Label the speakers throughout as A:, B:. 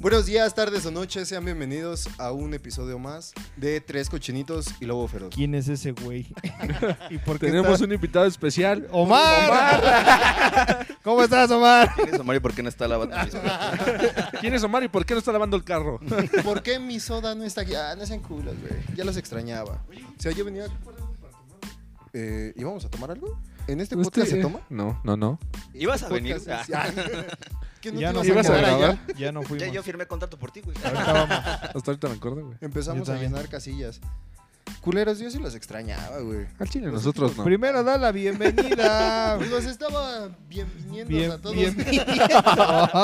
A: Buenos días, tardes o noches, sean bienvenidos a un episodio más de Tres Cochinitos y Lobo Feroz.
B: ¿Quién es ese güey? ¿Y por qué
C: Tenemos
B: está-
C: un invitado especial.
B: ¡Omar! ¿Cómo estás, Omar?
D: ¿Quién es Omar y por qué no está lavando mis platos?
C: ¿Quién es Omar y por qué no está lavando el carro?
A: ¿Por qué mi soda no está aquí? Ah, no sean culos, güey. Ya los extrañaba. O sea, yo venía. Eh, ¿Íbamos a tomar algo? ¿En este
B: Pues
A: podcast
B: eh,
A: se toma?
C: No, no, no.
D: ¿Ibas a venir?
A: Podcast es-
D: Ah,
A: Ay, ¿Qué no
B: Ya
A: te
B: no
A: ibas a
C: fuimos.
A: quedar
C: ¿Ibas a
A: allá?
C: grabar?
B: Ya no fuimos.
D: ya yo firmé contrato por ti, güey.
B: Ahorita vamos.
C: Hasta ahorita me acuerdo, güey.
A: Empezamos
B: Yo
A: a
B: también.
A: llenar casillas. Culeros, yo sí los extrañaba, güey.
C: Al chile, nosotros no.
B: Primero da la bienvenida.
A: Los estaba bienviniendo
B: Bien-
A: a todos.
B: bienvenido.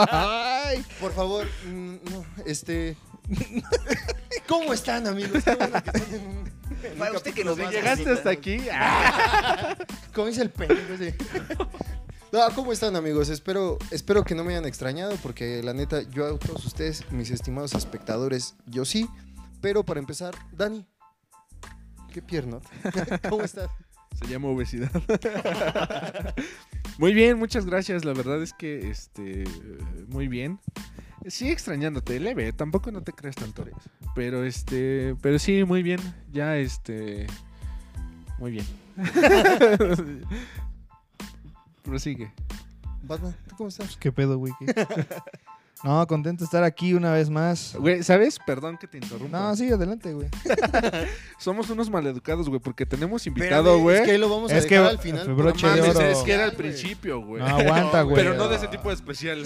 B: Ay.
A: Por favor, mm, no, este. ¿Cómo están, amigos? Qué bueno que estén en un- en un
D: Para usted
A: capítulo
D: que
A: más.
D: nos
C: Llegaste hasta aquí. Ah.
A: ¿Cómo dice el pendejo? Sí. No, ¿cómo están, amigos? Espero, espero que no me hayan extrañado, porque la neta, yo a todos ustedes, mis estimados espectadores, yo sí. Pero para empezar, Dani. Qué pierno. ¿Cómo estás?
C: Se llama obesidad. muy bien, muchas gracias. La verdad es que, este, eh, muy bien. Sí, extrañándote, leve. Tampoco no te creas tanto. Pero, este, pero sí, muy bien. Ya, este, muy bien. Prosigue.
A: Batman, ¿tú cómo estás?
B: Pues, ¿Qué pedo, güey? ¿Qué? No, contento de estar aquí una vez más.
C: Güey, ¿sabes? Perdón que te interrumpa.
B: No, sí, adelante, güey.
C: Somos unos maleducados, güey, porque tenemos
A: Espérame,
C: invitado, güey.
A: Es que ahí lo vamos a
B: Es que
A: dejar al
B: el
A: final.
B: broche
A: No
B: de
A: mames,
B: oro.
C: es que era al
A: Ay, güey.
C: principio, güey.
B: No aguanta, güey.
C: Pero no de ese tipo de especial.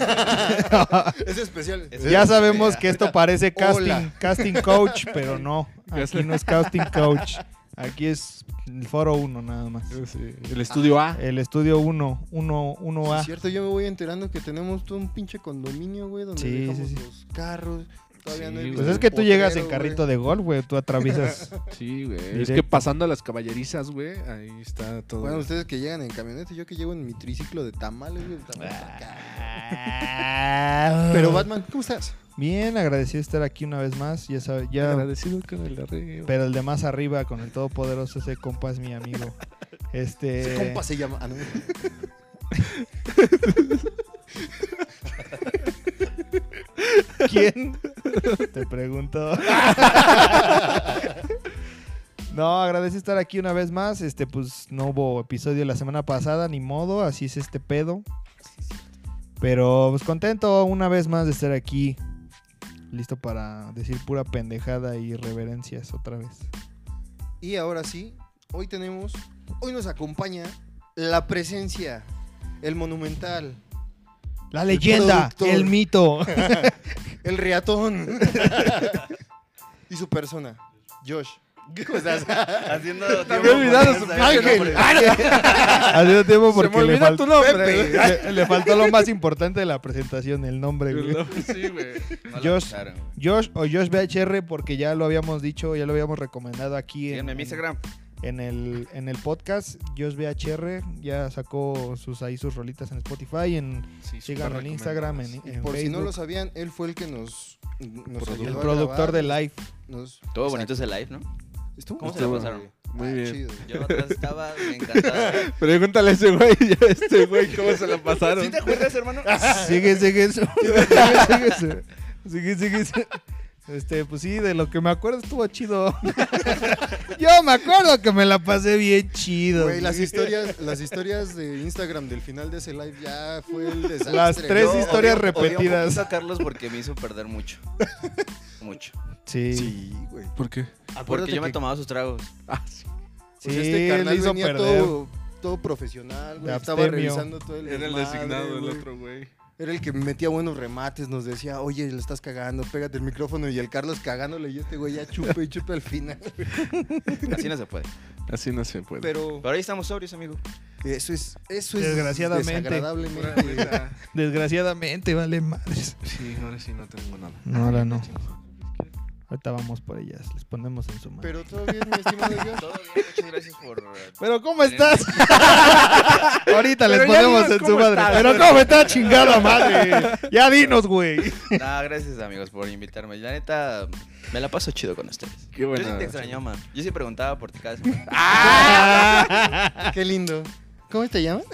A: Es especial.
B: Ya sabemos que esto parece casting,
A: Hola.
B: casting coach, pero no. Aquí no es casting coach. Aquí es el foro 1 nada más.
C: Sí, El estudio A.
B: El estudio 1, 1,
A: Sí, Es
B: 1A.
A: cierto, yo me voy enterando que tenemos todo un pinche condominio, güey, donde
B: Sí,
A: dejamos
B: sí, sí.
A: los carros. Todavía
C: Sí,
A: no he
C: güey.
A: visto
B: Pues es
A: un
B: que tú llegas
A: potrero,
B: en carrito
A: güey.
B: de golf, güey. Tú atraviesas.
C: Sí, güey. Es
B: Directo.
C: que pasando a las caballerizas, güey, ahí está todo.
A: Bueno, ustedes que llegan en camioneta, yo que llego en mi triciclo de tamales, güey. de tamales
B: Ah.
A: acá. Pero Ah.
B: Pero
A: Batman, ¿cómo estás?
B: Bien, agradecido de estar aquí una vez más. Ya sabes, ya.
C: agradecido con el arreglo.
B: Pero el de más arriba, con el todopoderoso, ese compa es mi amigo.
A: Ese
B: Este.
A: compa se llama. ah, no.
B: ¿Quién? Te pregunto. No, agradecí estar aquí una vez más. Este, pues no hubo episodio la semana pasada, ni modo, así es este pedo. Pero pues contento una vez más de estar aquí. Listo para decir pura pendejada y reverencias otra vez.
A: Y ahora sí, hoy tenemos, hoy nos acompaña la presencia, el monumental,
B: La
A: leyenda,
B: leyenda,
A: productor.
B: el, mito.
A: el reatón y su persona, Josh. ¿Cómo estás?
D: Haciendo
C: Me había olvidado su
A: Ángel.
B: Hace tiempo
C: Se
B: porque
C: me
B: le,
C: olvida
B: fal-
C: tu nombre.
B: le- le faltó lo más importante de la presentación, el nombre. güey.
C: Sí, güey.
B: Josh. Josh o Josh BHR, porque ya lo habíamos dicho, ya lo habíamos recomendado aquí en,
D: Síganme en mi Instagram.
B: en el, en el podcast. Josh BHR ya sacó sus ahí sus rolitas en Spotify, en,
C: Sí,
B: síganlo en Instagram, en, en
A: Por si no
B: Facebook.
A: lo sabían, él fue el que nos, nos
D: Produ-
A: ayudó
B: el
A: a grabar,
B: productor de Live.
A: nos-
D: Todo
A: exacto.
D: bonito ese live, ¿no?
A: Estuvo
D: ¿Cómo se
A: muy
D: la
A: bueno,
D: pasaron?
A: güey.
C: Muy
A: Ah,
C: bien.
A: chido.
D: Yo atrás estaba encantado.
C: Pregúntale a ese güey, ya este güey, cómo se la pasaron.
D: ¿Sí te acuerdas, hermano?
B: Sigue, sigue eso. sigue, sigue, sigue, sigue eso. Este, pues sí, de lo que me acuerdo estuvo chido. Yo me acuerdo que me la pasé bien chido.
A: Güey, las
B: güey.
A: historias, las historias de Instagram del final de ese live ya fue el desastre.
B: Las tres
A: Yo-
B: historias. repetidas.
D: Yo a Carlos porque me hizo perder mucho. Mucho.
B: Sí, sí,
A: Sí, güey.
C: ¿Por qué?
D: Porque
A: Acuérdate
D: yo me
A: que-
D: tomaba sus tragos.
A: pues
B: le
A: este carnal
B: hizo
A: venía
B: perder.
A: todo, todo profesional, güey.
B: De
A: Estaba
B: abstemio.
A: revisando todo el desmadre, güey.
C: güey.
A: Era el que metía buenos remates, nos decía, oye, lo estás cagando, pégate el micrófono. Y el Carlos cagándole y este güey ya chupe y chupe al final.
D: Así no se puede.
C: Así no se puede.
A: Pero
D: Pero ahí estamos sobrios, amigo.
A: eso es, eso es
B: Desgraciadamente.
A: desagradablemente.
B: Desgraciadamente, vale madres.
C: Sí, ahora sí no tengo nada.
B: No, ahora no. Ahorita vamos por ellas, les ponemos en su mano. Pero,
A: Pero todo bien, mi estimado Dios.
D: Todo bien, muchas gracias por. eh,
B: ¿cómo estás? Ahorita les
C: Pero ya
B: ponemos
C: dinos
B: en su
C: cómo
B: madre.
C: estás.
B: Pero cómo está chingada madre. Ya dinos, güey.
D: No, gracias amigos por invitarme. La neta, me la paso chido con ustedes.
C: Qué buena
D: Yo sí
C: onda.
D: te extrañaba, man. Yo sí preguntaba por ti cada semana. Ah,
A: Ah.
C: Ah.
A: Qué lindo. ¿Cómo te llamas?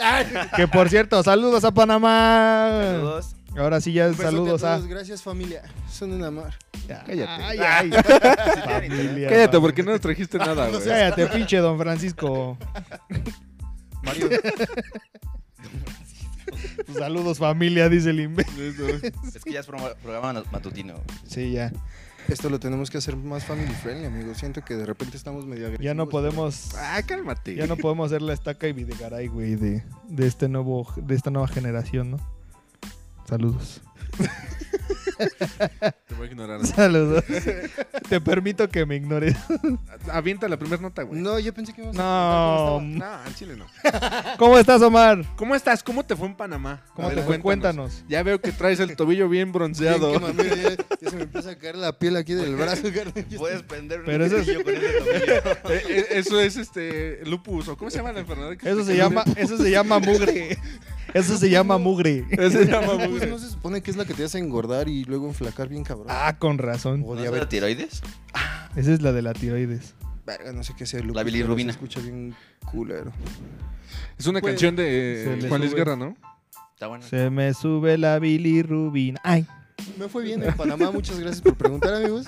B: Que por cierto, saludos a Panamá.
D: Saludos.
B: Ahora sí, ya
A: Un besote
B: saludos
A: a
B: a.
A: todos, Gracias, familia. Son un amor.
C: Cállate.
A: Ah,
B: Ay, ay. Familia,
C: Cállate,
B: pa-
C: porque no nos trajiste nada, güey.
B: Cállate, pinche don Francisco.
A: Mario,
B: Saludos, familia, dice el imbécil.
D: Es que ya es promo- programa matutino.
B: Sí, ya.
A: esto lo tenemos que hacer más family friendly, amigo. Siento que de repente estamos medio agresivos.
B: Ya no podemos.
C: Ah, cálmate.
B: Ya no podemos ser la estaca y Videgaray, güey, de, de este nuevo, de esta nueva generación, ¿no? Saludos.
C: Te voy a ignorar.
B: Saludos. Te permito que me ignores.
C: Avienta la primera nota, güey.
A: No, yo pensé que íbamos
B: No.
C: No, al chile no.
B: ¿Cómo estás, Omar?
C: ¿Cómo estás? ¿Cómo te fue en Panamá?
B: ¿Cómo
C: A
B: te
C: ver,
B: fue? Cuéntanos.
C: Ya veo que traes el tobillo bien bronceado.
A: Bien, qué mamera, ya, ya se me empieza a caer la piel aquí del brazo, carnal. Pues, Yo
D: Puedes prender un
B: Pero eso es-
D: cuchillo con ese tobillo.
C: Eh, eh, eso es este lupus o cómo se llama la enfermedad? que-
B: Eso se llama, eso se llama mugre. Eso se llama mugre.
C: Eso se llama
A: estoy- Pues
C: mugre.
A: no se supone que es la que te hace engordar y luego enflacar bien cabrón.
B: Ah, con razón.
A: o
D: ¿No es la
A: diabetes.
D: tiroides?
B: Esa es la de la tiroides.
A: Verga, no sé qué sea el lupus,
D: La
A: pero
D: bilirrubina.
A: Se escucha bien culero.
C: Es una
A: Pues,
C: canción
B: se
C: de
B: le
C: Juan Luis
B: sube.
C: Guerra, ¿no?
D: Está bueno.
B: Se me sube la bilirrubina. Ay.
A: Me fue bien en Panamá, muchas gracias por preguntar, amigos.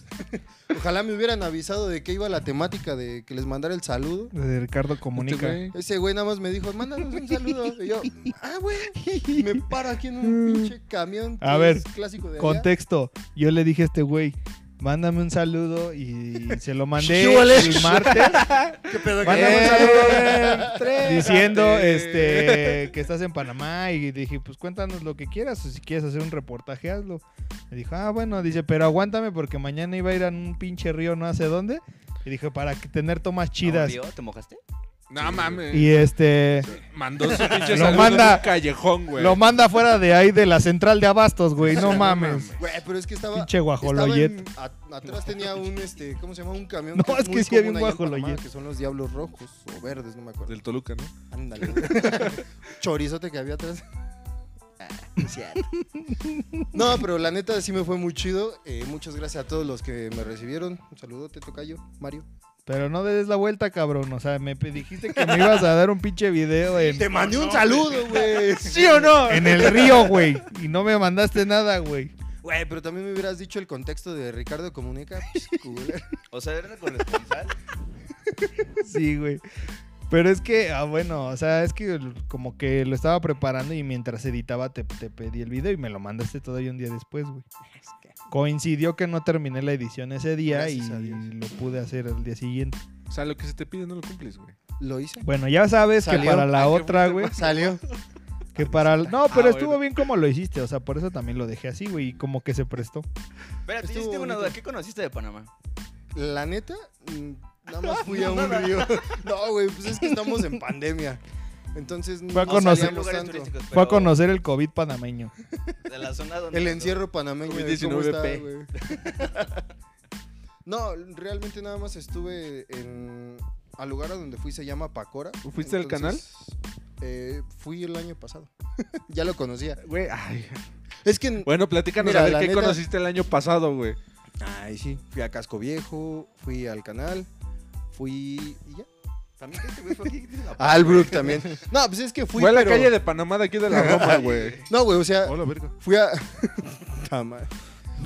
A: Ojalá me hubieran avisado de qué iba la temática, de que les mandara el saludo.
B: De Ricardo comunica.
C: Este güey.
A: Ese güey nada más me dijo, mándanos un saludo. Y yo, ah, güey, me paro aquí en un pinche camión. que
B: A ver,
A: es clásico de allá.
B: Contexto. Yo le dije a este güey, mándame un saludo y se lo mandé
A: ¿Qué huele?
B: el martes.
A: ¿Qué pedo que-
B: Mándame un
A: Eh,
B: saludo
C: Entrégate.
B: diciendo este, que estás en Panamá y dije, pues cuéntanos lo que quieras o si quieres hacer un reportaje, hazlo. Me dijo, ah, bueno, dice, pero aguántame porque mañana iba a ir a un pinche río no sé dónde. Y dije, para que tener tomas chidas.
D: ¿Audio? ¿Te mojaste?
C: No mames.
B: Y este,
C: Mandó su
B: Lo
C: pinche saludo en
B: manda-
C: un callejón, güey.
B: lo manda fuera de ahí de la central de Abastos, güey, no
C: No
B: mames.
A: Güey, pero es que estaba...
B: Pinche
A: estaba
B: guajoloyet.
A: en- a- atrás tenía un, este, ¿cómo se llama? Un camión.
B: No, es que sí había
A: común
B: un
A: allá en Panamá,
B: guajoloyet.
A: Que son los diablos rojos o verdes, no me acuerdo.
C: Del Toluca, ¿no?
A: Ándale. Chorizote que había atrás. Ah, No, pero la neta sí me fue muy chido. Eh, muchas gracias a todos los que me recibieron. Un saludote, Tocayo, Mario.
B: Pero no des la vuelta, cabrón. O sea, me pe- dijiste que me ibas a dar un pinche video en,
A: Te mandé un saludo, güey.
C: ¿Sí o no?
B: en el río, güey. Y no me mandaste nada, güey.
A: Güey, pero también me hubieras dicho el contexto de Ricardo Comunica. Pues, culero.
D: O sea, ¿eres corresponsal?
B: Sí, güey. Pero es que, ah, bueno, o sea, es que l- como que lo estaba preparando y mientras editaba te, te pedí el video y me lo mandaste todavía un día después, güey. Coincidió que no terminé la edición ese día
A: Gracias a
B: y
A: Dios.
B: lo pude hacer al día siguiente.
C: O sea, lo que se te pide no lo cumples, güey.
A: Lo hice.
B: Bueno, ya sabes que
A: Salió.
B: para la
C: Ay, qué
B: otra,
C: bueno.
B: güey,
A: Salió.
B: que para... el- No, pero
C: Ah,
B: estuvo
C: bueno.
B: bien como lo hiciste, o sea, por eso también lo dejé así, güey, y como que se prestó.
D: Espérate, yo sí
A: Estuvo
D: tengo una duda.
A: bonito.
D: ¿Qué conociste de Panamá?
A: La neta, mm, nada más fui a un río. No, güey, pues es que estamos en pandemia. Entonces no
B: Fue a conocer-
A: salíamos
D: lugares
A: tanto.
D: turísticos,
B: Fue a
D: pero
B: conocer el COVID panameño.
D: De la zona donde...
A: El encierro panameño. de cómo está,
C: COVID-19P.
A: güey. no, realmente nada más estuve en... Al lugar a donde fui se llama Pacora.
C: ¿Fuiste al canal?
A: eh, fui el año pasado. ya lo conocía.
C: Güey, ay.
A: Es que...
C: Bueno, platícanos
A: Mira,
C: a ver
A: la
C: qué
A: neta-
C: conociste el año pasado, güey.
A: Ay, sí. Fui a Casco Viejo, fui al canal, fui... ¿Y ya?
D: También este güey fue aquí. tiene la-
A: Al Brook también. No, pues es que fui...
C: Fue a la
A: pero-
C: calle de Panamá de aquí de la Roma, güey.
A: No, güey, o sea,
C: Hola, verga.
A: fui a... Puta madre.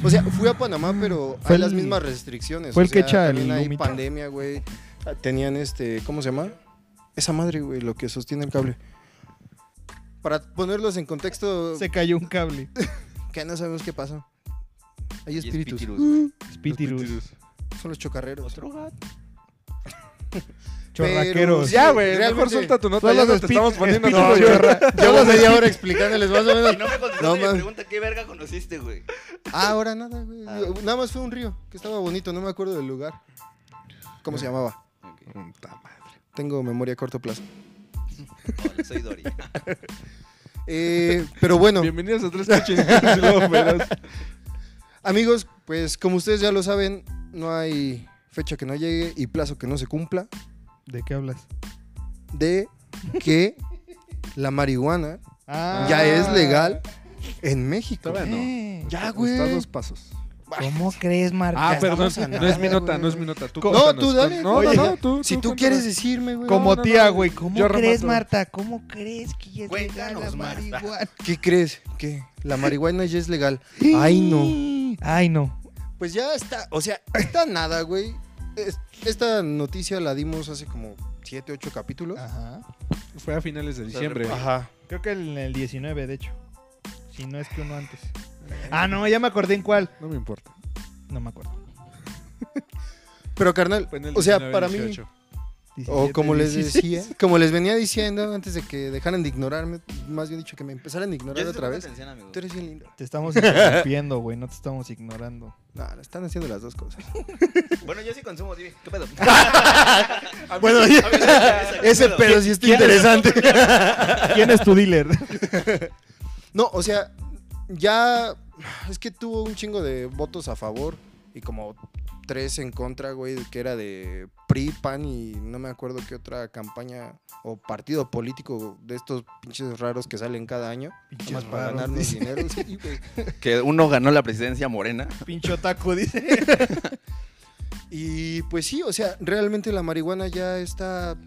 A: O sea, fui a Panamá, pero
B: Fue
A: hay
B: el-
A: las mismas restricciones.
B: fue
A: o
B: el que
A: sea,
B: echa el
A: también hay
B: humito.
A: pandemia, güey. Tenían este, ¿cómo se llama? Esa madre, güey, lo que sostiene el cable. Para ponerlos en contexto,
B: Se cayó un cable.
A: que no sabemos qué pasó. Hay
D: Y es
A: espíritus,
D: Pitirus, güey.
B: Spitirus.
A: son los chocarreros.
D: Otro gato.
B: Chorraqueros.
A: Sí,
C: Ya, güey,
A: realmente.
C: mejor suelta tu nota,
B: Son
C: ya
B: los
C: no te
B: espi-
C: estamos poniendo
B: espíritus
C: atención.
B: chorra-
A: Llevo media hora explicándoles más o
D: Y
A: menos.
D: no me contestaste
A: No,
D: mi
A: man.
D: pregunta. ¿Qué verga conociste, güey?
A: Ah, ahora nada, güey.
D: Ah.
A: Nada más fue un río, que estaba bonito, no me acuerdo del lugar. ¿Cómo se llamaba?
D: Ok.
C: Puta madre.
A: Tengo memoria a corto plazo.
D: Hola, soy Dori.
A: Eh, pero bueno.
C: Bienvenidos a Tres Cochinitos y luego verás.
A: Amigos, pues como ustedes ya lo saben, no hay fecha que no llegue y plazo que no se cumpla
B: ¿De qué hablas?
A: de que la marihuana
B: Ah.
A: ya es legal en México.
C: Todavía no.
B: Eh.
A: Ya,
C: Estás
A: güey.
C: dos pasos.
B: ¿Cómo crees, Marco?
C: Ah, perdón,
A: estamos a
C: no es mi
A: nada,
C: nota,
A: güey.
C: no es mi nota. Tú
A: No,
C: cuéntanos,
A: tú dale,
C: cu- No, no,
A: oye,
C: no, tú.
A: Si tú
C: cuéntanos.
A: quieres decirme, güey.
B: Como
C: No, no,
B: tía,
C: no.
B: güey. ¿Cómo
C: Yo
B: crees,
C: remato.
B: Marta? ¿Cómo crees que ya es legal la
D: Cuéntanos, Marta.
B: marihuana?
A: ¿Qué crees? ¿Qué? La marihuana ya es legal. Ay, no.
B: Ay, no.
A: Pues ya está, o sea, está nada, güey. Es- Esta noticia la dimos hace como 7, 8 capítulos.
C: Ah,
B: Ajá.
C: Fue a finales de
D: O sea,
C: diciembre.
D: repa-
A: Ajá.
B: Creo que en el 19, de hecho. Si no es que uno antes.
A: Eh.
B: Ah, no, ya me acordé en cuál.
C: No me importa.
B: No me acuerdo.
A: Pero carnal,
C: Fue en el
A: o sea,
C: 19,
A: para mí
C: 18.
A: o
B: 17,
A: como les
B: 16.
A: decía, como les venía diciendo antes de que dejaran de ignorarme, más bien dicho que me empezaran a
D: Yo
A: ignorar
D: sí te
A: otra
D: pongo
A: vez.
D: atención, amigo.
A: Tú eres bien lindo.
B: Te estamos interrumpiendo, güey. No te estamos ignorando.
A: No, no, están haciendo las dos cosas.
D: Bueno, yo sí consumo, dime. ¿Qué pedo?
A: Bueno,
D: A mí sí me interesa, ¿qué
A: ese pedo sí está interesante.
B: ¿Quién es tu dealer?
A: No, o sea, ya es que tuvo un chingo de votos a favor y como tres en contra, güey, que era de PRI, PAN y no me acuerdo qué otra campaña o partido político de estos pinches raros que salen cada año, nada más para ganarnos dinero. sí, güey.
D: Que uno ganó la presidencia morena.
B: Pincho taco, dice.
A: Y pues sí, o sea, realmente la marihuana ya está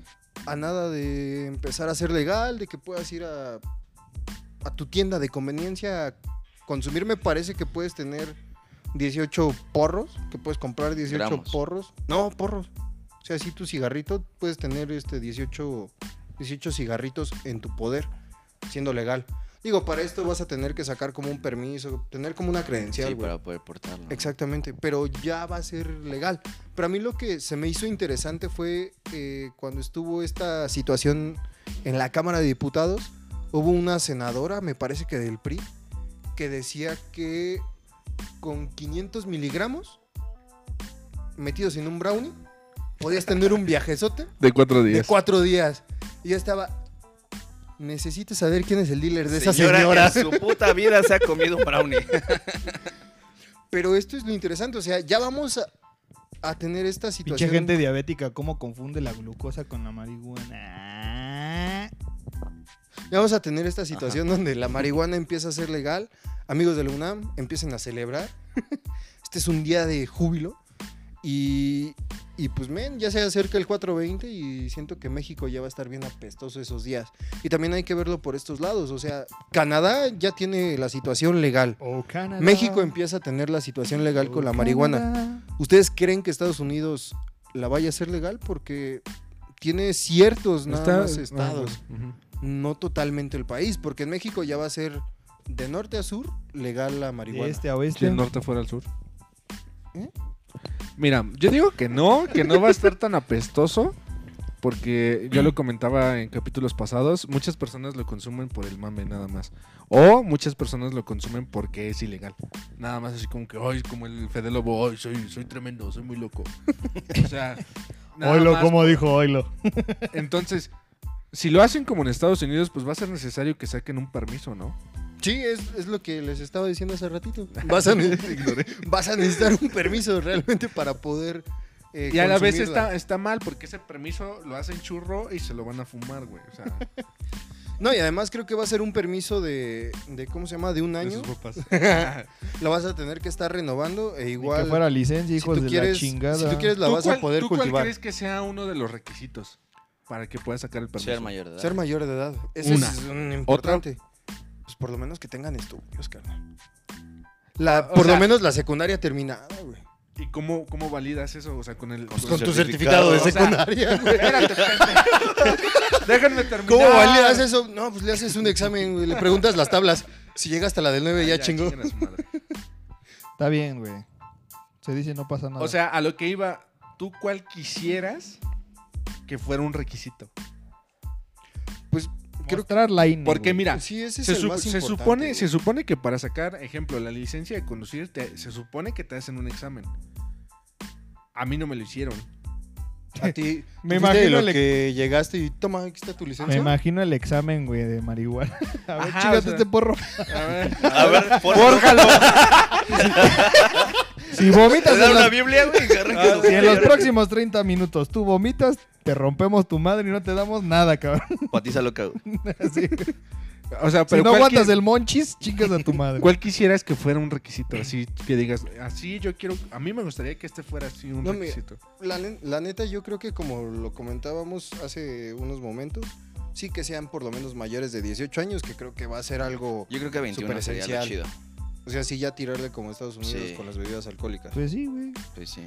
A: a nada de empezar a ser legal, de que puedas ir a, a tu tienda de conveniencia a consumir. Me parece que puedes tener 18 porros, que puedes comprar 18
D: Gramos.
A: porros. No, porros. O sea, si tu cigarrito, puedes tener este 18, 18 cigarritos en tu poder, siendo legal. Digo, para esto vas a tener que sacar como un permiso, tener como una credencial,
D: Sí,
A: güey.
D: para poder portarlo.
A: Exactamente, pero ya va a ser legal. Para mí lo que se me hizo interesante fue eh, cuando estuvo esta situación en la Cámara de Diputados, hubo una senadora, me parece que del PRI, que decía que con 500 miligramos metidos en un brownie podías tener un viajezote
C: De cuatro
A: de
C: días.
A: cuatro días. Y yo estaba... Necesito saber quién es el dealer de esa
D: Señora
A: señora.
D: que en su puta vida se ha comido un brownie.
A: Pero esto es lo interesante, o sea, ya vamos a, a tener esta
B: Pinche
A: situación.
B: gente diabética, ¿cómo confunde la glucosa con la marihuana?
A: Ya vamos a tener esta situación donde la marihuana empieza a ser legal. Amigos de la UNAM, empiecen a celebrar. este es un día de júbilo. Y, y pues, men, ya se acerca el 420 y siento que México ya va a estar bien apestoso esos días. Y también hay que verlo por estos lados. O sea, Canadá ya tiene la situación legal. México empieza a tener la situación legal con la marihuana. ¿Ustedes creen que Estados Unidos la vaya a hacer legal? Porque tiene ciertos nada
C: Está- ah, pues.
A: más estados,
C: Ujú.
A: no totalmente el país, porque en México ya va a ser de norte a sur legal la
B: De
A: marihuana.
B: este a
C: Si
B: oeste.
C: el norte fuera al sur.
A: ¿Eh?
C: Mira, yo digo que no, que no va a estar tan apestoso. Porque yo lo comentaba en capítulos pasados, muchas personas lo consumen por el mame nada más. O muchas personas lo consumen porque es ilegal. Nada más así como que, ay, como el Fede Lobo, ay, soy, soy tremendo, soy muy loco. O sea, nada
B: Oilo,
C: más
B: como dijo Oilo.
C: Entonces, si lo hacen como en Estados Unidos, pues va a ser necesario que saquen un permiso, ¿no?
A: Sí, es, es lo que les estaba diciendo hace ratito. Vas a, ne- vas a necesitar un permiso realmente para poder... eh,
C: Y a la vez
A: consumirla.
C: está, está mal porque ese permiso lo hacen churro y se lo van a fumar, güey. O sea,
A: No, y además creo que va a ser un permiso de, de ¿cómo se llama? De un
C: de
A: año.
C: sus papás.
A: Lo vas a tener que estar renovando e
B: Igual.
A: igual...
B: Que fuera licencia,
A: si
B: hijos
A: tú
B: de
A: quieres-
B: la chingada.
A: Si tú quieres la
C: ¿Tú
A: vas
C: cuál-
A: a poder
C: ¿tú
A: cultivar.
C: cuál crees que sea uno de los requisitos para que pueda sacar el permiso?
D: Ser mayor de edad.
A: Ser mayor de edad. Eso
C: Una.
A: es un importante. Pues por lo menos que tengan estudios, carnal. La, por
C: sea-
A: lo menos la secundaria terminada, güey.
C: ¿Y cómo, cómo validas eso? O sea, con el...
A: Pues con tu certificado
D: certificado.
A: de
C: O sea,
A: secundaria, güey.
C: Espérate, pendejo. Déjenme terminar.
A: ¿Cómo validas eso? No, pues le haces un examen, güey. Le preguntas las tablas. Si llega hasta la del 9, ya,
C: Ya,
A: chingó.
C: chinguen a su madre.
B: Está bien, güey. Se dice no pasa nada.
C: O sea, a lo que iba, ¿tú cuál quisieras que fuera un requisito?
A: Pues creo que.
B: mostrar la INE.
C: Porque
B: güey.
C: mira,
A: Sí, ese es
C: se,
A: el
C: su-
A: más
C: se
A: importante,
C: supone,
A: güey.
C: se supone que para sacar, ejemplo, la licencia de conducir, te- se supone que te hacen un examen. A mí no me lo hicieron.
A: A ti.
B: Me
A: Me imagino
B: imagino
A: lo
B: le-
A: que llegaste y toma, aquí está tu
B: Me
A: licencia.
B: imagino el examen, güey, de marihuana. A
A: Ah,
B: ver,
C: Ajá,
B: chingate
C: o sea-
B: este porro.
C: A ver,
D: A ver, por
B: Si vomitas
D: Te
B: en
D: dan una
B: los,
D: Biblia, güey. que arranques tu
B: si en los
D: cerebro.
B: próximos 30 minutos tú vomitas, te rompemos tu madre y no te damos nada, cabrón.
D: Patiza loca, güey.
B: Así.
C: O sea, pero
B: si no
C: ¿cuál
B: aguantas
C: qui-
B: el monchis, chingas a tu madre.
C: ¿Cuál quisieras que fuera un requisito? Así que digas, así yo quiero. A mí me gustaría que este fuera así un
A: No, mira.
C: requisito.
A: La, ne- la neta, yo creo que como lo comentábamos hace unos momentos, sí que sean por lo menos mayores de 18 años, que creo que va a ser algo.
D: Yo creo que 21 sería lo chido.
A: Superesencial. O sea, sí ya tirarle como a Estados Unidos
D: Sí.
A: con las bebidas alcohólicas.
B: Pues sí, güey.
D: Pues sí.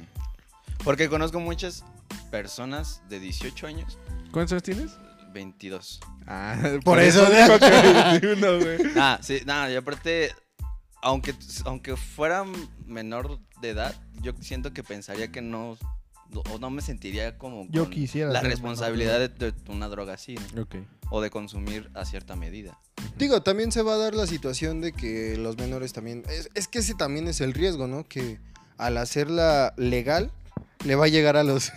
D: Porque conozco muchas personas de 18 años,
C: ¿Cuántos años tienes?
D: 22.
C: Ah,
A: por eso
C: digo que 21, güey.
D: Nada, sí, nada, y aparte, aunque, aunque fuera menor de edad, yo siento que pensaría que no, o no me sentiría como
B: Yo
D: con
B: quisiera
D: la
B: ser menor de
D: responsabilidad de, de una droga así, ¿no?
C: Ok.
D: o de consumir a cierta medida.
A: Digo, también se va a dar la situación de que los menores también. Es, es que ese también es el riesgo, ¿no? Que al hacerla legal, le va a llegar a los.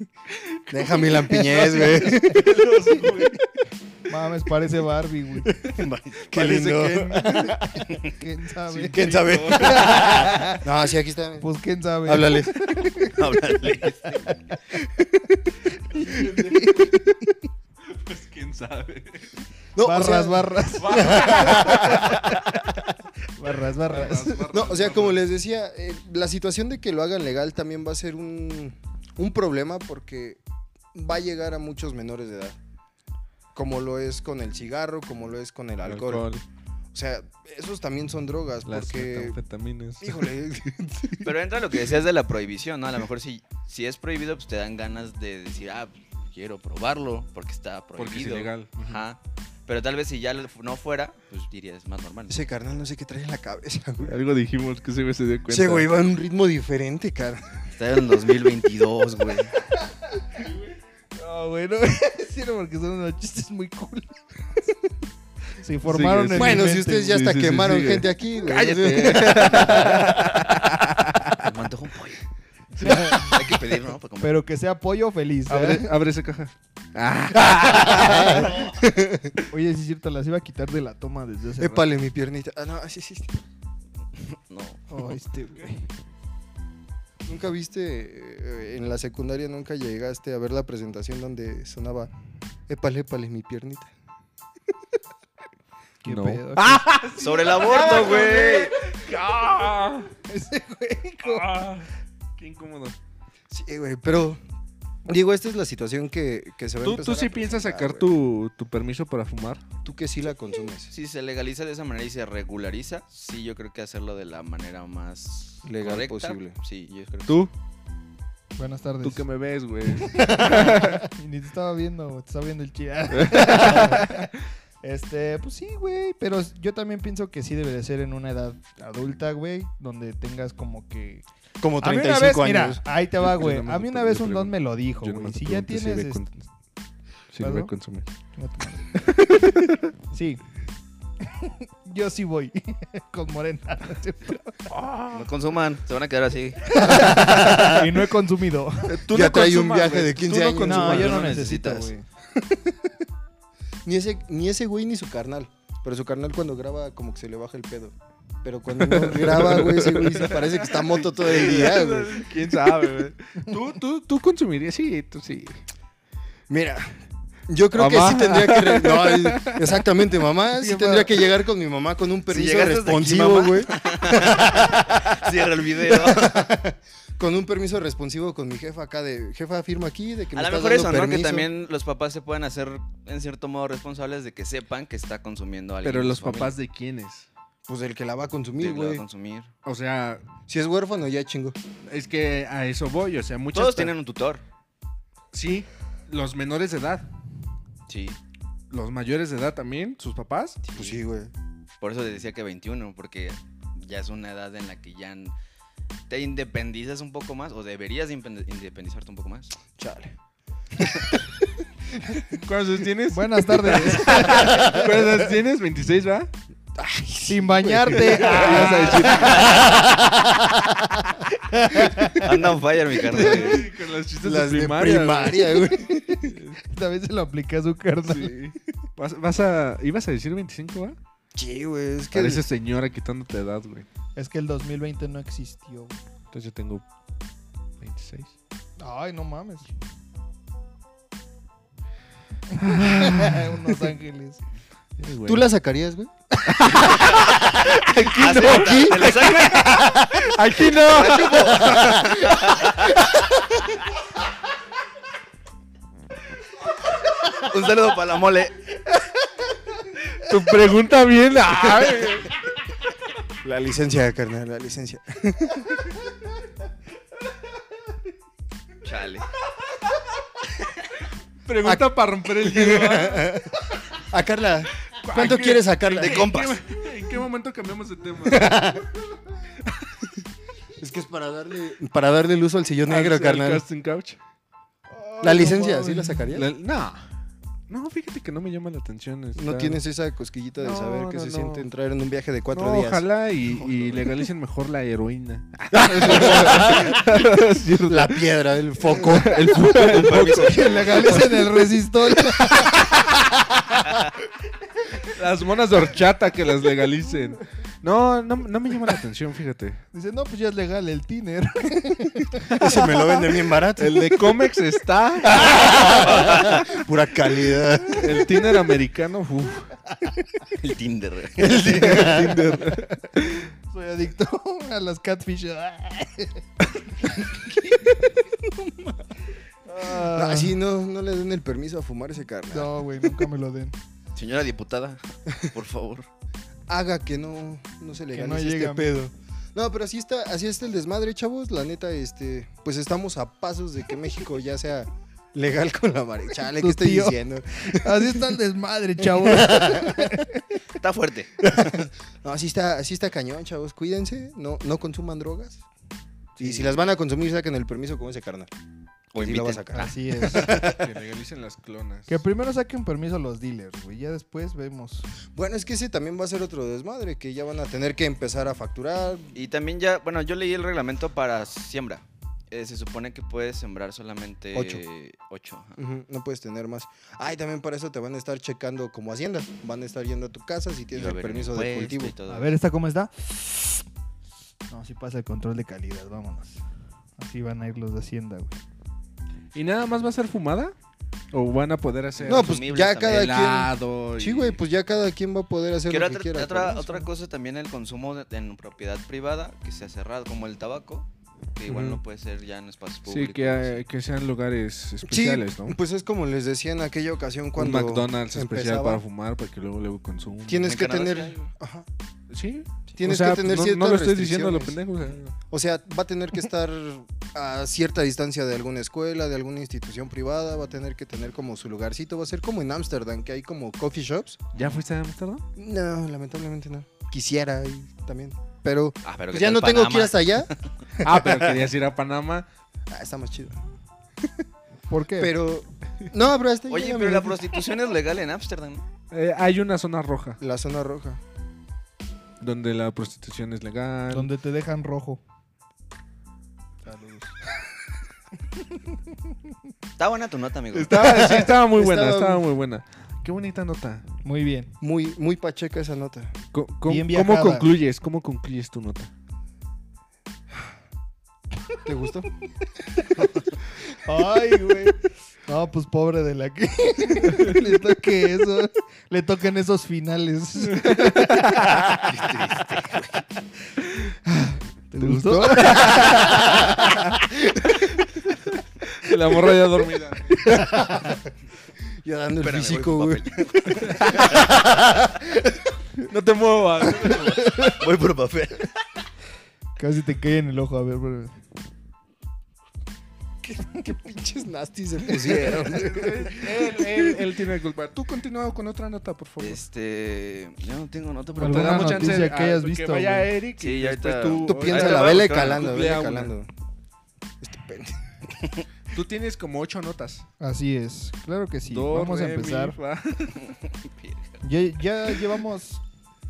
A: Deja mi lampiñez, güey.
B: Mames, parece Barbie, güey.
A: Qué lindo.
B: ¿Quién sabe?
A: ¿Quién sabe? no, sí, aquí está.
B: Pues quién sabe.
A: Háblale.
D: Háblale.
C: Pues quién sabe.
A: No, o sea-
B: barras, barras. barras, barras.
A: No, o sea, como les decía, eh, la situación de que lo hagan legal también va a ser un, un problema porque va a llegar a muchos menores de edad. Como lo es con el cigarro, como lo es con el alcohol. O sea, esos también son drogas
C: las
A: porque...
C: metanfetaminas.
A: Híjole,
D: Pero entra lo que decías de la prohibición, ¿no? A lo mejor si, si es prohibido, pues te dan ganas de decir, ah, quiero probarlo porque está prohibido.
C: Porque es ilegal.
D: Ajá. Pero tal vez si ya lo- no fuera, pues dirías, es más normal. ¿no?
A: ese carnal no sé qué trae en la cabeza, güey.
C: Algo dijimos que se se dio cuenta.
A: Ese güey va en un ritmo diferente, cara.
D: Está en 2022, güey.
B: No, güey, no voy a decirlo porque son unos chistes muy cool. Se informaron
C: Sigue,
B: en
C: sigue.
B: mi
A: Bueno, si
B: mente,
A: ustedes ya
B: güey.
C: sí,
A: hasta
C: sí, sí,
A: quemaron
C: sigue.
A: gente aquí, güey.
D: Me antojo un pollo. Hay que pedir, ¿no? Para comer.
B: Pero que sea pollo feliz. ¿eh?
C: Abre, abre esa caja.
B: Oye, sí es cierto, las iba a quitar de la toma desde hace rato.
A: Épale mi piernita. Ah, no, sí, sí. sí.
D: No.
B: Oh, este, güey.
A: ¿Nunca viste eh, en la secundaria, nunca llegaste a ver la presentación donde sonaba Épale, épale, mi piernita?
B: Qué
C: No. ¡Ah!
B: pedo.
D: Sobre el aborto, güey.
B: Ese güey.
C: ¡Ah! Qué incómodo.
A: Sí, güey, pero digo, esta es la situación que, que se va a
C: ¿Tú,
A: empezar
C: tú sí
A: a
C: piensas
A: presentar, güey.
C: sacar tu, tu permiso para fumar?
A: Tú que sí la consumes.
D: Si se legaliza de esa manera y se regulariza, sí, yo creo que hacerlo de la manera más
A: Legal
D: correcta.
A: posible.
D: Sí, yo creo que
C: ¿Tú?
B: Buenas tardes.
C: ¿Tú que me ves, güey?
B: Y Ni te estaba viendo, güey, te estaba viendo el chida. este, pues sí, güey. Pero yo también pienso que sí debe de ser en una edad adulta, güey. Donde tengas como que.
A: Como
B: A mí una vez,
A: 35 años.
B: mira, ahí te va,
C: Yo
B: güey.
C: nomás
B: A
C: te
B: mí una
C: pregunto,
B: vez
C: yo
B: un don
C: pregunto.
B: me lo dijo,
C: Yo
B: güey.
C: nomás te
B: Si ya
C: pregunto
B: tienes.
C: si ve
B: este,
C: con- Si
B: ¿Perdón?
C: ve a consumir.
B: Chinga tu este, madre. Sí. Yo sí voy con Morena. ¿no es cierto?
D: No consuman, se van a quedar así.
B: Y no he consumido.
A: Ya trae un viaje de 15 años.
B: No, yo
D: tú
B: no
D: no
B: necesito,
D: necesitas.
B: güey.
A: Ni ese, ni ese güey ni su carnal. Pero su carnal cuando graba como que se le baja el pedo. Pero cuando no graba, güey, ese güey sí parece que está moto todo el día, güey.
C: ¿Quién sabe, güey? ¿Tú, tú, tú consumirías? Sí, tú sí.
A: Mira, yo creo
C: Mamá.
A: que sí tendría que. re- no, es- exactamente, mamá. Sí
B: Sí,
A: tendría
B: mamá.
A: que llegar con mi mamá con un permiso
D: llegaste hasta aquí,
A: responsivo,
D: mamá.
A: güey.
D: Cierra el video.
A: Con un permiso responsivo con mi jefa acá de. Jefa, firma aquí de que me
D: A lo
A: estás
D: mejor eso,
A: dando
D: ¿no? Que
A: permiso".
D: también los papás se pueden hacer, en cierto modo, responsables de que sepan que está consumiendo algo.
C: Pero los papás de quiénes?
A: Pues el que la va a
D: de
A: consumir,
D: lo va a
A: güey.
D: consumir.
C: O sea,
A: Si es huérfano, ya chingo.
C: es que a eso voy. O sea, muchas.
D: Todos tienen un tutor.
C: Sí, los menores de edad.
D: Sí.
C: Los mayores de edad también, sus papás.
A: Pues sí, güey.
D: Por eso te decía que 21, porque ya es una edad en la que ya n- te independizas un poco más, o deberías de impende- independizarte un poco más.
A: Chale.
C: ¿Cuántos años tienes?
B: Buenas tardes.
C: ¿Cuántos años tienes? 26, ¿va?
B: Sin bañarte.
C: Ibas a decir,
D: Anda on fire, mi carnal.
C: "Ay, con las chistes
A: Las
C: de
A: de
C: primaria.
A: primaria, güey.
B: Ah, También se lo apliqué a su carnal.
C: güey". Sí. ¿Vas, vas a, ¿Ibas a decir 25, va?
A: Sí, güey. Es que.
C: Parece señora quitándote edad, güey.
B: Es que el 2020 no existió. güey.
C: Entonces yo tengo 26.
B: Ay, no mames. Unos ángeles.
A: ¿Tú la sacarías, güey?
D: Ah, ¿se la- ¿Te la saca?
B: ¡Aquí no!
D: Un saludo para la mole.
B: tu pregunta bien.
A: La licencia, carnal, la licencia.
D: Chale.
C: Pregunta para romper el hielo.
A: A Carla, ¿cuánto quieres a Carla?
D: De compas.
C: ¿En qué momento cambiamos de tema?
A: Es que es para darle, para darle el uso al sillón negro,
C: Al- al
A: carnal.
C: casting couch.
A: La licencia, ¿sí la sacarías?
C: La- no. No, fíjate que no me llama la atención.
A: No
C: está-
A: tienes esa cosquillita de
C: No,
A: saber que
C: no,
A: se
C: no.
A: siente entrar en un viaje de cuatro
C: No,
A: días.
C: Ojalá y, y legalicen mejor la heroína.
A: La piedra, el foco.
C: El puto
B: Que legalicen el resistor.
C: Las monas de horchata que las legalicen. No, no, no me llama la atención, fíjate.
B: Dice, no, pues ya es legal el tiner.
A: Ese me lo venden bien barato.
C: El de cómics está.
A: Pura calidad.
C: El Tinder americano. uf.
D: El Tinder.
B: Soy adicto a las catfish. Ah,
A: Así no, no le den el permiso a fumar ese carnal.
B: No, güey, nunca me lo den.
D: Señora diputada, por favor.
A: Haga que no, no se le
B: Que
A: gane
B: no
A: este
B: llegue
A: pedo.
B: pedo.
A: No, pero así está, así está el desmadre, chavos. La neta, este, pues estamos a pasos de que México ya sea legal con la marihuana. Chale,
B: Tu
A: ¿qué estoy
B: tío.
A: diciendo?
B: Así está el desmadre, chavo.
D: Está fuerte.
A: No, así está, así está cañón, chavos. Cuídense, no, no consuman drogas. Y si las van a consumir, saquen el permiso con ese carnal.
D: O
A: Sí lo vas a
D: inviten.
A: sacar.
D: Ah,
B: Así es.
C: Que legalicen las clonas.
B: Que primero saquen permiso los dealers, güey. Ya después vemos.
A: Bueno, es que ese también va a ser otro desmadre, que ya van a tener que empezar a facturar.
D: Y también ya, bueno, yo leí el reglamento para siembra. Eh, se supone que puedes sembrar solamente
A: Ocho.
D: 8.
A: Ujú, No puedes tener más. Ay, también para eso te van a estar checando como haciendas. Van a estar yendo a tu casa si tienes el permiso de cultivo.
B: A ver, ¿esta cómo está? No, sí pasa el control de calidad, vámonos. Así van a ir los de Hacienda, güey.
C: ¿Y nada más va a ser fumada? ¿O van a poder hacer
A: No, pues
D: Consumible
A: ya
D: también.
A: cada quien.
C: helado? y-
A: Sí, güey, pues ya cada quien va a poder hacer
D: Quiero
A: lo que quiera.
D: otra, otra-
A: con eso.
D: otra cosa también el consumo de- en propiedad privada que sea cerrado, como el tabaco, que igual
C: Ujú.
D: no puede ser ya en espacios públicos.
C: Sí, que, eh, que sean lugares
A: Sí,
C: especiales, ¿no?
A: pues es como les decía en aquella ocasión
C: Un
A: cuando
C: McDonald's especial
A: empezaba.
C: para fumar, para que luego luego consuman.
A: Tienes
D: En
A: que
D: Canadá
A: tener,
D: sí hay.
A: ajá,
C: Sí.
A: tienes
C: O sea,
A: que tener
C: no,
A: ciertas
C: no lo estoy diciendo a lo
A: restricciones.
C: pendejo. o sea,
A: O sea, va a tener que estar a cierta distancia de alguna escuela, de alguna institución privada, va a tener que tener como su lugarcito, va a ser como en Ámsterdam, que hay como coffee shops.
C: ¿Ya fuiste a Amsterdam?
A: No, lamentablemente no. Quisiera ir también, pero
D: Ah, pero
A: pues
D: ¿qué
A: ya
D: tal
A: no tengo que ir
D: Panamá?
A: hasta allá.
C: Ah, pero querías ir a Panamá.
A: Ah, está más chido.
B: ¿Por qué?
A: Pero no, pero hasta
D: Oye,
A: llega,
D: pero
A: mira.
D: la prostitución es legal en Ámsterdam. ¿no?
C: Eh, hay una zona roja
A: la zona roja.
C: donde la prostitución es legal.
B: Donde te dejan rojo.
D: Está buena tu nota, amigo.
C: Estaba, sí, estaba muy buena,
A: Estaba-
C: estaba... muy buena. Qué bonita nota.
B: Muy bien.
A: Muy muy pacheca esa nota.
C: Co- co-
B: Bien
C: ¿Cómo
B: viajada.
C: concluyes? ¿Cómo concluyes tu nota?
A: ¿Te gustó?
B: Ay, güey. No, pues pobre de la que le toque eso. Le toquen esos finales. ¿Te gustó?
C: La morra ya dormida.
A: Ya dando el
D: Espérame, voy
A: físico,
D: por
A: güey.
D: papel.
C: No te muevas.
D: Voy por papel.
B: Casi te cae en el ojo, a ver, pero-
A: Qué pinches nasty se pusieron.
C: él, él, él tiene culpa. Tú continúa con otra nota, por favor.
D: Este, yo no tengo nota, pero
B: ¿Alguna
C: Te damos chance
B: noticia que
C: a-
B: hayas
C: que
B: visto,
C: vaya
B: güey?
C: Eric y
D: Sí, ya
C: después tú.
D: ahorita-
A: Tú piensa
D: Ahí te
A: la
D: va
A: vele
D: buscando,
A: calando,
C: cumplea
A: vele
C: una.
A: calando. Este pendejo.
C: Tú tienes como ocho notas.
B: Así es. Claro que sí.
C: Do,
B: Vamos a
C: re, mi,
B: empezar.
C: fa.
B: Ya, ya llevamos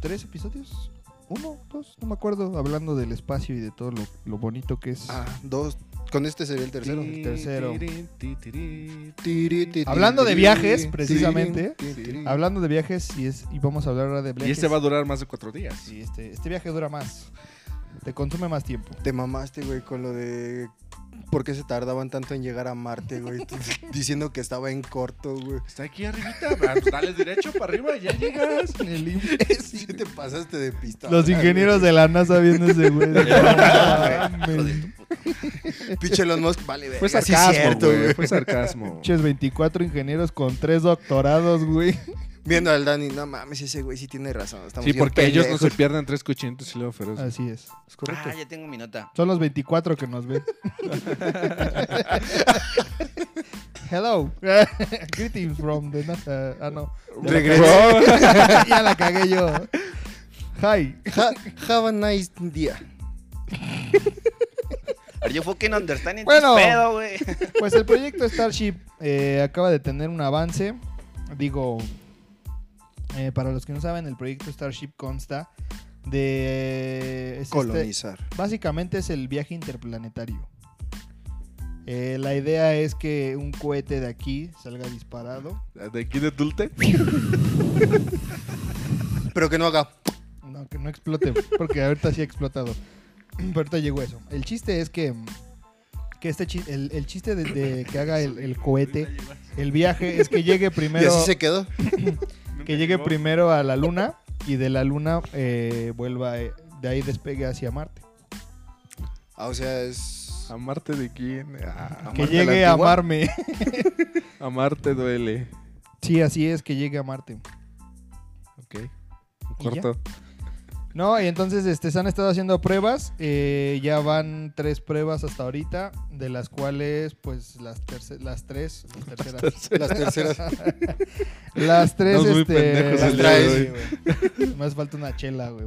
B: tres episodios. Uno, dos, no me acuerdo. Hablando del espacio y de todo lo, lo bonito que es.
A: Ah, dos. Con este sería el tercero.
B: el tercero.
C: Tirín, ti, tirín, ti.
A: Tiri, ti,
B: Hablando de
A: tiri,
B: viajes,
A: tiri,
B: precisamente.
A: tiri, tiri.
B: Hablando de viajes y, es, y vamos a hablar ahora de viajes.
C: Y este va a durar más de cuatro días.
B: Sí, este, este viaje dura más. Te consume más tiempo.
A: Te mamaste, güey, con lo de por qué se tardaban tanto en llegar a Marte, güey. Diciendo que estaba en corto, güey.
C: Está aquí arribita, va, pues dale derecho para arriba y ya llegas.
A: Sí te pasaste de pista.
B: Los ingenieros de la NASA viendo ese güey. No
A: eh,
B: mames.
D: Hijo de tu puta.
A: Pinche Elon Musk, vale,
C: Fue
A: verga, sí es
C: sarcasmo,
A: cierto,
C: güey. Fue sarcasmo.
B: Pinches 24 ingenieros con 3 doctorados, güey.
A: Viendo al Dani, no mames, ese güey sí tiene razón. Estamos
C: Sí,
A: bien
C: porque ellos no se
A: pendejos.
C: pierdan tres cuchillitos y luego feroz.
B: Así Pues, es.
A: Es correcto.
D: Ah, ya tengo mi nota.
B: Son los 24 que nos ven. Hello. Greetings from the NASA. Ah, no.
A: Regresa.
B: ya la cagué yo. Hi.
A: Ha- have a nice día.
D: Are you fucking understanding
B: Bueno.
D: this pedo, güey?
B: Pues el proyecto Starship eh, acaba de tener un avance. Digo, eh, para los que no saben, el proyecto Starship consta de... es este-
A: Colonizar.
B: básicamente es el viaje interplanetario. Eh, la idea es que un cohete de aquí salga disparado.
C: ¿De aquí de Dulte?
A: Pero que no haga.
B: No, que no explote, porque ahorita sí ha explotado. Pero ahorita llegó eso. El chiste es que, que este chi- el, el chiste de, de que haga el, el cohete, el viaje, es que llegue
A: Y
B: primero,
A: así se quedó.
B: que llegue primero a la luna y de la luna eh, vuelva, eh, de ahí despegue hacia Marte.
A: Ah, o sea, es.
C: ¿Amarte de quién? Ah,
B: Que
C: ¿amarte la
B: llegue a
C: antigua?
B: amarme.
C: Amarte duele.
B: Sí, así es, que llegue a Marte.
C: Ok.
B: ¿Y ya?
C: Corto.
B: No, y entonces este, se han estado haciendo pruebas. eh, ya van tres pruebas hasta ahorita, de las cuales, pues, las, terce- las tres. Las terceras.
A: Las terceras.
B: las tres,
C: Estamos muy
B: este.
C: pendejos
B: Las
A: el día de
B: tres, güey. Más falta una chela, güey.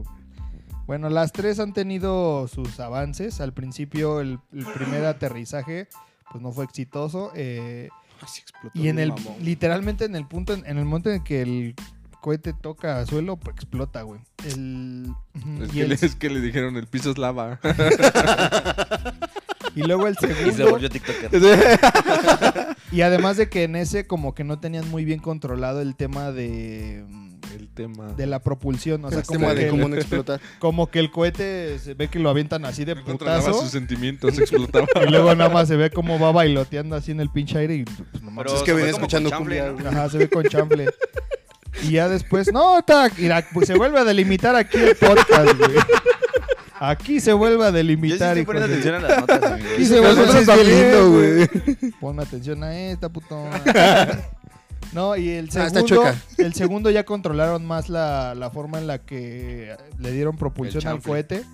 B: Bueno, las tres han tenido sus avances. Al principio, el, el primer aterrizaje, pues no fue exitoso. eh,
C: Ah,
B: y en el, literalmente en el punto, en, en el momento en el que el cohete toca a suelo, pues explota, güey. El, ujú,
C: Es
B: y
C: que,
B: el-
C: le, es que le dijeron el piso es lava.
B: Y luego el
D: Y se
B: segundo.
D: volvió TikToker.
B: Y además de que en ese como que no tenían muy bien controlado el tema de, mm,
C: el tema.
B: de la propulsión. O sea,
A: el
B: como,
A: tema
B: que
A: de
B: el,
A: cómo no explotar.
B: como que el cohete se ve que lo avientan así de
C: No controlaba
B: putazo.
C: sus sentimientos, explotaba.
B: Y luego nada más se ve como va bailoteando así en el pinche aire y pues nomás.
D: Pero
A: es que
D: se fue
A: venía
D: como
A: escuchando
D: con chanfle,
A: cumbia,
D: ¿no?
A: güey.
B: Ajá, se ve con chamble. Y ya después, no, tac, y la- pues se vuelve a delimitar aquí el podcast, güey. Aquí se vuelve a
D: Yo sí
B: delimitar.
D: estoy
B: hijos
D: poniendo
B: de-
D: atención a las notas, amigo.
B: Y se
A: Pero
B: vuelve
A: eso es bien lindo, güey.
B: Pon atención a esta, puto. No, y el
A: Ah, está
B: segundo,
A: chueca.
B: el segundo ya controlaron más la, la forma en la que le dieron propulsión
D: El
B: al
D: chanfle.
B: cohete.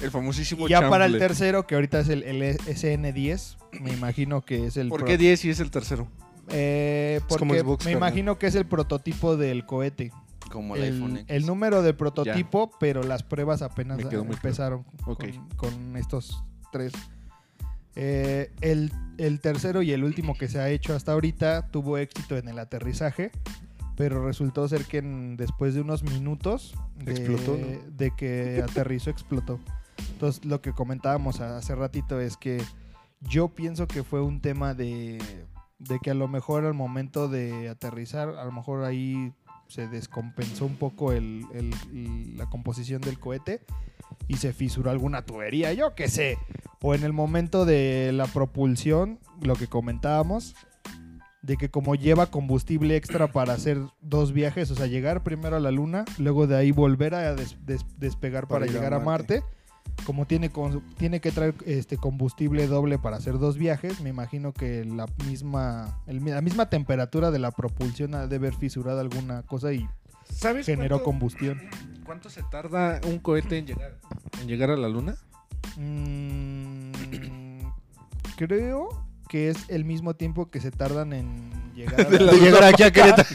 C: El famosísimo
B: Y ya para el
C: chanfle.
B: tercero, que ahorita es el, el SN10, me imagino que es el...
C: ¿Por
B: pro-
C: qué 10 y es el tercero?
B: Eh, porque
A: como Xbox,
B: me
A: carnal.
B: imagino que es el prototipo del cohete.
D: Como el, iPhone
B: El,
D: X.
B: el número de prototipo, pero las pruebas apenas
C: Me quedó muy
B: empezaron
C: claro.
B: con-
C: Ok.
B: con, estos tres. Eh, el, el tercero y el último que se ha hecho hasta ahorita tuvo éxito en el aterrizaje, pero resultó ser que en- después de unos minutos de,
A: Explotó, ¿no?
B: de que aterrizó, explotó. Entonces, lo que comentábamos a- hace ratito es que yo pienso que fue un tema de, de que a lo mejor al momento de aterrizar, a lo mejor ahí se descompensó un poco el- el- el- la composición del cohete y se fisuró alguna tubería, yo qué sé. O en el momento de la propulsión, lo que comentábamos, de que como lleva combustible extra para hacer dos viajes, o sea, llegar primero a la Luna, luego de ahí volver a des- des- despegar para,
A: Para ir a
B: llegar a Marte.
A: Marte.
B: Como tiene, con- tiene que traer este combustible doble para hacer dos viajes, me imagino que la misma, el mi- la misma temperatura de la propulsión ha de haber fisurado alguna cosa y
C: ¿Sabes
B: generó
C: cuánto,
B: combustión.
C: cuánto se tarda un cohete en llegar, en llegar a la luna?
B: Mm, creo que es el mismo tiempo que se tardan en llegar a, la-
A: De llegar aquí a Querétaro.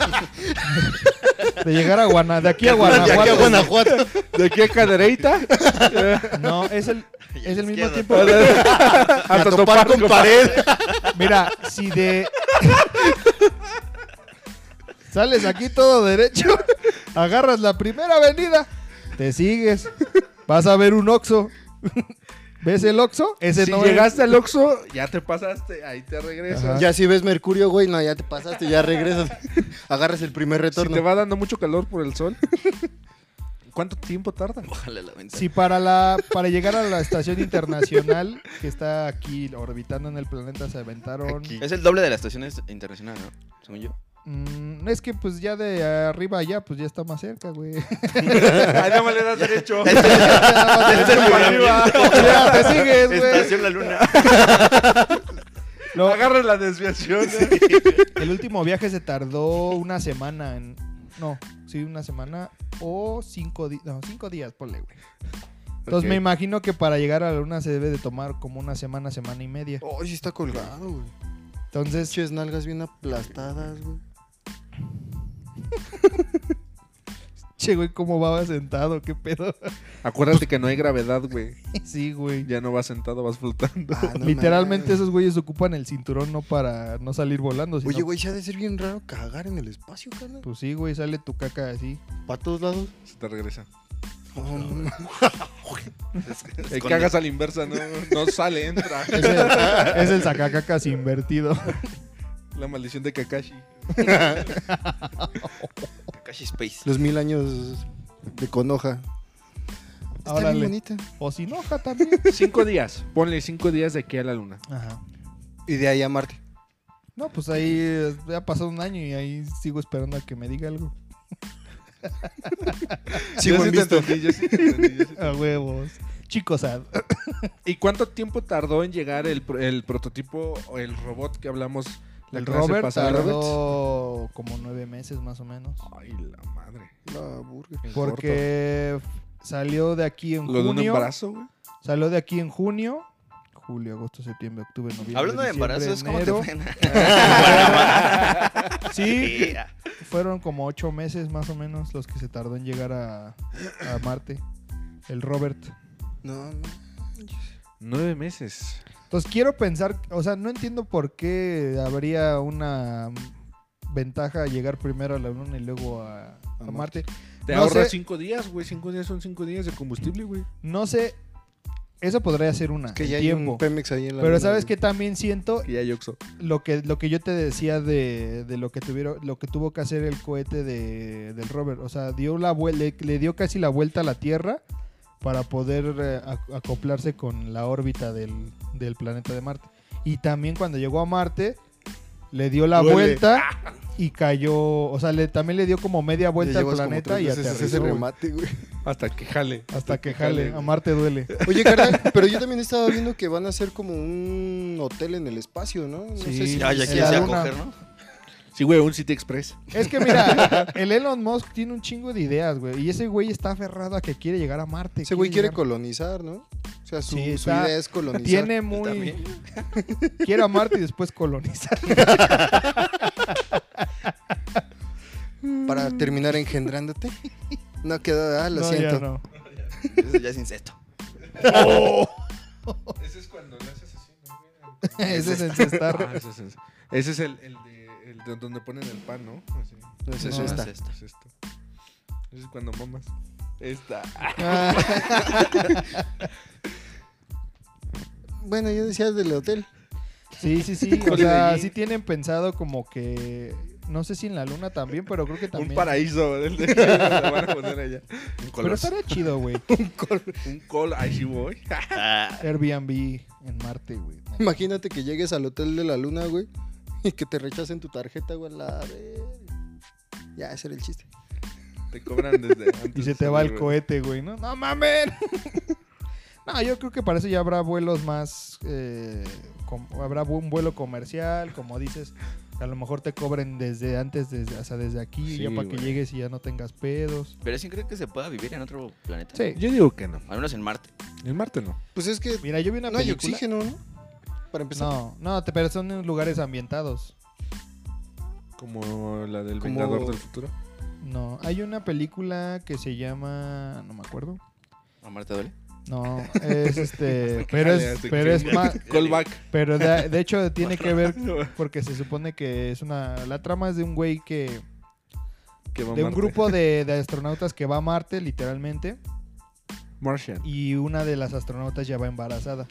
B: de llegar a Guana- de aquí a
A: De aquí a
B: Guanajuato.
A: Guanajuato.
C: ¿De aquí a Cadereyta?
B: No, es el,
D: Y
B: es el mismo
D: izquierda.
B: tiempo.
A: A topar con pared.
B: Mira, si de sales aquí todo derecho, agarras la primera avenida, te sigues, vas a ver un Oxxo. ¿Ves el Oxxo? Ese
C: si
B: no es.
C: llegaste al Oxxo, ya te pasaste, ahí te regresas.
B: Ajá.
A: Ya si ves Mercurio, güey, no, ya te pasaste, ya regresas. Agarras el primer
C: Si
A: retorno.
C: te va dando mucho calor por el sol, ¿Cuánto tiempo tarda?
D: Ojalá la ventana.
B: Si para, la, para llegar a la estación internacional que está aquí orbitando en el planeta se aventaron...
A: Aquí.
D: Es el doble de la estación es- internacional, ¿no? Según yo.
B: Mm, es que pues ya de arriba allá, pues ya está más cerca, güey.
C: Ay, no me le das derecho.
D: Este es
B: para
D: el
B: arriba. Ya, te sigues, güey.
D: Estación La Luna.
B: Lo-
C: Agarra la desviación. ¿eh?
B: el último viaje se tardó una semana en... No, sí, una semana o cinco días. No, cinco días, ponle, güey. Entonces
A: Ok.
B: me imagino que para llegar a la luna se debe de tomar como una semana, semana y media.
A: Ay, sí está colgado, güey.
B: Entonces,
A: Pinches nalgas bien aplastadas, güey.
B: che, güey, ¿cómo va sentado? ¿Qué pedo?
C: Acuérdate que no hay gravedad, güey.
B: sí, güey.
C: Ya no vas sentado, vas flotando.
A: Ah, no
B: Literalmente
A: mames.
B: esos güeyes ocupan el cinturón no para no salir volando, sino...
A: Oye, güey, se ha de ser bien raro cagar en el espacio, carnal.
B: Pues sí, güey, sale tu caca así.
A: Para todos lados.
C: Se te regresa.
A: No, no.
C: El
D: Esconde.
C: que hagas a la inversa, no, no sale, entra.
B: Es el, es el sacacacas invertido.
C: La maldición de Kakashi.
D: Kakashi Space.
A: Los mil años de conoja. Está
B: Órale.
A: bien bonita.
B: O sin hoja también.
C: Cinco días. Ponle cinco días de aquí a la luna.
B: Ajá.
A: Y de ahí a Marte.
B: No, pues ahí eh, ya ha pasado un año y ahí sigo esperando a que me diga algo.
A: Sí, buen
C: sí te
A: visto.
C: entendí, yo sí te entendí, yo sí te-
B: A huevos. Chicos, ad-
C: ¿Y cuánto tiempo tardó en llegar el, pro- el prototipo o el robot que hablamos la
B: el
C: clase
B: Robert
C: pasada?
B: tardó como nueve meses más o menos.
C: Ay, la madre.
A: La burger.
C: En
B: Porque salió de aquí en
C: corto. Lo de un
B: junio.
C: embarazo, güey.
B: Salió de aquí en junio. Julio, agosto, septiembre, octubre, noviembre.
D: Hablando de
B: diciembre,
D: embarazos, ¿cómo te
B: enero.
D: fue?
B: Sí,
D: Mira.
B: fueron como ocho meses más o menos los que se tardó en llegar a, a Marte. El Robert.
A: No, no.
C: Nueve meses.
B: Entonces quiero pensar, o sea, no entiendo por qué habría una mm, ventaja llegar primero a la Luna y luego a, a
A: A
B: Marte.
C: Te
B: No
C: ahorras
B: sé.
C: cinco días, güey. Cinco días son cinco días de combustible, güey.
B: No sé, eso podría ser una,
A: Que
B: el
A: ya hay
B: tiempo.
A: un Pemex ahí en la
B: pero
A: luna,
B: sabes que
A: güey.
B: también siento
C: Que ya hay Oxxo.
B: lo que lo que yo te decía de, de lo que tuvieron lo que tuvo que hacer el cohete de, del Robert, o sea, dio la vuel- le, le dio casi la vuelta a la Tierra para poder eh, ac- acoplarse con la órbita del, del planeta de Marte. Y también cuando llegó a Marte le dio la
A: Duele.
B: vuelta y cayó, o sea, le, también le dio como media
A: Ya
B: vuelta al
A: llevas como
B: planeta
A: tres
B: y
A: veces ese
B: aterrizó. güey.
A: remate, güey.
C: Hasta que jale.
B: Hasta que jale, a
C: güey.
B: Marte duele.
A: Oye, carnal, pero yo también estaba viendo que van a hacer como un hotel en el espacio, ¿no? No
B: Sí.
A: sé si
D: Ah, Ya, ya
B: En
A: sea-
B: la
D: quieres ir a
B: luna.
D: coger, ¿no?
C: Sí, güey, un City Express.
B: Es que mira, el Elon Musk tiene un chingo de ideas, güey. Y ese güey está aferrado a que quiere llegar a Marte.
A: Ese güey quiere
B: llegar-
A: colonizar, ¿no? O sea, su,
B: Sí,
A: su
B: está-
A: idea es colonizar.
B: Tiene
D: también.
B: muy. Quiere a Marte y después colonizar.
A: Para terminar engendrándote. No queda, ah, lo
B: No, ya
A: siento.
B: no.
D: Eso ya es incesto.
C: Ese es cuando le haces así, ¿no?
B: Ese es encestar.
C: Ah, ese es, ese es el, el de, el de donde ponen el pan, ¿no? Así.
A: Pues eso
B: No,
A: está.
D: es esta.
C: Es esto. Ese es cuando mamas. Esta.
B: Ah,
A: Bueno, yo decía del hotel.
B: Sí, sí, sí. O sea, sí tienen pensado como que. No sé si en la luna también, pero creo que también.
C: Un paraíso. el de- la van a poner allá.
D: Un
B: Pero
D: color.
B: estaría chido, güey.
C: Un call, ahí sí voy.
D: Ah,
B: Airbnb en Marte, güey. No.
A: Imagínate que llegues al hotel de la luna, güey, y que te rechacen tu tarjeta, güey, a la verga. Ya, ese era el chiste.
C: Te cobran desde antes.
B: Y se
C: de
B: te va el
C: salir, güey.
B: cohete, güey, ¿no? ¡No mames! no, yo creo que para eso ya habrá vuelos más. eh, com- habrá un vuelo comercial, como dices. A lo mejor te cobren desde antes, desde, hasta desde aquí,
C: Sí,
B: ya para que
C: güey.
B: llegues y ya no tengas pedos.
D: Pero sí creo que se pueda vivir en otro planeta.
B: Sí.
C: Yo digo que no.
D: Al menos en Marte.
C: El Marte no.
A: Pues es que
B: Mira, yo vi una
A: no hay
B: película.
A: oxígeno, ¿no? Para empezar.
B: no, no, te- pero son en lugares ambientados.
C: Como la del
A: Como-
C: Vengador del Futuro.
B: No, hay una película que se llama, no me acuerdo.
D: ¿A Marte duele?
B: No, es este, pero
C: Jale,
B: es,
C: este
B: pero es
C: chingo.
B: más,
C: Callback.
B: pero de, de hecho tiene que ver porque se supone que es una, la trama es de un güey que,
C: Que va a
B: de un
C: Marte.
B: grupo de, de astronautas que va a Marte, literalmente,
C: Martian.
B: y una de las astronautas ya va embarazada.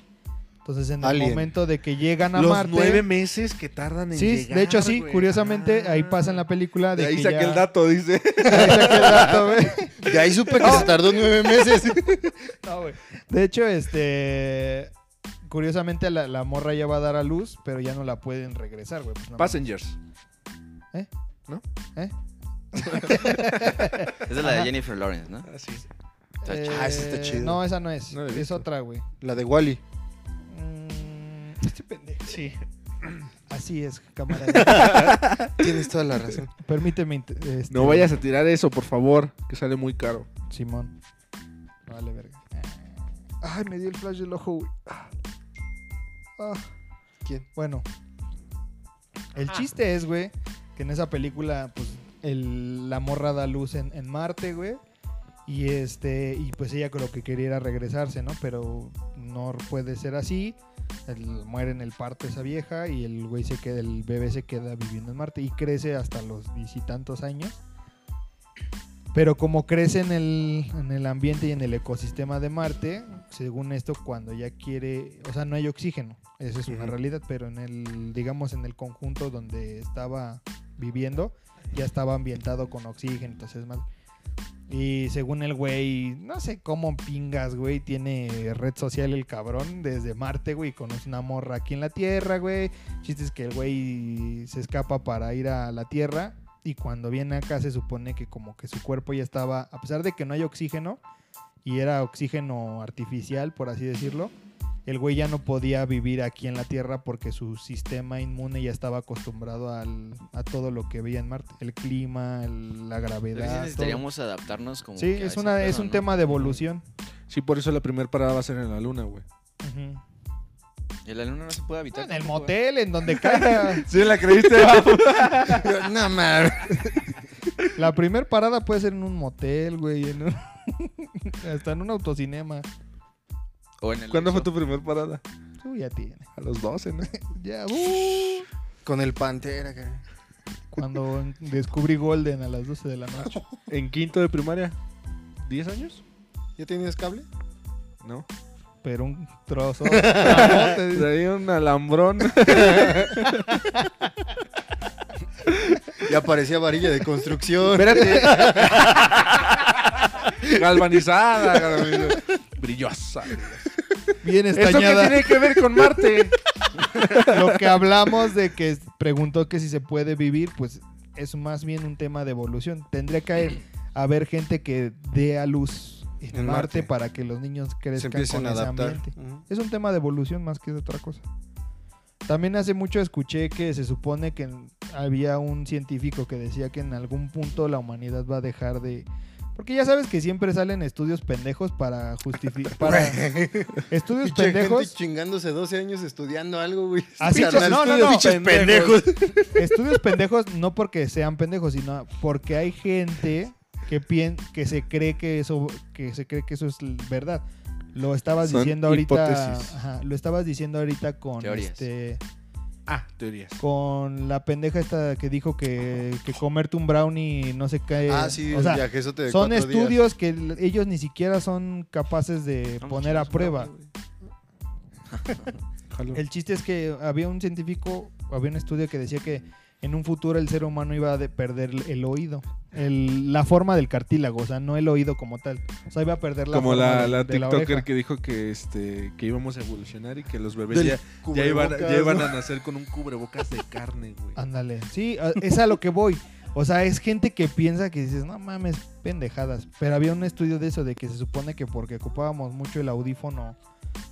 B: Entonces en el
A: Alien.
B: momento de que llegan a
C: Los
B: Marte,
C: nueve meses que tardan en
B: sí,
C: llegar.
B: de hecho sí,
C: güey. Ah.
B: curiosamente ahí pasa en la película de,
C: De ahí
B: que
C: saqué
B: ya-
C: el dato, dice.
B: Ahí saqué el dato, güey.
A: De ahí supe que se tardó nueve meses.
B: No, güey. De hecho, este. Curiosamente, la, la morra ya va a dar a luz, pero ya no la pueden regresar, güey. Pues no
C: Passengers.
D: Esa es la de Jennifer Lawrence, ¿no?
C: Así.
D: Está
B: Eh,
D: chido.
A: Ah, esa está chido.
B: No, esa no es.
C: No la he
B: es
C: visto.
B: otra, güey.
A: La de Wally.
B: Mm,
C: Sí.
B: así es, camarada.
A: Tienes toda la razón.
B: Permíteme. int- este,
C: No vayas a tirar eso, por favor, que sale muy caro.
B: Simón. Vale, verga. Ay, me dio el flash del ojo, güey. Ah. Ah.
A: ¿Quién?
B: Bueno. El chiste es, güey, que en esa película, pues, el- la morra da luz en, en Marte, güey. Y este, y pues ella con lo que quería era regresarse, ¿no? Pero no puede ser así. El- muere en el parto esa vieja y el güey se queda, el bebé se queda viviendo en Marte y crece hasta los diez y tantos años. Pero como crece en el, en el ambiente y en el ecosistema de Marte, según esto, cuando ya quiere, o sea, no hay oxígeno, eso es una
A: Ujú.
B: realidad, pero en el, digamos, en el conjunto donde estaba viviendo, ya estaba ambientado con oxígeno, entonces más. Y según el güey, no sé cómo pingas, güey, tiene red social el cabrón desde Marte, güey, y conoce una morra aquí en la Tierra, güey. Chistes que el güey se escapa para ir a la Tierra y cuando viene acá se supone que como que su cuerpo ya estaba, a pesar de que no hay oxígeno y era oxígeno artificial, por así decirlo, el güey ya no podía vivir aquí en la Tierra porque su sistema inmune ya estaba acostumbrado al- a todo lo que veía en Marte, el clima, el- la
D: Creo que sí
B: gravedad. todo.
D: necesitaríamos adaptarnos como
B: Sí,
D: que a
B: es,
D: ese
B: una, es
D: pedo,
B: un
D: ¿no?
B: tema de evolución.
C: Sí, por eso la primera parada va a ser en la luna, güey.
B: Ujú.
D: Y la luna no se puede habitar.
B: En el
D: tampoco, ¿eh?
B: motel, en donde caiga.
C: ¿Sí la creíste?
A: no mames.
B: La primer parada puede ser en un motel, güey. en un- Hasta en un autocinema.
D: O en el
C: ¿Cuándo fue
D: Oxxo.
C: tu primera parada?
B: Tú ya tiene.
C: A los 12, ¿no?
B: Ya, uh,
A: Con el pantera, cara.
B: Cuando en- descubrí Golden a las 12 de la noche.
C: ¿En quinto de primaria? ¿10 años?
A: ¿Ya tenías cable?
C: No.
B: Pero un trozo.
C: Traía un alambrón.
A: Ya parecía varilla de construcción.
C: Espérate. galvanizada, galvanizada. Brillosa.
B: Bien
C: ¿Eso qué
B: estañada.
C: tiene que ver con Marte?
B: Lo que hablamos de que s- preguntó que si se puede vivir, pues es más bien un tema de evolución. Tendría que haber gente que dé a luz en,
A: En
B: Marte,
A: Marte.
B: para que los niños crezcan
A: Se empiezan
B: con
A: a
B: ese
A: adaptar.
B: ambiente.
A: Ujú.
B: Es un tema de evolución más que de otra cosa. También hace mucho escuché que se supone que en- había un científico que decía que en algún punto la humanidad va a dejar de... Porque ya sabes que siempre salen estudios pendejos para justificar... estudios
A: Pinche gente
B: pendejos...
A: chingándose 12 años estudiando algo, güey.
B: Así,
A: Carnal,
B: no, no, no.
A: pinches pendejos.
B: Estudios pendejos no porque sean pendejos, sino porque hay gente que, pien- que se cree que eso que se cree que eso es l- verdad. Lo estabas
C: Son
B: diciendo ahorita,
C: hipótesis.
B: ajá, lo estabas diciendo ahorita con
D: Teorías.
B: este
C: Ah, teorías.
B: con la pendeja esta que dijo que, que comerte un brownie no se cae.
A: Ah, sí,
B: o sea,
A: ya que eso te
B: son estudios que l- ellos ni siquiera son capaces de
D: Vamos,
B: poner a
D: chingas,
B: prueba.
D: güey.
C: Jalo.
B: El chiste es que había un científico, había un estudio que decía que en un futuro el ser humano iba a de- perder el oído, el- la forma del cartílago, o sea, no el oído como tal. O sea, iba a perder la
C: Como
B: forma
C: la,
B: de-
C: la
B: de la
C: TikToker
B: oreja.
C: que dijo que este que íbamos a evolucionar y que los bebés
A: Del
C: ya, ya iban, ya
A: cubrebocas,
C: iban
A: ¿no? Ah,
C: a nacer con un cubrebocas de carne, güey.
B: Ándale, sí, a- es a lo que voy. O sea, es gente que piensa que dices, no mames, pendejadas. Pero había un estudio de eso, de que se supone que porque ocupábamos mucho el audífono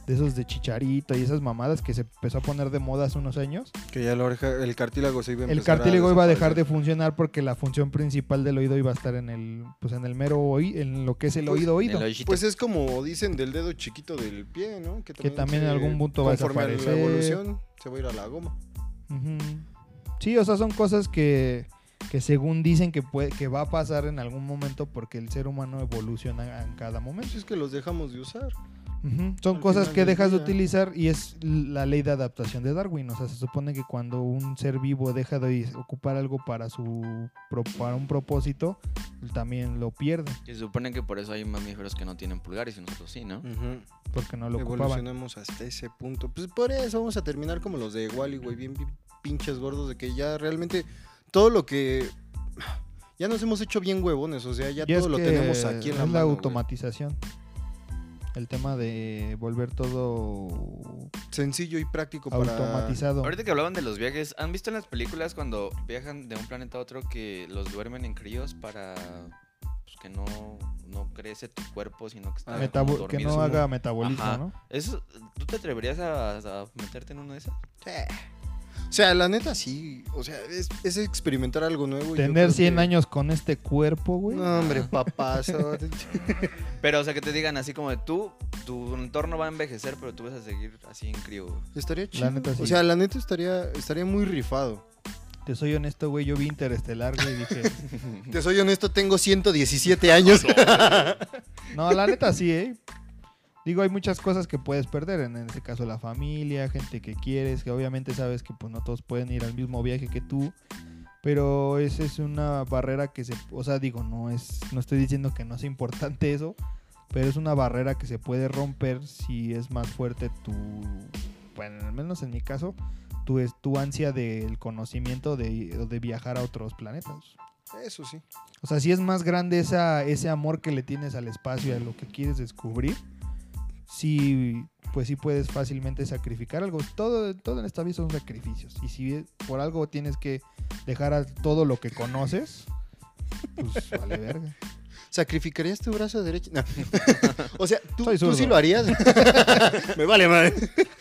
B: de esos de chicharito y esas mamadas que se empezó a poner de moda hace unos años,
A: Que ya la oreja- el cartílago se iba a
B: el
A: empezar
B: cartílago iba a dejar de
A: desaparecer.
B: funcionar porque la función principal del oído iba a estar en el, pues en el mero oído, en lo que es el
A: Pues,
B: oído oído.
D: El ojito.
A: Pues es como dicen del dedo chiquito del pie, ¿no?
B: Que también en algún punto va a
A: conforme la
B: desaparecer.
A: evolución se va a ir a la goma.
B: Ujú. Sí, o sea, son cosas que, que según dicen que puede, que va a pasar en algún momento porque el ser humano evoluciona en cada momento.
A: Pues es que los dejamos de usar.
B: Ujú. Son
A: Al
B: cosas
A: final
B: que
A: del
B: dejas de
A: día.
B: utilizar y es la ley de adaptación de Darwin. O sea, se supone que cuando un ser vivo deja de ocupar algo para su pro- para un propósito, también lo pierde
D: Y se supone que por eso hay mamíferos que no tienen pulgares y nosotros sí, ¿no?
B: porque no lo ocupaban.
A: Evolucionamos hasta ese punto. Pues por eso vamos a terminar como los de Wally, güey, bien, bien pinches gordos de que ya realmente todo lo que Ya nos hemos hecho bien huevones, o sea, ya
B: Y es
A: todo lo
B: que
A: tenemos aquí en la
B: es
A: mano.
B: la
A: güey.
B: automatización. El tema de volver todo
A: Sencillo y práctico para...
B: automatizado.
D: Ahorita que hablaban de los viajes, ¿han visto en las películas cuando viajan de un planeta a otro que los duermen en críos para pues, que no, no crece tu cuerpo, sino que está
C: Ah,
B: Metabo-
D: como
B: que
D: dormido?
B: no haga metabolismo,
D: Ajá.
B: ¿no?
D: Eso, ¿Tú te atreverías a, a meterte en uno de esos?
A: Eh. O sea, la neta sí. O sea, es, es experimentar algo nuevo. y yo
B: Tener
A: creo
B: 100
A: que-
B: años con este cuerpo, güey.
A: No, hombre, papazo.
D: Pero, o sea, que te digan así como de tú, tu entorno va a envejecer, pero tú vas a seguir así en crío. güey.
A: estaría chido.
B: neta, sí.
A: O sea, la neta estaría, estaría muy rifado.
B: Te soy honesto, güey. Yo vi Interestelar, güey, y dije...
A: Te soy honesto, tengo 117 años.
B: No, la neta sí, ¿eh? Digo, hay muchas cosas que puedes perder, en este caso la familia, gente que quieres, que obviamente sabes que pues no todos pueden ir al mismo viaje que tú, pero esa es una barrera que se, o sea, digo, no es no estoy diciendo que no es importante eso, pero es una barrera que se puede romper si es más fuerte tu bueno, al menos en mi caso, tu es tu ansia del conocimiento de, de viajar a otros planetas.
A: Eso sí.
B: O sea, si es más grande esa, ese amor que le tienes al espacio y a lo que quieres descubrir, sí, pues sí puedes fácilmente sacrificar algo. Todo, todo en esta vida son sacrificios. Y si es- por algo tienes que dejar a todo lo que conoces, pues vale verga.
A: ¿Sacrificarías tu brazo derecho? No. o sea, tú,
B: Soy
A: tú sí
B: zurdo.
A: lo harías. Me vale madre.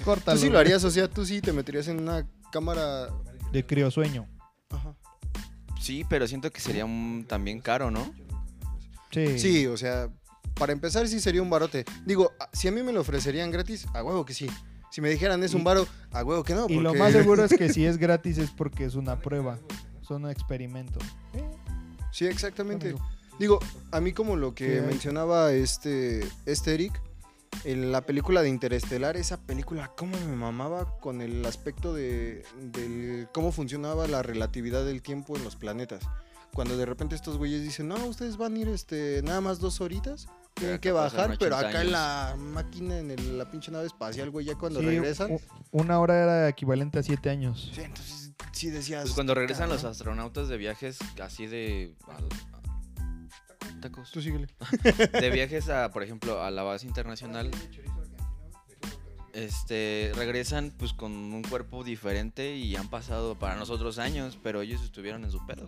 B: Córtalo.
A: Tú sí lo harías, o sea, tú sí te meterías en una cámara.
B: De criosueño.
A: Ajá.
D: Sí, pero siento que sería un- también caro, ¿no?
B: Sí.
A: Sí, o sea, para empezar sí sería un barote. Digo, a- si a mí me lo ofrecerían gratis, a huevo que sí. Si me dijeran es un varo, a huevo que no.
B: Y lo
A: porque-
B: más seguro es que si es gratis es porque es una prueba. Es un experimento.
A: Sí, exactamente. Digo, a mí como lo que
B: Sí, hay.
A: mencionaba este, este Eric, en la película de Interestelar, esa película, cómo me mamaba con el aspecto de del cómo funcionaba la relatividad del tiempo en los planetas. Cuando de repente estos güeyes dicen, no, ustedes van a ir este, nada más dos horitas, tienen
D: acá
A: que
D: pasaron
A: bajar, pero
D: 80
A: acá en
D: años".
A: la máquina, en el- la pinche nave espacial, güey, ya cuando
B: Sí,
A: regresan.
B: u- Una hora era equivalente a siete años.
A: Sí, entonces sí decías.
D: Pues cuando regresan los
A: "Cabrón".
D: astronautas de viajes así de... al- tacos.
A: Tú síguele.
D: de viajes a, por ejemplo, a la base internacional, este, regresan pues con un cuerpo diferente y han pasado para nosotros años, pero ellos estuvieron en su pedo.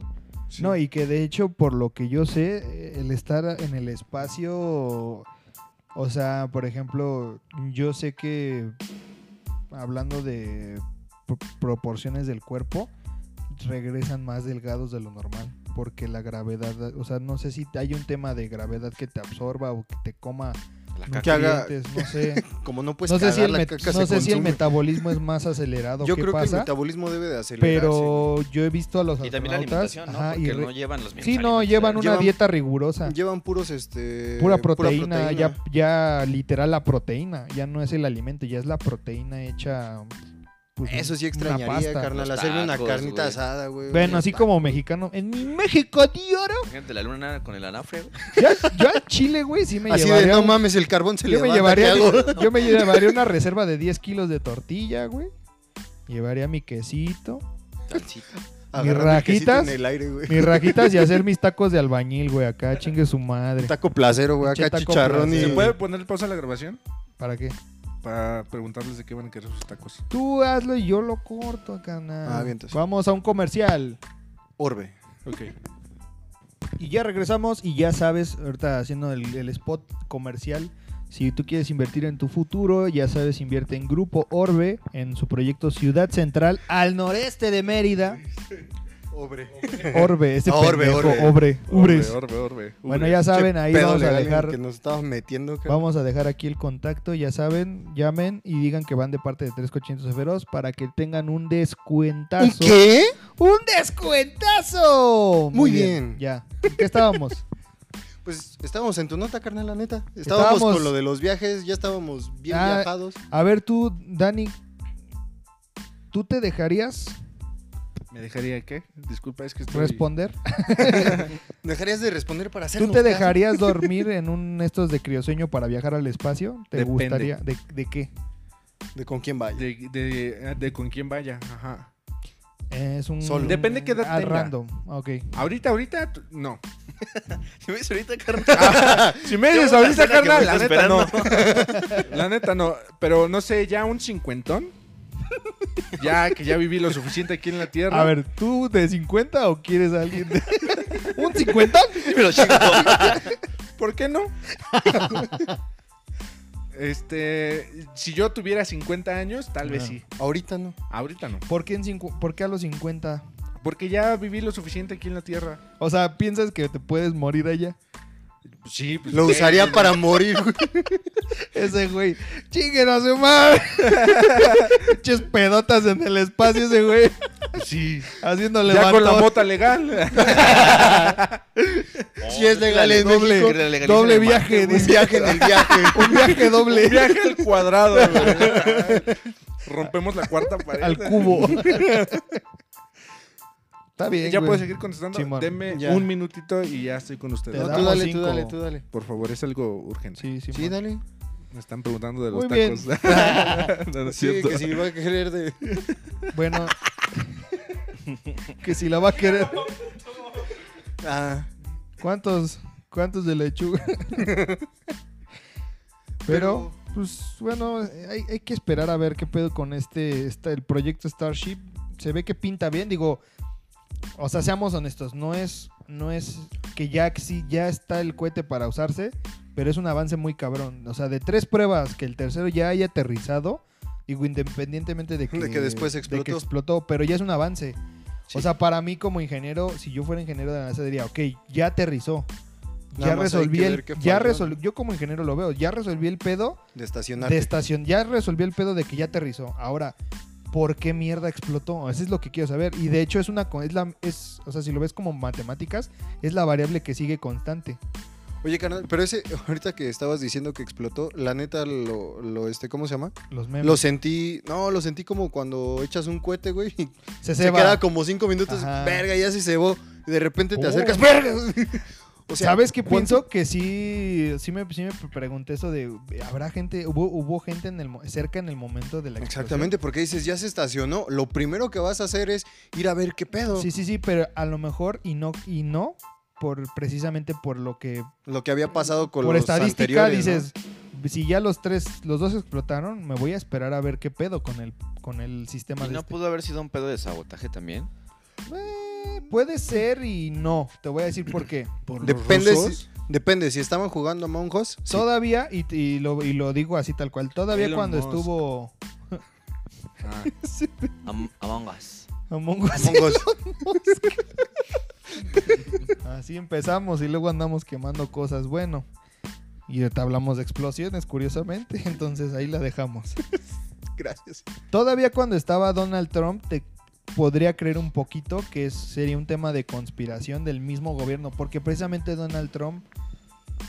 B: No, y que de hecho, por lo que yo sé, eh, el estar en el espacio, o sea, por ejemplo, yo sé que hablando de pro- proporciones del cuerpo, regresan más delgados de lo normal, porque la gravedad, o sea, no sé si hay un tema de gravedad que te absorba o que te coma
D: La
A: No,
D: caca.
A: Que haga-
B: nutrientes, no sé,
A: Como no puedes
B: no sé, si
A: cagar,
B: el,
A: la
B: met-
A: caca se
B: no sé si el
A: consume.
B: metabolismo es más acelerado,
A: Yo
B: ¿qué
A: creo que el
B: pasa?
A: metabolismo debe de acelerarse. güey.
B: Pero yo he visto a los
D: Y también la
B: astronautas,
D: alimentación, ¿no?
B: ajá, y
D: Porque
B: re-
D: no llevan los mismos
B: Sí, no,
D: alimentos.
B: llevan una
A: Llevan-
B: dieta rigurosa.
A: Llevan puros, este...
B: Pura proteína,
A: proteína.
B: Ya, ya literal la proteína. Ya no es el alimento, ya es la proteína hecha. pues,
A: Eso sí
B: una
A: extrañaría,
B: pasta.
A: carnal.
D: Los
A: Hacerme una
D: tacos,
A: carnita
D: güey.
A: asada, güey.
B: Bueno,
A: unos
B: así
A: tacos.
B: como mexicano. En mi México, tío, ¿no?
D: Imagínate la luna con el anafre. güey.
B: Yo, yo a Chile, güey, sí me
A: Así de,
B: llevaría.
A: no
B: un-
A: mames, el carbón se le
B: yo, me
A: levanta,
B: llevaría
A: ¿qué hago?
B: yo me llevaría una reserva de 10 kilos de tortilla, güey. Llevaría mi quesito,
D: Salsita.
A: Agarrando
B: mis
A: el quesito
B: rajitas.
A: en el aire, güey.
B: mis rajitas y hacer mis tacos de albañil, güey. Acá chingue su madre.
A: Taco placero, güey.
B: Pinche
A: Acá
B: taco
A: chicharrón y...
B: placero.
C: ¿Se puede poner pausa a la grabación?
B: ¿Para qué?
C: Para preguntarles de qué van a querer sus tacos.
B: Tú hazlo y yo lo corto, canal.
A: Ah, bien, entonces.
B: Vamos a un comercial.
A: Orbe.
C: Ok.
B: Y ya regresamos y ya sabes, ahorita haciendo el, el spot comercial, si tú quieres invertir en tu futuro, ya sabes, invierte en Grupo Orbe, en su proyecto Ciudad Central, al noreste de Mérida.
A: Orbe.
B: Orbe, ese
A: Orbe,
B: pendejo,
A: Orbe.
B: Obre, Ubres.
C: Orbe, orbe, orbe.
B: Bueno,
C: Ubres.
B: ya saben, ahí vamos a
A: Que
B: dejar...
A: nos estamos metiendo, cabrón.
B: Vamos a dejar aquí el contacto, ya saben, llamen y digan que van de parte de Tres Cochinos de Feroz para que tengan un descuentazo.
A: ¿Un qué?
B: ¡Un descuentazo!
A: Muy bien.
B: Ya. ¿En qué estábamos?
A: Pues estábamos en tu nota, carnal, la neta. Estábamos,
B: Estábamos-
A: con lo de los viajes, ya estábamos bien
B: Ah,
A: viajados.
B: A ver, tú, Dani, ¿tú te dejarías
C: ¿Me dejaría qué? Disculpa, es que estoy...
B: responder?
A: ¿Dejarías de responder para hacerlo?
B: ¿Tú te dejarías dormir en un estos de criosueño para viajar al espacio? ¿Te
C: Depende.
B: gustaría? ¿De, de qué?
A: ¿De con quién vaya?
C: De, de- de con quién vaya, ajá.
B: Es un.
A: Solo.
C: Depende qué edad
B: ah,
C: tenga.
B: random. Ok.
C: Ahorita, ahorita, t- no.
D: Si me dices ahorita, carnal.
C: Si me dices
D: Yo, la
C: ahorita,
D: escena que
C: carnal, la
D: me
C: neta
D: estás
C: no. La neta no. Pero no sé, ya un cincuentón. Ya que ya viví lo suficiente aquí en la tierra.
B: A ver, ¿tú de 50 o quieres a alguien de. ¿Un 50?
D: Pero chico,
C: ¿Por qué no? este, si yo tuviera 50 años, tal vez
B: Ah.
C: sí.
A: Ahorita no.
C: Ahorita no.
B: ¿Por qué, en cincu- ¿Por qué a los 50?
C: Porque ya viví lo suficiente aquí en la tierra.
B: O sea, ¿piensas que te puedes morir allá?
C: Sí, pues,
A: Lo
C: sí.
A: usaría para morir, güey.
B: Ese güey, chinguen a su madre. Pinches pedotas en el espacio, ese güey.
C: Sí.
B: Haciéndole
C: Ya con la
B: batón.
C: mota legal.
A: Si es legal en
B: doble,
A: México,
D: que legalicen
B: doble
D: el
B: viaje,
A: Un
B: dice.
A: viaje en el viaje.
B: Un viaje doble.
C: Un viaje al cuadrado. güey. Rompemos la cuarta pared.
B: al cubo. Está bien.
C: Ya
B: güey.
C: puedo seguir contestando.
B: Sí, man.
C: Deme
A: Ya.
C: un minutito y ya estoy con ustedes.
B: Te
A: No,
B: da-
A: tú
B: damos
A: dale, tú
B: cinco.
A: dale, tú dale.
C: Por favor, es algo urgente.
B: Sí, sí.
A: Sí,
B: man.
A: dale.
C: Me están preguntando de los
B: Muy bien.
C: tacos. No, no es
A: Sí,
C: cierto.
A: que si va a querer de...
B: Bueno. que si la va a querer.
A: Ah,
B: ¿Cuántos? ¿Cuántos de lechuga? Pero, pues bueno, hay, hay que esperar a ver qué pedo con este, esta- el proyecto Starship. Se ve que pinta bien, digo, o sea, seamos honestos, no es, no es que ya, sí, ya está el cohete para usarse, pero es un avance muy cabrón. O sea, de tres pruebas que el tercero ya haya aterrizado, digo, independientemente de que,
A: De que después
B: de que
A: explotó.
B: explotó, pero ya es un avance.
A: Sí.
B: O sea, para mí como ingeniero, si yo fuera ingeniero de la NASA diría, ok, ya aterrizó.
A: Nada
B: ya
A: más hay
B: resolví
A: que
B: el
A: ver qué
B: ya
A: falló,
B: resol-
A: ¿no?
B: yo como ingeniero lo veo, ya resolví el pedo
A: de
B: de
A: estacionarte.
B: estación, ya resolví el pedo de que ya aterrizó. Ahora, ¿por qué mierda explotó? Eso es lo que quiero saber y de hecho es una co- es la es, o sea, si lo ves como matemáticas, es la variable que sigue constante.
A: Oye, carnal, pero ese, ahorita que estabas diciendo que explotó, la neta, lo, lo este, ¿cómo se llama?
B: Los memes.
A: Lo sentí, no, lo sentí como cuando echas un cohete, güey, y
B: se
A: se
B: ceba.
A: queda como cinco minutos,
B: Ajá.
A: verga, ya se cebó, y de repente te
B: Oh.
A: acercas, verga. O sea,
B: ¿Sabes qué
A: ¿cuánto-
B: pienso? Que sí, sí me, sí me pregunté eso de, ¿habrá gente, hubo, hubo gente en el, mo- cerca en el momento de la explosión?
A: Exactamente, porque dices, ya se estacionó, lo primero que vas a hacer es ir a ver qué pedo,
B: Sí, sí, sí, pero a lo mejor y no, y no por precisamente por lo que
A: lo que había pasado con
B: por
A: los
B: estadística
A: anteriores, ¿no?
B: dices, si ya los tres, los dos explotaron, me voy a esperar a ver qué pedo con el con el sistema
D: ¿Y
B: de
D: no
B: este.
D: pudo haber sido un pedo de sabotaje también?
B: Eh, puede ser y no, te voy a decir por qué.
C: Por los
A: Depende
C: rusos.
A: si, depende, si estaban jugando a Monjos,
B: Todavía y, y lo, y lo digo así tal cual, todavía
C: Elon
B: cuando
C: Musk.
B: estuvo
C: Ah,
D: Am- Among Us.
B: Among Us,
A: Monjos,
B: así empezamos y luego andamos quemando cosas, bueno. Y ahorita hablamos de explosiones, curiosamente, entonces ahí la dejamos.
A: gracias.
B: Todavía cuando estaba Donald Trump, te podría creer un poquito que es- sería un tema de conspiración del mismo gobierno, porque precisamente Donald Trump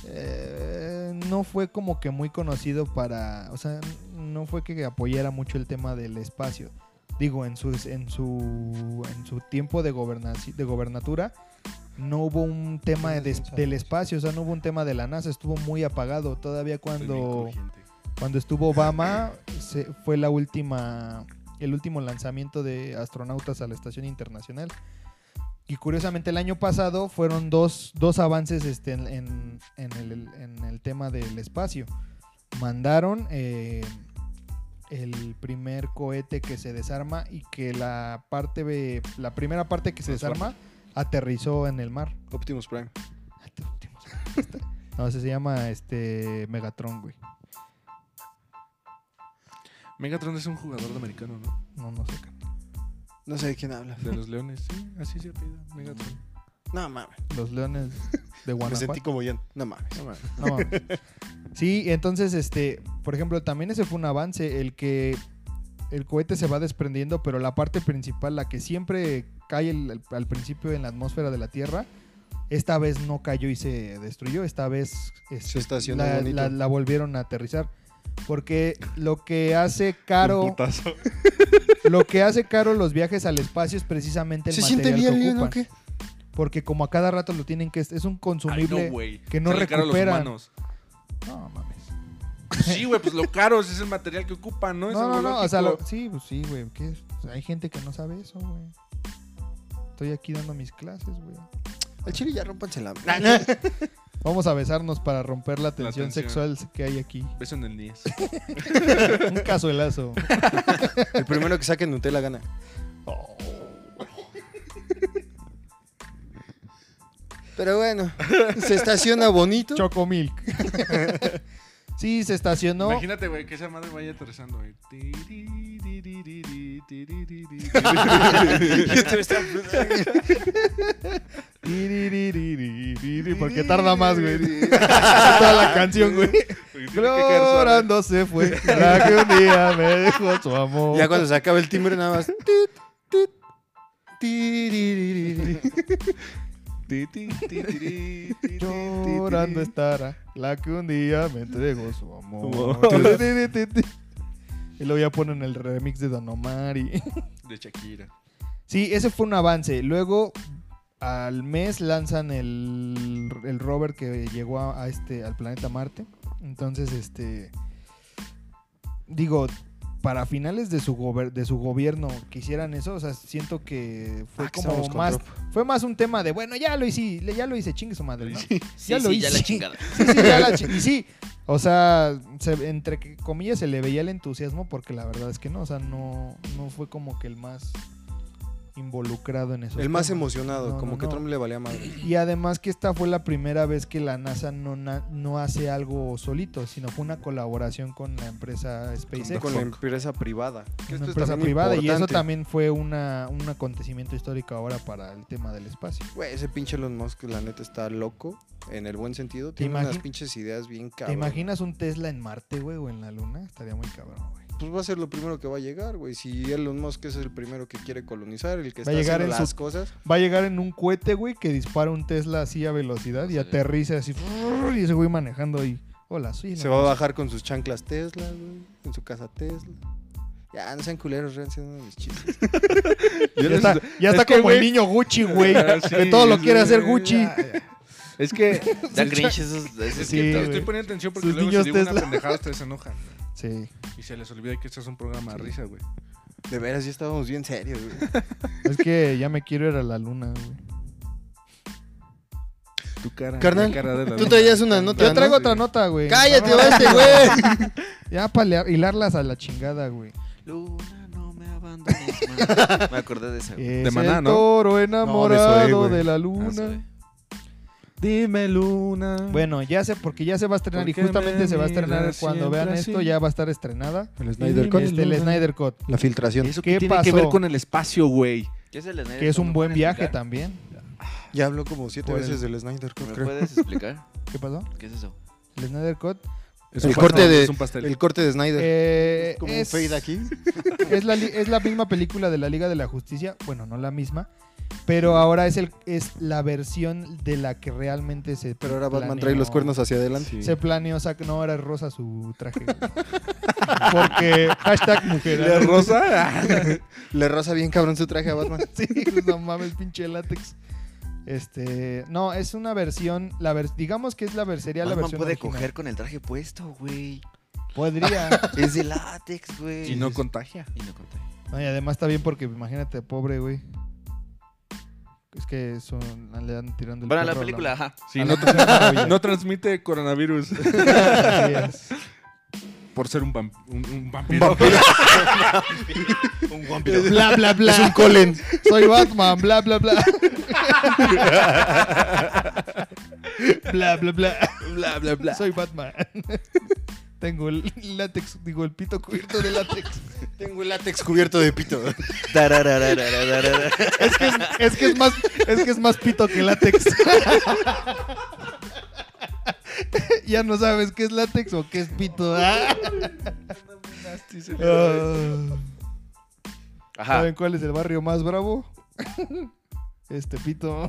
B: eh, no fue como que muy conocido para, o sea, no fue que apoyara mucho el tema del espacio. Digo, en su, en su, en su tiempo de, gobernaci- de gobernatura no hubo un tema de- del espacio, o sea, no hubo un tema de la NASA, estuvo muy apagado. Todavía
C: estoy bien
B: cuando
C: crujiente.
B: cuando estuvo Obama, se, fue la última, el último lanzamiento de astronautas a la Estación Internacional. Y curiosamente el año pasado fueron dos, dos avances este, en, en- en el, en el tema del espacio. Mandaron eh, el primer cohete que se desarma y que la, parte de- la primera parte que se
C: Más fuerte.
B: desarma aterrizó en el mar.
A: Optimus Prime.
B: No, ese se llama este Megatron, güey.
C: Megatron es un jugador de americano, ¿no?
B: No, no sé.
A: No sé de quién habla.
C: De los leones. Sí, así se apellida. Megatron.
A: No mames.
B: Los leones de
A: Me
B: Guanajuato.
A: sentí como Jan. No mames.
C: No mames.
B: No mames. Sí, entonces, este, por ejemplo, también ese fue un avance, el que el cohete se va desprendiendo, pero la parte principal, la que siempre cae el- el- al principio en la atmósfera de la Tierra, esta vez no cayó y se destruyó, esta vez este,
A: Se estacionó
B: la,
A: bonito.
B: la- la volvieron a aterrizar. Porque lo que hace caro,
C: Un putazo.
B: lo que hace caro los viajes al espacio es precisamente el
A: ¿Se
B: material
A: siente bien,
B: que
A: Leon, o
B: ocupan.
A: qué?
B: Porque como a cada rato lo tienen que, es un
C: Ay,
B: consumible.
C: no, güey.
B: que no
C: Sale caro a los
B: recuperan.
C: humanos.
B: No, mames.
C: Sí, güey, pues lo caro es el material que ocupan, ¿no? Es
B: No, no,
C: algo
B: no, o sea,
C: lógico.
B: lo- sí, pues sí, güey. ¿qué es? O sea, hay gente que no sabe eso, güey. Estoy aquí dando mis clases, güey.
A: Al chile ya rompanse la.
B: Vamos a besarnos para romper la tensión,
C: tensión.
B: sexual que hay aquí.
C: Beso en el 10.
B: Un cazuelazo.
A: El primero que saque Nutella gana. Oh. Pero bueno, se estaciona bonito.
B: Chocomilk. sí, se estacionó.
C: Imagínate, güey, que esa madre vaya aterrizando, güey.
B: Tiririririririri, Porque tarda más, güey. Toda la canción, güey.
C: ¿eh?
B: Llorando se fue. La que un día me dejó su amor.
A: Ya cuando se acaba el timbre nada más. tit, tit, tiriririri.
B: Llorando estará la que un día me entregó su amor.
C: amor.
B: y luego ya ponen el remix de Don Omar y...
C: De Shakira.
B: Sí, ese fue un avance. Luego, al mes lanzan el, el rover que llegó a, a este, al planeta Marte. Entonces, este. Digo, para finales de su, gober- de su gobierno que hicieran eso, o sea, siento que fue
A: Ah, que
B: como
A: estábamos con
B: más.
A: Trump.
B: Fue más un tema de, bueno, ya lo hice, ya lo hice, chingue su madre, ¿no?
D: Sí,
B: Ya lo
D: sí, ya la
B: hice.
D: chingada.
B: Sí, sí, ya la chi- y sí, o sea, se- entre que- comillas se le veía el entusiasmo porque la verdad es que no, o sea, no, no fue como que el más involucrado en eso.
A: El más emocionado,
B: No,
A: como
B: no,
A: que
B: no.
A: Trump le valía madre.
B: Y además que esta fue la primera vez que la NASA no, na- no hace algo solito, sino fue una colaboración con la empresa SpaceX.
A: Con la empresa privada. Que esto
B: una
A: es
B: empresa
A: también
B: privada y eso
A: importante.
B: también fue una, un acontecimiento histórico ahora para el tema del espacio.
A: Güey, ese pinche Elon Musk, la neta, está loco. En el buen sentido. Tiene
B: imagi-
A: unas pinches ideas bien
B: ¿Te
A: cabronas.
B: imaginas un Tesla en Marte, güey, o en la Luna? Estaría muy cabrón, güey.
A: Pues va a ser lo primero que va a llegar, güey. Si Elon Musk es el primero que quiere colonizar, el que está
B: Va a llegar
A: haciendo
B: en su-
A: las cosas.
B: Va a llegar en un cohete, güey, que dispara un Tesla así a velocidad y
D: Sí.
B: aterriza así. frrr, Y ese güey manejando y. Hola, soy.
A: Se va a bajar con sus chanclas Tesla, güey. En su casa Tesla. Ya, no sean culeros, rean siendo mis chistes.
B: Ya está, ya está
C: es que,
B: como el
C: güey.
B: niño Gucci, güey.
C: Ah, sí,
B: que todo lo
C: sí,
B: quiere hacer
C: sí,
B: Gucci.
C: ya, ya. Es que
D: Da cringe esos. esos
B: Sí,
D: que-
C: Estoy-
B: güey.
C: Estoy poniendo atención porque
B: Sus
C: luego
B: niños
C: si digo
B: Tesla.
C: una pendejada ustedes se enojan.
B: Sí.
C: Y se les olvida que esto es un programa de risa, güey.
A: De veras, ya estábamos bien serios, güey.
B: Es que ya me quiero ir a la luna, güey.
C: Tu cara.
A: Carnal,
C: la cara de la
A: tú
C: luna.
A: traías una nota,
B: Yo traigo
A: ¿no?
B: otra nota, güey.
A: ¡Cállate,
B: Vámonos.
A: va este güey!
B: Ya para hilarlas a la chingada, güey.
D: Luna, no me abandones. más. Me acordé de esa. güey.
B: Es
C: Maná,
B: el
C: ¿no?
B: toro enamorado de,
C: güey.
B: la
D: Ah, sí, güey.
B: Eh, luna.
C: Dime luna.
B: Bueno, ya sé, porque ya se va a estrenar y
C: ¿Por qué
B: justamente
C: me
B: se va a estrenar
C: miras
B: cuando vean
C: siempre
B: esto,
C: así?
B: ya va a estar estrenada.
A: El
B: Este, el Snyder Cut.
A: La filtración.
C: ¿Eso
B: ¿Qué
C: qué, tiene que ver
B: pasó?
C: con el espacio, güey?
D: ¿Qué es el Snyder
B: Que es
D: Cut?
B: un
D: ¿Me
B: buen
D: pueden
B: viaje
D: explicar?
B: también.
A: Ya habló como siete
B: Por
A: veces del Snyder Cut,
D: ¿Me
A: creo.
D: puedes explicar?
B: ¿Qué pasó?
D: ¿Qué es eso?
B: El Snyder Cut.
C: Es
A: El
C: un
A: corte
C: pastel,
A: de-
C: Es un pastel.
A: El corte de Snyder.
B: Eh,
A: como un fade aquí.
B: es la, li- es la misma película de la Liga de la Justicia. Bueno, no la misma. Pero ahora es, el, es la versión de la que realmente se.
A: Pero ahora Batman
B: planeó.
A: trae los cuernos hacia adelante.
C: Sí.
B: Se planeó. sac- no, era rosa su traje. güey. Porque. Hashtag mujer.
C: ¿La rosa?
A: Le rosa bien cabrón su traje a Batman.
B: Sí, no mames, pinche látex. Este. No, es una versión. La vers- digamos que es la ver- sería la
D: Batman
B: versión.
D: puede
B: original.
D: coger con el traje puesto, güey.
B: Podría.
D: Es de látex, güey.
C: y no contagia.
D: Y no conté.
B: No, y además está bien porque imagínate, pobre, güey. Es que son, le dan tirando el
D: Bueno, la
B: perro a
D: película, ajá.
C: Sí,
B: a
C: no,
B: la mujer maravilla.
C: no transmite coronavirus
B: Así es.
C: por ser un, vamp- un- un vampiro.
D: Un vampiro.
B: Bla, bla, bla.
A: Es un colen.
B: Soy Batman, bla, bla, bla. bla, bla, bla.
D: Bla, bla, bla.
B: Soy Batman. Tengo el látex, digo, el pito cubierto de látex.
A: Tengo el látex cubierto de pito.
D: Tararararararara.
B: Es que es, es que es más, es que es más pito que látex. ya no sabes qué es látex o qué es pito. Ah. Ah.
D: Ajá.
B: ¿Saben cuál es el barrio más bravo? Este pito.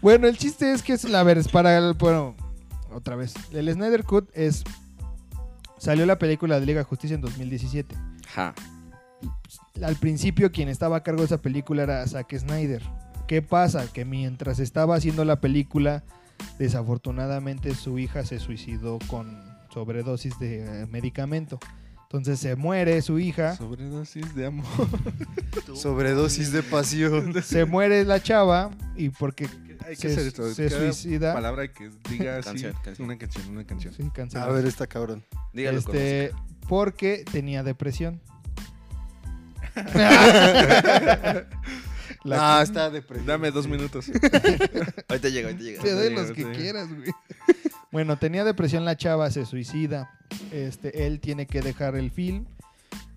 B: bueno, el chiste es que es la ver, es para el- bueno, otra vez. El Snyder Cut es salió la película de Liga de Justicia en 2017.
D: Ajá.
B: Al principio quien estaba a cargo de esa película era Zack Snyder. ¿Qué pasa? Que mientras estaba haciendo la película, desafortunadamente su hija se suicidó con sobredosis de eh, medicamento. Entonces se muere su hija,
C: Sobredosis de amor.
A: Sobredosis de pasión.
B: se muere la chava y porque
C: Hay
B: Se-
C: que hacer esto.
B: se
C: cada
B: suicida.
C: Palabra que diga así.
D: Canción, canción.
C: Una canción, una canción.
B: sí, cancela.
A: A ver, está cabrón.
D: Dígalo con
B: este, porque tenía depresión. La-
A: ah, está depresivo.
C: Dame dos minutos.
D: música. Ahorita llega, ahorita llega.
B: Te doy
C: digo,
B: los
C: te
B: que
C: digo.
B: quieras, güey. Bueno, tenía depresión la chava, se suicida. Este, él tiene que dejar el film.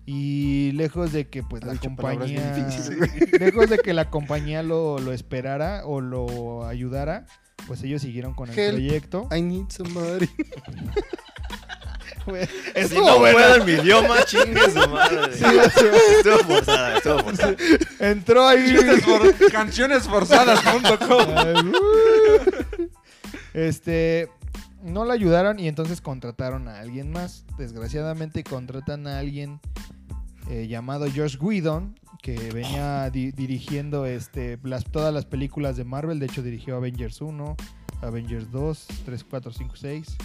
B: Y lejos de que pues
A: Ha
B: la
A: dicho palabras bien
B: compañía.
A: difíciles,
B: Lejos de que la compañía lo, lo esperara o lo ayudara. Pues ellos siguieron con el
A: Help.
B: proyecto.
A: I need somebody.
B: Güey,
D: Si
B: estuvo
D: no
B: buena.
D: fuera en mi idioma, chingue su madre. Estuvo forzada, estuvo forzada.
B: Entró ahí.
C: Cancionesforzadas.com.
B: Este, no la ayudaron y entonces contrataron a alguien más. Desgraciadamente contratan a alguien eh, llamado Josh Whedon, que venía di- dirigiendo este, las- todas las películas de Marvel. De hecho, dirigió Avengers 1, Avengers 2, 3, 4, 5, 6.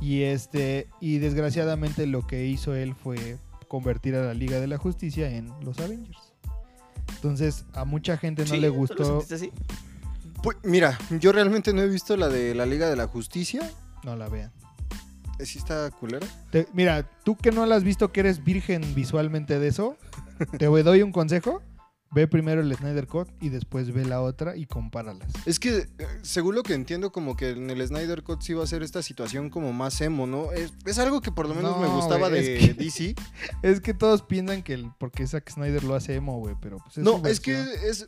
B: Y, este, y desgraciadamente lo que hizo él fue convertir a la Liga de la Justicia en los Avengers. Entonces, a mucha gente no
D: ¿Sí?
B: le
D: ¿Tú lo
B: gustó.
D: sentiste así?
A: Pues, mira, yo realmente no he visto la de la Liga de la Justicia.
B: No la vean.
A: ¿Sí está culera?
B: Te- mira, tú que no la has visto, que eres virgen visualmente de eso, te voy- doy un consejo. Ve primero el Snyder Cut y después ve la otra y compáralas.
A: Es que, eh, según lo que entiendo, como que en el Snyder Cut sí va a ser esta situación como más emo, ¿no? Es, es algo que por lo menos
B: No,
A: me gustaba
B: güey,
A: de
B: es que-
A: DC.
B: Es que todos piensan que el, porque Zack Snyder lo hace emo, güey, pero pues es
A: no,
B: su
A: es que
B: versión.
A: es,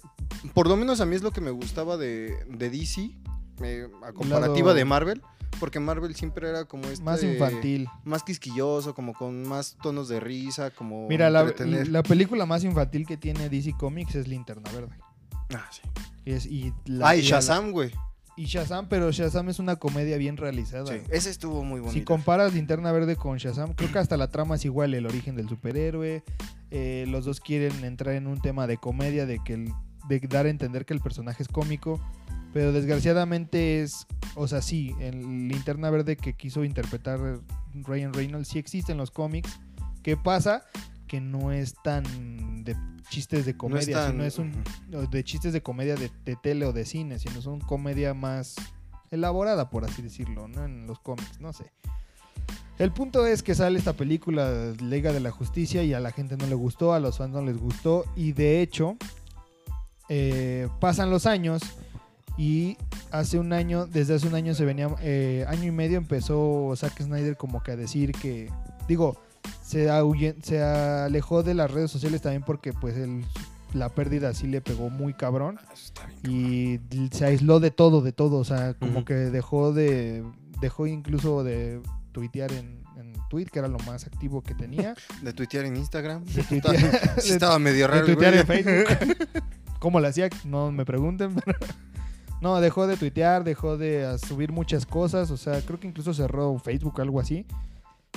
A: por lo menos a mí es lo que me gustaba de, de DC, eh, a comparativa
B: Lado-
A: de Marvel, porque Marvel siempre era como este...
B: más infantil.
A: Más quisquilloso, como con más tonos de risa, como...
B: Mira, la,
A: entretener.
B: la película más infantil que tiene DC Comics es Linterna Verde.
A: Ah, sí.
B: Y es, y la-
A: Ah, y
B: y a la-
A: Shazam, güey.
B: y Shazam, pero Shazam es una comedia bien realizada.
A: Sí,
B: güey.
A: ese estuvo muy bonito.
B: Si comparas Linterna Verde con Shazam, creo que hasta la trama es igual, el origen del superhéroe. eh, los dos quieren entrar en un tema de comedia, de que el- de dar a entender que el personaje es cómico. Pero desgraciadamente es, o sea, sí, el Linterna Verde que quiso interpretar Ryan Reynolds sí existe en los cómics. ¿Qué pasa? Que no es tan de chistes de
A: No es
B: comedia,
A: tan-
B: sino es un de chistes de comedia de, de tele o de cine, sino es una comedia más elaborada, por así decirlo, ¿no? En los cómics, no sé. El punto es que sale esta película Liga de la Justicia y a la gente no le gustó, a los fans no les gustó y de hecho eh, pasan los años y hace un año, desde hace un año se venía, eh, año y medio empezó Zack Snyder como que a decir que, digo, se, ahuye- se alejó de las redes sociales también porque pues el- la pérdida sí le pegó muy cabrón y se aisló de todo, de todo, o sea, como
A: Ujú.
B: que dejó de, dejó incluso de tuitear en, en Twitter, que era lo más activo que tenía,
A: De tuitear en Instagram.
B: de tuitear,
A: Sí estaba medio
B: de
A: raro. el
B: tuitear
A: güey.
B: en Facebook. ¿Cómo lo hacía? No me pregunten. pero- No, dejó de tuitear, dejó de ah, subir muchas cosas. O sea, creo que incluso cerró Facebook, algo así.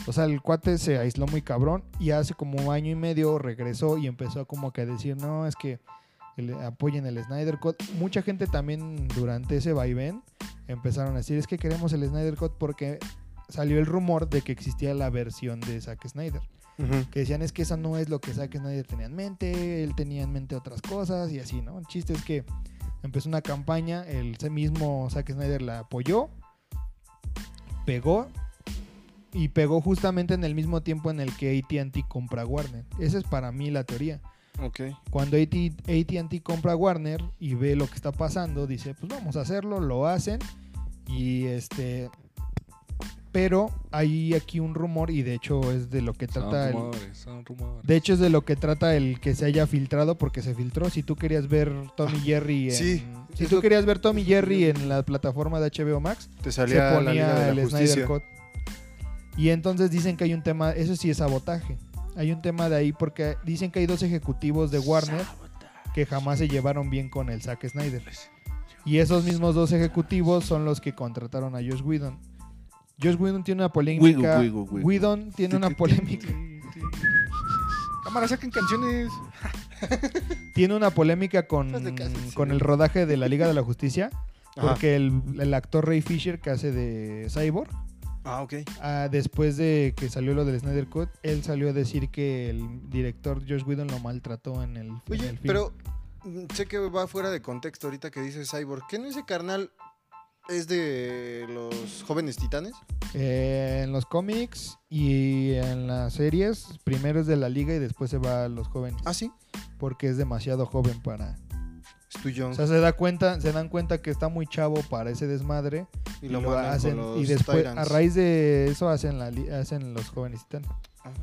B: O sea, el cuate se aisló muy cabrón y hace como un año y medio regresó y empezó como que a decir, no, es que el- apoyen el Snyder Cut. Mucha gente también durante ese vaivén empezaron a decir, es que queremos el Snyder Cut porque salió el rumor de que existía la versión de Zack Snyder
A: Ujú.
B: que decían es que esa no es lo que Zack Snyder tenía en mente, él tenía en mente otras cosas y así, ¿no? El chiste es que empezó una campaña, el ese mismo Zack Snyder la apoyó, pegó y pegó justamente en el mismo tiempo en el que AT&T compra Warner. Esa es para mí la teoría.
A: Ok.
B: Cuando AT- AT&T compra Warner y ve lo que está pasando, dice, pues vamos a hacerlo, lo hacen y este pero hay aquí un rumor y de hecho es de lo que trata
C: Son
B: el,
C: rumores, son rumores.
B: de hecho, es de lo que trata el que se haya filtrado, porque se filtró. Si tú querías ver Tommy Jerry en,
A: sí,
B: si
A: es
B: tú
A: lo-
B: querías ver Tommy Jerry en la plataforma de HBO Max,
A: Te
B: se
A: salía la Liga
B: ponía
A: de la
B: el Snyder
A: Justicia.
B: Cut. Y entonces dicen que hay un tema, eso sí es sabotaje. Hay un tema de ahí porque dicen que hay dos ejecutivos de Warner que jamás se llevaron bien con el Zack Snyder. Y esos mismos dos ejecutivos son los que contrataron a Josh Whedon. Josh Whedon tiene una polémica.
C: wigu, wigu.
B: Whedon tiene una polémica.
C: Cámara, saquen canciones.
B: tiene una polémica con,
A: Estás de casa, sí.
B: con el rodaje de la Liga de la Justicia.
A: Ajá.
B: Porque el, el actor Ray Fisher que hace de Cyborg
A: Ah, ok.
B: Ah, después de que salió lo del Snyder Cut, él salió a decir que el director Josh Whedon lo maltrató en el, en el
A: Oye,
B: film.
A: pero mm, sé que va fuera de contexto ahorita que dices Cyborg. ¿Qué no ese carnal es de los jóvenes titanes?
B: Eh, en los cómics y en las series, primero es de la liga y después se va a los jóvenes.
A: Ah, sí.
B: Porque es demasiado joven para...
A: Es tu Young.
B: O sea, se, da cuenta, se dan cuenta que está muy chavo para ese desmadre.
A: y lo, mandan
B: hacen.
A: con los
B: y después, a
A: Tyrants.
B: raíz de eso, hacen, la li- hacen los jóvenes titanes.
A: Ajá.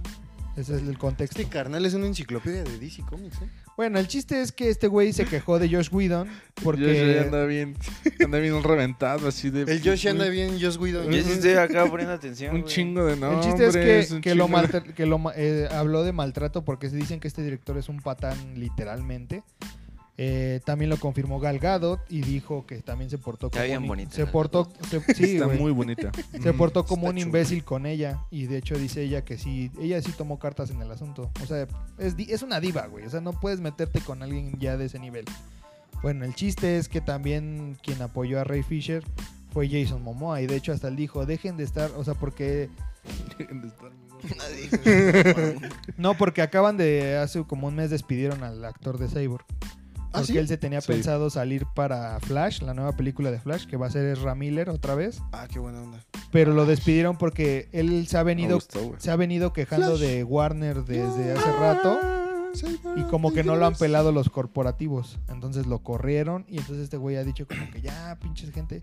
B: Ese es el contexto.
A: Este carnal es una enciclopedia de DC Comics, ¿eh?
B: Bueno, el chiste es que este güey se quejó de Josh Whedon
C: Josh ya
B: porque...
C: anda bien, anda bien reventado, así de.
A: El Josh anda
C: un-
A: bien, Josh Whedon.
D: Yo sí estoy acá poniendo atención.
C: Un
D: güey.
C: chingo de
B: El
C: nombres.
B: chiste es que,
C: un
B: que lo
C: chingo de-
B: maltra- que lo ma- eh, habló de maltrato porque se dicen que este director es un patán literalmente. Eh, también lo confirmó Gal Gadot y dijo que también se portó
D: Está
B: como
D: bien
B: un-
D: bonita
B: se
D: Gal
B: portó se- sí,
C: Está
B: güey.
C: muy bonita.
B: se
C: Mm.
B: portó como
A: está
B: un
A: chula.
B: imbécil con ella y de hecho dice ella que sí ella sí tomó cartas en el asunto o sea es, di- es una diva güey o sea no puedes meterte con alguien ya de ese nivel bueno el chiste es que también quien apoyó a Ray Fisher fue Jason Momoa y de hecho hasta él dijo dejen de estar o sea porque
D: Nadie.
B: No, porque acaban de, hace como un mes despidieron al actor de Cyborg.
A: ¿Ah,
B: porque
A: sí?
B: él se tenía
C: Sí.
B: pensado salir para Flash, la nueva película de Flash, que va a ser Ezra Miller otra vez.
A: Ah, qué buena onda.
B: Pero lo despidieron porque él se ha
C: Me
B: venido,
C: gustó, güey.
B: se ha venido quejando
A: Flash.
B: de Warner desde hace rato. Y
A: Ah,
B: como que no lo han pelado los corporativos. Entonces lo corrieron. Y entonces este güey ha dicho como que ya, pinches gente.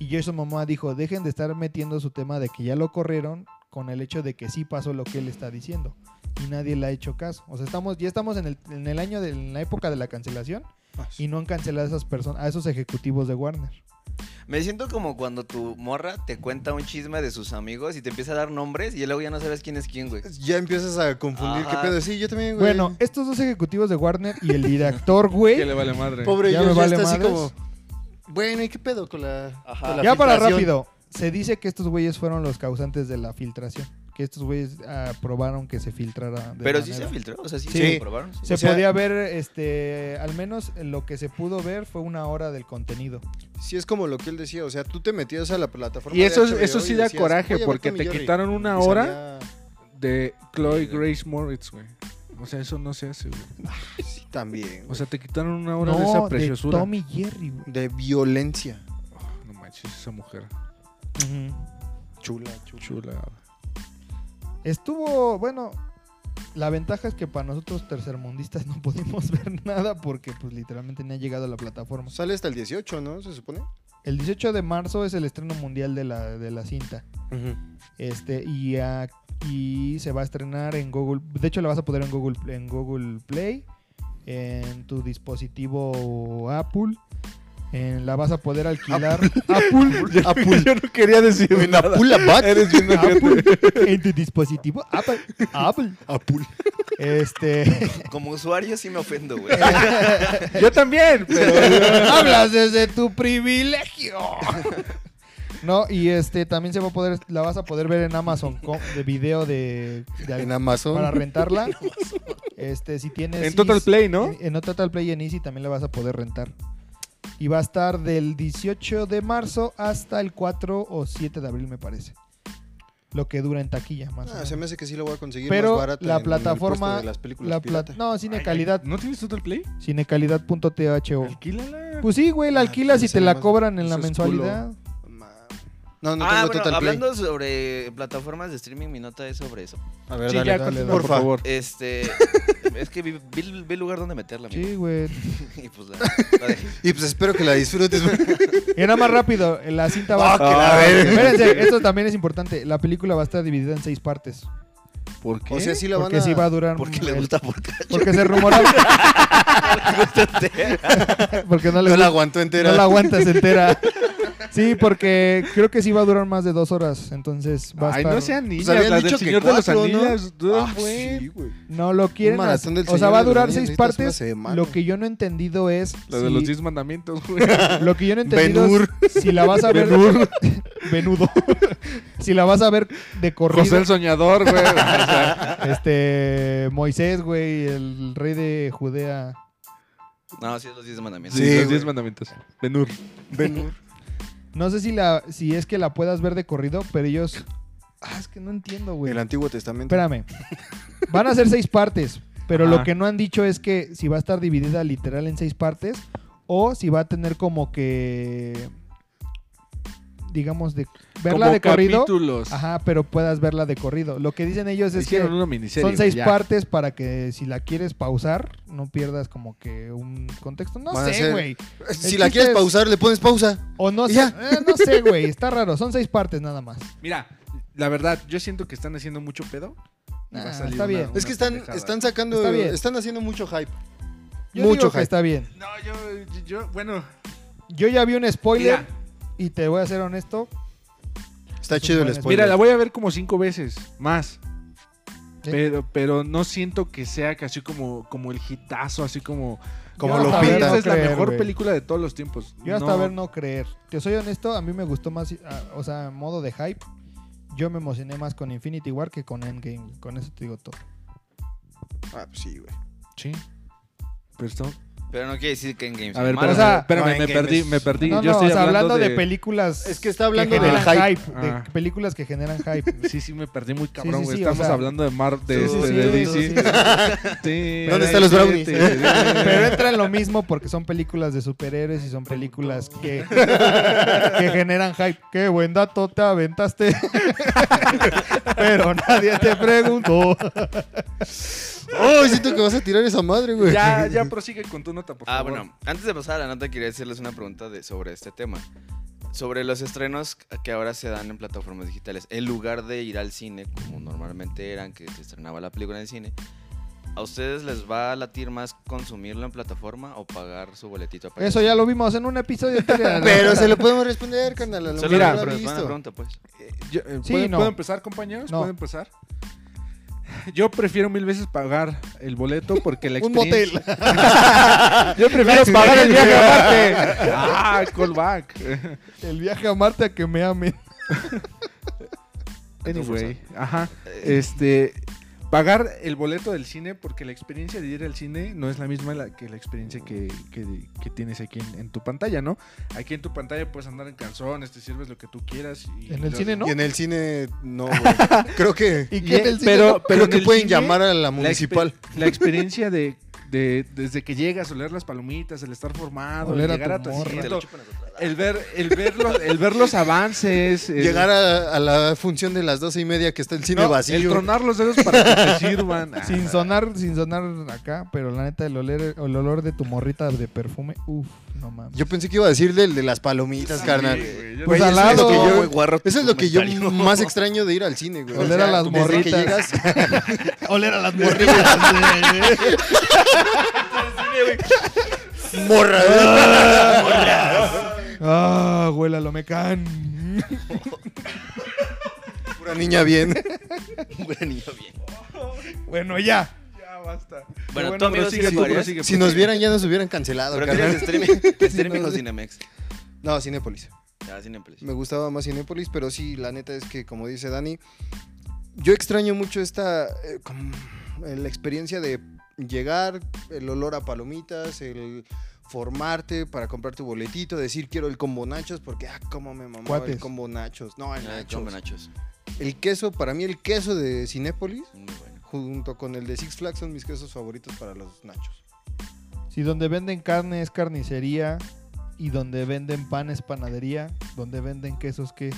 B: Y Jason Momoa dijo, dejen de estar metiendo su tema de que ya lo corrieron con el hecho de que sí pasó lo que él está diciendo. Y nadie le ha hecho caso. O sea, estamos, ya estamos en el, en el año, de, en la época de la cancelación.
A: Ah,
B: Y no han cancelado a esas personas, a esos ejecutivos de Warner.
D: Me siento como cuando tu morra te cuenta un chisme de sus amigos y te empieza a dar nombres y luego ya no sabes quién es quién, güey.
A: Ya empiezas a confundir
D: Ajá.
A: qué pedo. Sí, yo también, güey.
B: Bueno, estos dos ejecutivos de Warner y el director, güey.
C: Que le vale madre.
A: Pobre
B: ya
A: Josh
B: me
A: ya
B: vale
A: está así
B: madres.
A: como. Bueno, ¿y qué pedo con la.
D: Ajá.
A: con la
B: Ya para
A: filtración?
B: rápido, se dice que estos güeyes fueron los causantes de la filtración. Que estos güeyes aprobaron que se filtrara. de
D: Pero sí se
B: manera-
D: filtró, o sea, sí,
B: Sí.
D: se probaron.
B: Se
A: O sea-
B: podía ver, este, al menos lo que se pudo ver fue una hora del contenido.
A: Sí, es como lo que él decía. O sea, tú te metías a la plataforma.
C: Y
A: de
C: eso,
A: HBO
C: eso sí
A: y
C: da
A: decías, "Voy
C: coraje
A: a ver
C: porque
A: Tom y
C: te
A: Jerry".
C: quitaron una
A: Y
C: hora
A: salía-
C: de Chloe Grace Moritz, güey. O sea, eso no se hace, güey.
A: Sí, también.
C: O
A: güey.
C: sea, te quitaron una hora de esa preciosura.
B: Tommy Jerry, güey.
A: de violencia.
C: Oh, no manches, esa mujer.
A: Chula, chula.
C: Chula.
B: Estuvo, bueno, la ventaja es que para nosotros tercermundistas no pudimos ver nada porque pues literalmente ni ha llegado a la plataforma.
A: Sale hasta el 18, ¿no? Se supone.
B: El 18 de marzo es el estreno mundial de la, de la cinta. Este, y, a- y se va a estrenar en Google. De hecho, la vas a poder en Google, en Google Play, en tu dispositivo Apple. en- la vas a poder alquilar Apple,
A: Apul.
C: Yo no quería decir nada.
A: Apulabat.
C: Eres bien
B: Apple, en tu dispositivo Apple, Apple.
A: Apul.
B: Este,
D: Como usuario sí me ofendo, güey.
C: Yo también, pero.
B: hablas desde tu privilegio. No, y este también se va a poder la vas a poder ver en Amazon co- de video de, de
A: En
B: para
A: Amazon.
B: rentarla. este, si tienes
C: En Total
B: Easy-
C: Play, ¿no?
B: En, en Total Play y en Easy también la vas a poder rentar. Y va a estar del 18 de marzo hasta el 4 o 7 de abril, me parece. Lo que dura en taquilla, más o
A: Ah,
B: menos.
A: se me hace que sí lo voy a conseguir
B: Pero
A: más barata
B: la
A: en el puesto
B: plataforma-
A: de las películas
B: La pla-
A: pirata.
B: no, cinecalidad.
C: ¿No tienes Total Play?
B: Cinecalidad.tho.
C: Alquílala.
B: Pues sí, güey, la
A: Ah,
B: alquilas y
A: pues
B: te
A: nada
B: la
A: más,
B: cobran en la
A: eso es culo.
B: mensualidad.
A: Ma- No, no
D: ah,
A: tengo
D: bueno,
A: Total Play.
D: hablando sobre plataformas de streaming, mi nota es sobre eso.
A: A ver,
C: Sí,
A: dale,
C: ya,
A: dale,
C: continúa,
A: dale,
C: por favor.
D: Este, es que vi, vi- vi el lugar donde meterla,
B: Sí,
D: amigo.
B: güey.
D: Y pues la, la dejé.
A: Y pues espero que la disfrutes.
B: Era más rápido, la cinta va
A: Ah, que la verga.
B: Espérense, esto también es importante. La película va a estar dividida en seis partes.
C: ¿Por qué?
A: o sea, sí la van
B: Porque
A: a...
B: sí va a durar.
D: Porque le
B: el-
D: gusta por cacho.
B: Porque se rumoraba. porque no le
A: No la
B: gusta.
A: aguantó entera.
B: No la aguantas entera. Sí, porque creo que sí va a durar más de dos horas. Entonces va a
C: Ay,
B: estar-
C: no sean niñas.
A: pues habían
C: las del
A: dicho que
C: Señor
A: cuatro,
C: de
A: ¿no?
C: los Anillos. duran,
A: Ah,
C: güey.
A: sí, güey.
B: No lo quieren.
A: Un maratón del
B: hacer. o sea,
A: Señor
B: va a
A: de los
B: durar
A: Anillos,
B: seis
A: necesitas una
B: partes.
A: semana.
B: Lo que yo no he entendido es.
C: La
B: si-
C: de los diez mandamientos, güey.
B: Lo que yo no he entendido
A: Ben-Hur.
B: es si la vas a ver. Venudo. si la vas a ver de corrido.
C: José el Soñador, güey. O sea,
B: Este. Moisés, güey, el rey de Judea.
D: No, sí, es los 10 mandamientos.
A: Sí,
C: los
A: güey.
C: diez mandamientos. Benur.
A: Ben-Hur.
B: No sé si, la, si es que la puedas ver de corrido, pero ellos... Ah, es que no entiendo, güey.
A: El Antiguo Testamento.
B: Espérame. Van a ser seis partes, pero lo
C: Ajá.
B: que no han dicho es que si va a estar dividida literal en seis partes o si va a tener como que digamos de verla
C: Como
B: de corrido,
C: capítulos.
B: ajá, pero puedas verla de corrido. Lo que dicen ellos es
C: Hicieron
B: que
C: una miniserie.
B: son seis
C: ya.
B: partes para que si la quieres pausar, no pierdas como que un contexto. No
A: Van a
B: sé,
A: ser-
B: güey.
A: Si
B: El
A: la
B: chiste
A: quieres
B: es-
A: pausar, le pones pausa.
B: O no sé,
A: Ya.
B: eh, no sé, güey. Está raro. Son seis partes nada más.
C: Mira, la verdad, yo siento que están haciendo mucho pedo. y va a
B: Nah,
C: salir
B: Ah, está
C: una-
B: bien.
C: una
A: Es que están,
C: pendejada.
A: están sacando,
B: Está bien.
A: están haciendo mucho hype.
B: Yo
A: mucho
B: digo que
A: hype.
B: está bien.
C: No, yo, yo- yo, bueno,
B: Yo ya vi un spoiler
C: mira,
B: y te voy a ser honesto.
A: Está
B: Es un
A: chido el
B: buen
A: spoiler.
C: mira, la voy a ver como cinco veces más.
B: Sí.
C: Pero, pero no siento que sea casi como, como el hitazo, así como...
A: Como
C: "Yo
A: lo
C: hasta ver,
A: pintan".
C: Esta es la
B: Creer,
C: mejor
B: güey.
C: película de todos los tiempos.
B: Yo hasta
C: No.
B: ver no creer. Te soy honesto, a mí me gustó más, ah, o sea, modo de hype. Yo me emocioné más con Infinity War que con Endgame. güey. Con eso te digo todo.
A: Ah, pues sí, güey.
C: Sí. Pero esto-
D: Pero no quiere decir que en Games.
C: A ver,
B: pero-
C: espérame,
B: o sea,
C: espérame,
A: no, en
C: me
A: Game
C: perdí,
A: es-
C: me perdí.
B: no,
C: yo
B: no,
C: estoy
B: o sea, hablando, de...
C: películas
B: películas.
A: Es que está hablando del
B: generan
A: hype.
C: Ah.
B: De películas que generan hype.
C: Sí, sí, me perdí muy cabrón,
B: sí,
C: güey.
B: sí, o
C: Estamos
B: sea-
C: hablando de Mar, de,
B: Sí,
C: este,
B: sí,
C: de
B: sí,
C: DC.
B: sí, sí.
C: Sí,
A: ¿Dónde
C: ahí
A: están los
C: sí,
A: brownies?
C: sí, sí, sí.
B: Pero entra en lo mismo porque son películas de superhéroes y son películas que, que generan hype. Qué buen dato te aventaste. Pero nadie te preguntó.
A: Oh, siento que vas a tirar esa madre, güey.
C: Ya, ya prosigue con tu nota, por
D: Ah,
C: favor.
D: bueno, antes de pasar a la nota, quería hacerles una pregunta de- sobre este tema. Sobre los estrenos que ahora se dan en plataformas digitales. En lugar de ir al cine, como normalmente eran, que se estrenaba la película en el cine, ¿a ustedes les va a latir más consumirlo en plataforma o pagar su boletito? para ir
B: Eso
D: al
B: ya lo vimos en un episodio. anterior.
A: Pero se lo podemos responder, carnal. a
D: cine?
A: lo
D: Solo
A: mejor
C: Mira,
A: lo ha
D: una pre- una
A: visto.
D: pregunta, pues.
C: Eh, yo, eh,
B: Sí,
C: ¿puedo,
B: no.
C: puedo empezar, compañeros?
B: No.
C: ¿Puedo empezar? Yo prefiero mil veces pagar el boleto porque la
B: Un
C: experiencia...
B: motel.
C: Yo prefiero
B: pagar el viaje a
C: Marte. Ah, callback.
B: El viaje a Marte a que me amen.
C: Anyway, ajá.
A: Eh,
C: Este, pagar el boleto del cine porque la experiencia de ir al cine no es la misma la- que la experiencia que, que- que tienes aquí en, en tu pantalla, ¿no? Aquí en tu pantalla puedes andar en calzones, te sirves lo que tú quieras. y-
B: En el cine, ¿no?
A: Y en el cine, no, güey. Creo que.
B: ¿Y
C: Y-
B: qué del cine?
C: pero-
A: creo
C: en
A: que
C: el
A: pueden
C: cine,
A: llamar a la
C: La, expe-
A: municipal.
C: la experiencia de, de- desde que llegas, oler las palomitas, el estar formado,
B: Oler
C: el
B: a
C: llegar
B: tu
C: a tu
B: morra.
D: Te
C: asiento,
D: lo chupan a tu-
C: el ver, el ver los, el ver los avances, el-
A: Llegar a, a la función de las doce y media que está el cine
C: no, el
A: vacío.
C: tronar los dedos para que te sirvan. Ah,
B: Sin sonar, sin sonar acá, pero la neta, el, oler, el olor de tu morrita de perfume, uff, no mames.
A: Yo pensé que iba a decir del de las palomitas,
C: Ah, sí,
A: carnal.
C: güey, yo-
B: Pues
A: Güey,
B: al
A: eso es lo
B: lado.
A: que yo-
D: Muy guarro tu
A: Eso es lo que yo
D: comentario.
A: más extraño de ir al cine, güey.
B: Oler a las
A: desde que
B: morritas.
A: llegas-
B: oler a las morritas.
A: morra.
B: ah, huela lo mecan.
A: Pura niña bien.
D: Bueno, niño, bien.
B: Bueno, ya.
C: Ya basta.
D: Bueno,
C: Bueno,
D: tú, amigo,
C: prosigue,
D: ¿sí
C: tú,
D: jugarías?
C: prosigue,
A: Si nos vieran ya nos hubieran cancelado,
D: ¿Pero
A: carnal.
D: quieres streaming, streaming
A: no,
D: o
A: sí.
D: Cinemex?
A: No, Cinépolis.
D: Ya, Cinemex.
A: Me gustaba más Cinépolis, pero sí, la neta es que, como dice Dani, yo extraño mucho esta. eh, como, eh, la experiencia de llegar, el olor a palomitas, el formarte para comprar tu boletito, decir quiero el combo nachos, porque, ah, cómo me mamaba
B: Cuates.
A: el combo nachos. No, el
D: Ah,
A: nachos.
D: combo nachos.
A: El queso, para mí, el queso de Cinépolis,
D: Muy bueno.
A: junto con el de Six Flags, son mis quesos favoritos para los nachos.
B: Si donde venden carne es carnicería y donde venden pan es panadería, donde venden quesos, ¿qué?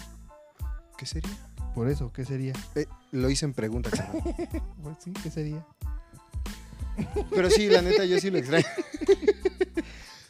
A: ¿Qué sería?
B: Por eso, ¿qué sería?
A: Eh, lo hice en pregunta, carnal.
B: Pues sí, ¿qué sería?
A: Pero sí, la neta, yo sí lo extraño.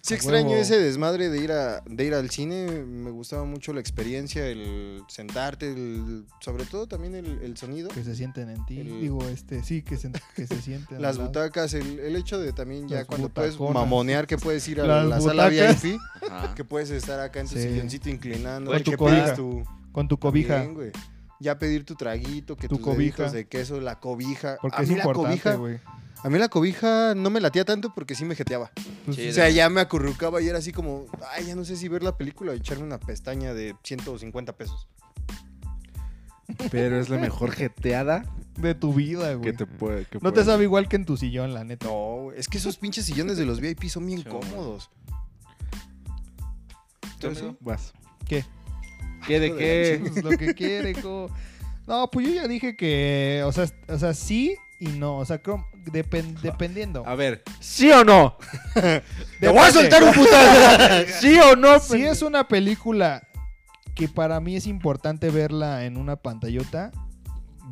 A: Sí
B: A
A: extraño
B: huevo.
A: ese desmadre de ir, a, de ir al cine. Me gustaba mucho la experiencia, el sentarte, el, sobre todo también el, el sonido.
B: Que se sienten en ti.
A: El-
B: Digo, este, sí, que se, que se sienten.
A: Las
B: al lado.
A: butacas, el, el hecho de también ya
B: Las
A: cuando puedes
B: butaconas.
A: mamonear que puedes ir a
B: Las
A: la sala
B: butacas.
A: VIP,
D: Ajá.
A: que puedes estar acá en tu
B: Sí.
A: silloncito inclinando,
B: Con tu
A: que
B: cobija.
A: pidas tu
B: Con tu cobija.
A: también, güey. Ya pedir tu traguito, que
B: Tu
A: tus deditos
B: cobija.
A: de queso, la cobija.
B: Porque
A: a
B: es
A: mí la
B: importante,
A: cobija,
B: güey.
A: a mí la cobija no me latía tanto porque sí me jeteaba.
B: Pues,
D: Sí,
A: O sea, ya me acurrucaba y era así como, ay, ya no sé si ver la película o echarme una pestaña de 150 pesos.
C: Pero es la mejor jeteada
B: De tu vida, güey.
C: que te puede. que
B: No te
C: puede.
B: sabe igual que en tu sillón, la neta.
A: No, güey, es que esos pinches sillones de los VIP son bien
D: Sí,
A: cómodos.
D: ¿Tú, amigo?
C: Vas.
B: ¿Qué?
C: ¿Qué de qué?
B: Pues, lo que quiere, co. No, pues yo ya dije que, o sea, o sea sí y no. O sea, como- depen- dependiendo.
C: A ver, ¿sí o no?
A: ¡Te voy a soltar un putazo!
C: ¿Sí o no?
B: Si es una película que para mí es importante verla en una pantallota,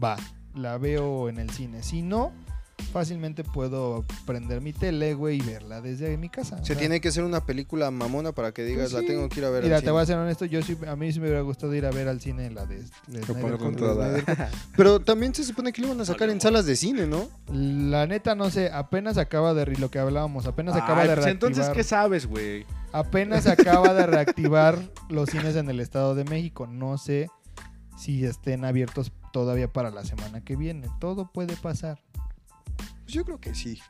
B: va, la veo en el cine. Si no, fácilmente puedo prender mi tele, güey, y verla desde mi casa. O
A: Se
B: sea,
A: tiene que ser una película mamona para que digas,
B: Ah. Pues sí.
A: la tengo que ir a ver.
B: Mira,
A: al
B: te
A: cine".
B: voy a ser honesto, yo sí, a mí sí me hubiera gustado ir a ver al cine la de, de Snyder Cut.
A: Pero también se supone que lo van a sacar en salas de cine, ¿no?
B: La neta, no sé, apenas acaba de re- lo que hablábamos, apenas acaba
C: Ay,
B: de
C: pues,
B: reactivar.
C: entonces, ¿qué sabes, güey?
B: Apenas acaba de reactivar los cines en el Estado de México. No sé si estén abiertos todavía para la semana que viene. Todo puede pasar.
A: Pues yo creo que sí.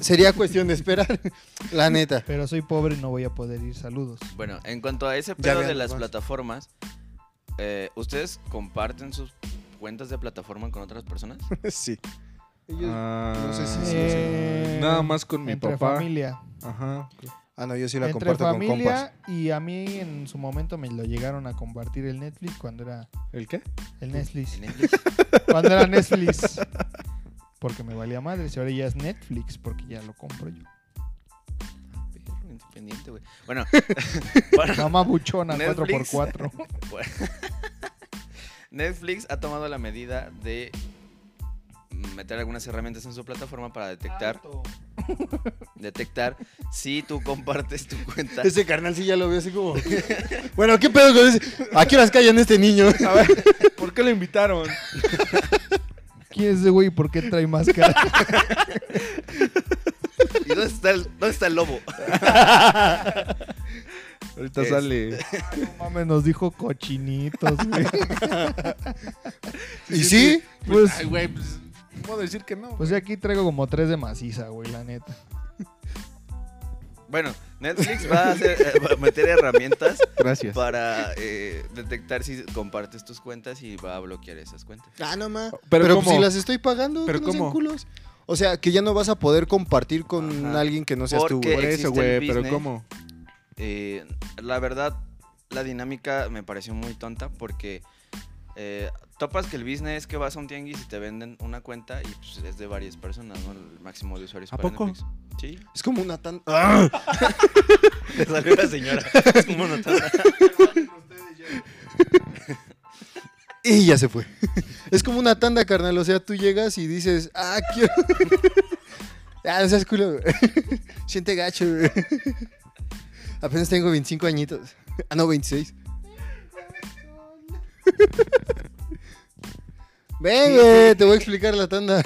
A: Sería cuestión de esperar, la neta.
B: Pero soy pobre y no voy a poder ir. Saludos.
D: Bueno, en cuanto a ese
A: Ya
D: pedo
A: vean
D: de
A: los
D: las
A: más.
D: plataformas, eh, ¿ustedes comparten sus cuentas de plataforma con otras personas?
A: Sí. Ellos-
C: Ah. no
A: sé si sí, sí.
B: Eh,
C: Nada más con mi
B: entre
C: papá.
B: familia.
C: Ajá.
A: Ah, no, yo sí la
B: entre
A: comparto con compas.
B: familia y a mí en su momento me lo llegaron a compartir el Netflix cuando era
C: ¿El qué?
B: el Netflix.
D: En Netflix.
B: Cuando era Netflix. Porque me valía madre. Si ahora ya es Netflix porque ya lo compro yo.
D: Perro Independiente, güey. Bueno, para-
B: Mamá buchona
D: Netflix.
B: 4x4.
D: Netflix ha tomado la medida de meter algunas herramientas en su plataforma para detectar, detectar si tú compartes tu cuenta.
A: Ese carnal sí ya lo veo así como. bueno, ¿qué pedo con ese? ¿A qué horas callan este niño?
C: A ver, ¿por qué lo invitaron?
B: ¿Quién es ese güey? ¿Por qué trae máscara?
D: ¿Y dónde está el, dónde está el lobo?
C: Ahorita
D: Es-
C: sale.
B: no mames, nos dijo cochinitos, güey.
A: ¿Y sí?
B: Pues,
C: Ay, güey, pues. No puedo decir que no.
B: pues yo aquí traigo como tres de maciza, güey, la neta.
D: Bueno, Netflix va a, hacer, eh, va a meter herramientas
C: Gracias.
D: para eh, detectar si compartes tus cuentas y va a bloquear esas cuentas.
A: Ah, no ma.
C: Pero
A: Pero,
C: ¿cómo?
A: pues, si las estoy pagando,
C: ¿Pero
A: que no sean
C: cómo?
A: culos. O sea, que ya no vas a poder compartir con
C: Ajá.
A: alguien que no seas tú,
D: Porque-
A: güey.
C: Por
D: existe
C: eso,
D: el
C: güey, pero
D: business.
C: ¿cómo?
D: Eh, la verdad, la dinámica me pareció muy tonta porque eh, topas que el business es que vas a un tianguis y te venden una cuenta y pues, es de varias personas, ¿no? El máximo de usuarios
C: ¿A
D: para
C: poco?
D: Netflix. Sí.
A: Es como una tan. ¡Ah!
D: Te salió la señora. Es como una tonta.
A: Y ya se fue. Es como una tanda, carnal. O sea, tú llegas y dices, ah, quiero. ah, no seas culo. güey. Siente gacho, güey. Apenas tengo 25 añitos. Ah, no, 26. Ven, güey, te voy a explicar la tanda.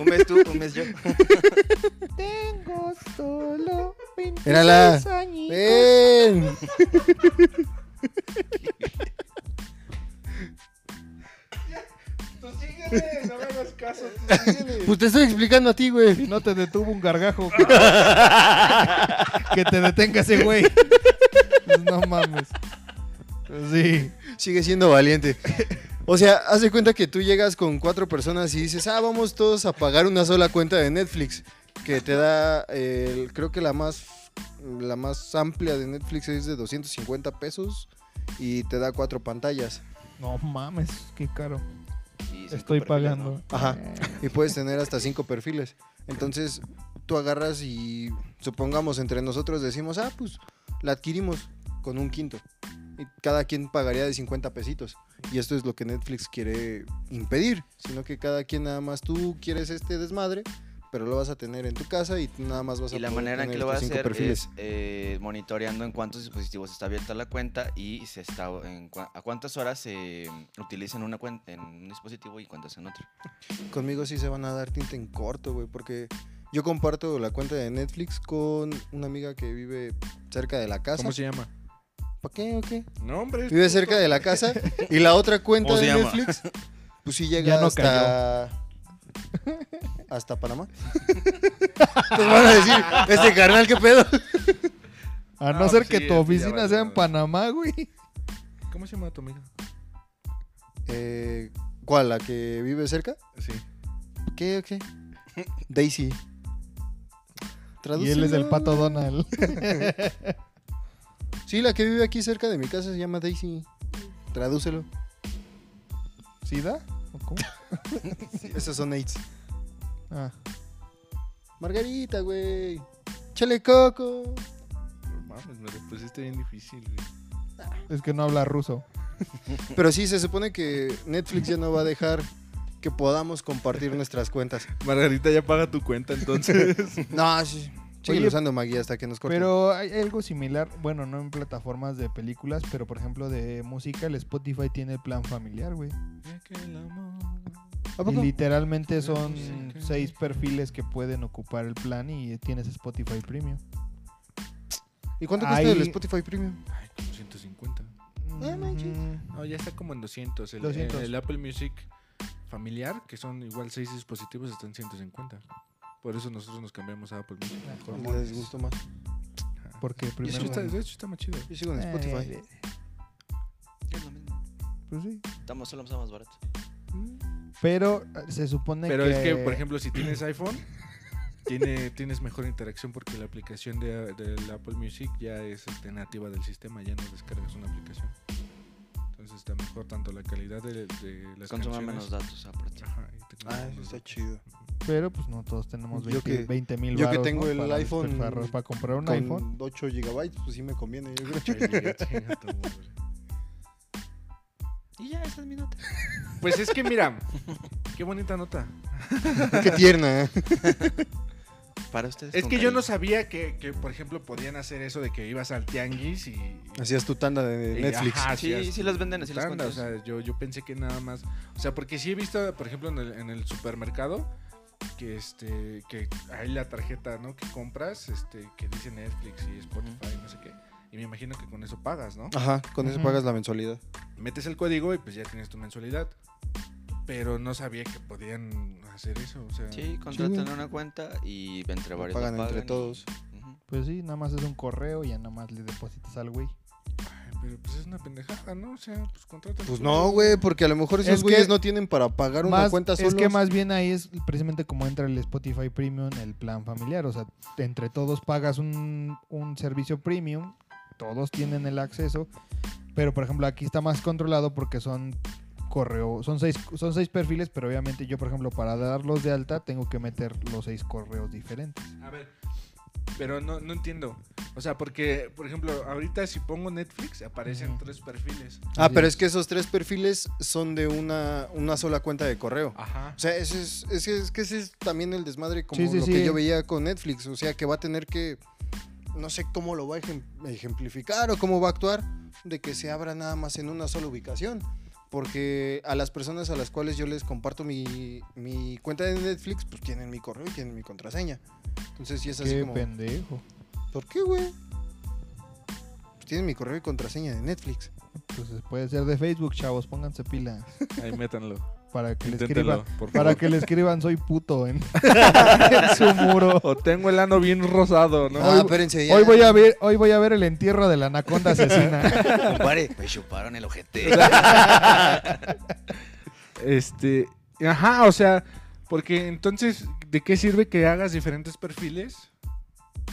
D: Un mes tú, un mes yo.
B: Tengo solo 26
A: Mírala.
B: añitos.
A: Ven.
C: No me hagas caso.
A: Pues te estoy explicando a ti, güey.
B: No te detuvo un gargajo. güey. que te detenga ese güey. Pues no mames. Pues sí.
A: Sigue siendo valiente. O sea, haz de cuenta que tú llegas con cuatro personas y dices, ah, vamos todos a pagar una sola cuenta de Netflix. Que te da, eh, creo que la más, la más amplia de Netflix es de 250 pesos y te da cuatro pantallas.
B: No mames, qué caro.
D: Y cinco
B: Estoy
D: perfiles,
B: pagando. Eh,
D: ¿no?
A: Ajá. Y puedes tener hasta cinco perfiles. Entonces, tú agarras y supongamos entre nosotros decimos, ah, pues la adquirimos con un quinto. Y cada quien pagaría de 50 pesitos. Y esto es lo que Netflix quiere impedir. Sino que cada quien nada más tú quieres este desmadre, pero lo vas a tener en tu casa y tú nada más vas a
D: Y la
A: poder
D: manera en
A: tener
D: que lo va a
A: estos cinco
D: hacer es eh, monitoreando en cuántos dispositivos está abierta la cuenta y se está en cua- a cuántas horas se utiliza en, una cuenta, en un dispositivo y cuántas en otro.
A: Conmigo sí se van a dar tinta en corto, güey, porque yo comparto la cuenta de Netflix con una amiga que vive cerca de la casa.
C: ¿Cómo se llama?
A: ¿Para qué o qué?
C: No, hombre.
A: vive cerca de la casa y la otra cuenta
D: ¿Cómo se
A: de
D: llama?
A: Netflix pues sí llega
B: Ya no
A: hasta hasta Panamá Nos van a decir este carnal qué pedo
B: A no,
C: No,
B: ser
C: pues
B: que
C: sí,
B: tu
C: ya
B: oficina
C: valió
B: sea en
C: madre.
B: Panamá, güey.
C: ¿Cómo se llama tu amiga?
A: Eh, ¿cuál la que vive cerca
C: Sí.
A: qué o qué Daisy
B: Y él es el pato Donald.
A: Sí, la que vive aquí cerca de mi casa se llama Daisy. Tradúcelo.
B: ¿Sida? ¿O cómo?
A: Esos son AIDS.
B: Ah.
A: Margarita, güey. Chale coco.
C: No mames, me lo pusiste bien difícil, güey.
B: Es que no habla ruso.
A: Pero sí, se supone que Netflix ya no va a dejar que podamos compartir nuestras cuentas.
C: Margarita ya paga tu cuenta entonces.
A: No, sí. Sigue
B: Oye,
A: usando Magui hasta que nos corten.
B: Pero hay algo similar, bueno, no en plataformas de películas, pero por ejemplo de música, el Spotify tiene el plan familiar, güey.
A: ¿A
B: Y
A: poco?
B: literalmente son
C: música.
B: seis perfiles que pueden ocupar el plan y tienes Spotify Premium.
A: ¿Y cuánto cuesta
B: Ahí-
A: el Spotify Premium?
C: Ay, como 150.
A: Ah, manches.
B: Mm,
C: No, ya está como en 200. El,
B: 200.
C: el Apple Music familiar, que son igual 6 dispositivos, está en 150. Por eso nosotros nos cambiamos a Apple Music.
B: hormonas.
A: Les gustó más.
C: Ajá.
B: Porque
C: Y eso
B: primero...
C: está, de hecho está más chido.
A: Yo sigo en Spotify.
B: Eh,
D: Es lo mismo.
B: pues sí.
D: Estamos solo más barato.
B: Pero eh, se supone
C: Pero
B: que...
C: es que, por ejemplo, si tienes iPhone, tiene, tienes mejor interacción porque la aplicación de, del Apple Music ya es este, nativa del sistema, ya no descargas una aplicación. Entonces está mejor tanto la calidad de, de las
D: Consuma
C: canciones.
D: menos datos aparte.
C: Ajá, y te consume menos
A: Ah,
C: datos.
A: chido.
B: Pero pues no todos tenemos
A: Yo
B: 20
A: que-
B: 20 mil
A: yo que
B: varos,
A: tengo
B: ¿no?
A: el
B: para
A: iPhone
B: despilfarrar, Para comprar un
A: Con
B: iPhone.
A: 8 GB, pues sí me conviene. Yo creo.
C: Ay, ya, chinga tu madre.
D: Y ya, esa es mi nota.
C: Pues es que mira, qué bonita nota.
A: Qué tierna. ¿eh?
D: Para ustedes.
C: Es
D: con
C: que yo
D: cariño.
C: no sabía que, que, por ejemplo, podían hacer eso de que ibas al tianguis y...
A: Hacías tu tanda de
C: y-
A: Netflix.
C: ajá,
D: Sí,
C: hacías
D: sí
C: tu
D: las venden, sí las
C: tanda, O
D: cuentas.
C: sea, yo, yo pensé que nada más... O sea, porque sí he visto, por ejemplo, en el, en el supermercado que este que hay la tarjeta no que compras este que dice Netflix y Spotify no sé qué y me imagino que con eso pagas no
A: Ajá, con eso
B: Ujú.
A: pagas la mensualidad.
C: metes el código y pues ya tienes tu mensualidad pero no sabía que podían hacer eso o sea
D: Sí, contratan una cuenta y entre varios. la
A: pagan entre
D: y-
A: todos.
D: Ujú.
B: Pues sí, nada más es un correo y ya nada más le depositas al güey.
C: Ay, Pero pues es una pendejada, ¿no? O sea, pues contrata.
A: Pues no, güey, porque a lo mejor esos
B: Es que-
A: güeyes no tienen para pagar una
B: Más-
A: cuenta solo.
B: es que más bien ahí es precisamente como entra el Spotify Premium, el plan familiar. O sea, entre todos pagas un, un servicio premium, todos tienen el acceso. Pero por ejemplo, aquí está más controlado porque son correo, son seis, son seis perfiles, pero obviamente yo, por ejemplo, para darlos de alta, tengo que meter los seis correos diferentes.
C: A ver. Pero no, no entiendo. O sea, porque, por ejemplo, ahorita si pongo Netflix, aparecen
B: Ujú.
C: tres perfiles.
A: Ah, pero es que esos tres perfiles son de una, una sola cuenta de correo.
B: Ah.
C: Ajá.
A: O sea, ese es, ese es que ese es también el desmadre como
B: Sí, sí,
A: lo
B: sí.
A: que yo veía con Netflix. O sea, que va a tener que, no sé cómo lo va a ejem- ejemplificar o cómo va a actuar, de que se abra nada más en una sola ubicación. Porque a las personas a las cuales yo les comparto mi, mi cuenta de Netflix, pues tienen mi correo y tienen mi contraseña. Entonces sí es así
B: Qué
A: como,
B: pendejo.
A: ¿por qué, güey? Pues tienen mi correo y contraseña de Netflix.
B: Entonces puede ser de Facebook, chavos, pónganse pila
C: Ahí métanlo.
B: para que le escriban.
C: Inténtenlo, por favor.
B: Para que le escriban soy puto en, en su muro.
C: O tengo el ano bien rosado, ¿no?
A: ah, espérense. ya.
B: Hoy voy a ver, hoy voy a ver el entierro de la anaconda asesina.
D: Compadre, me chuparon el ojete.
C: Este. Ajá, o sea, porque entonces, ¿de qué sirve que hagas diferentes perfiles?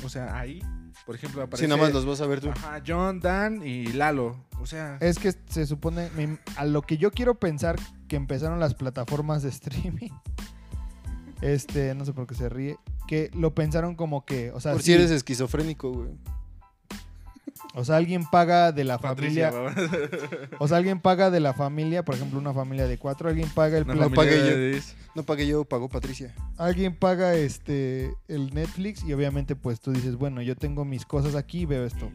C: O sea, ahí, por ejemplo, aparece.
A: Si nada más los vas a ver tú. Eh,
C: Ajá, John, Dan y Lalo. O sea.
B: es que se supone, me- a lo que yo quiero pensar que empezaron las plataformas de streaming. Este, no sé por qué se ríe. Que lo pensaron como que, o sea,
A: Por
B: sí,
A: si eres esquizofrénico, güey.
B: o sea, alguien paga de la
C: Patricia,
B: familia,
C: ¿verdad?
B: o sea, alguien paga de la familia, por ejemplo, una familia de cuatro, alguien paga el
C: Una
B: plan-
A: familia-
C: pagué
A: pagué yo. No pagué yo, pagó Patricia.
B: alguien paga este el Netflix y obviamente pues tú dices, bueno, yo tengo mis cosas aquí, veo esto.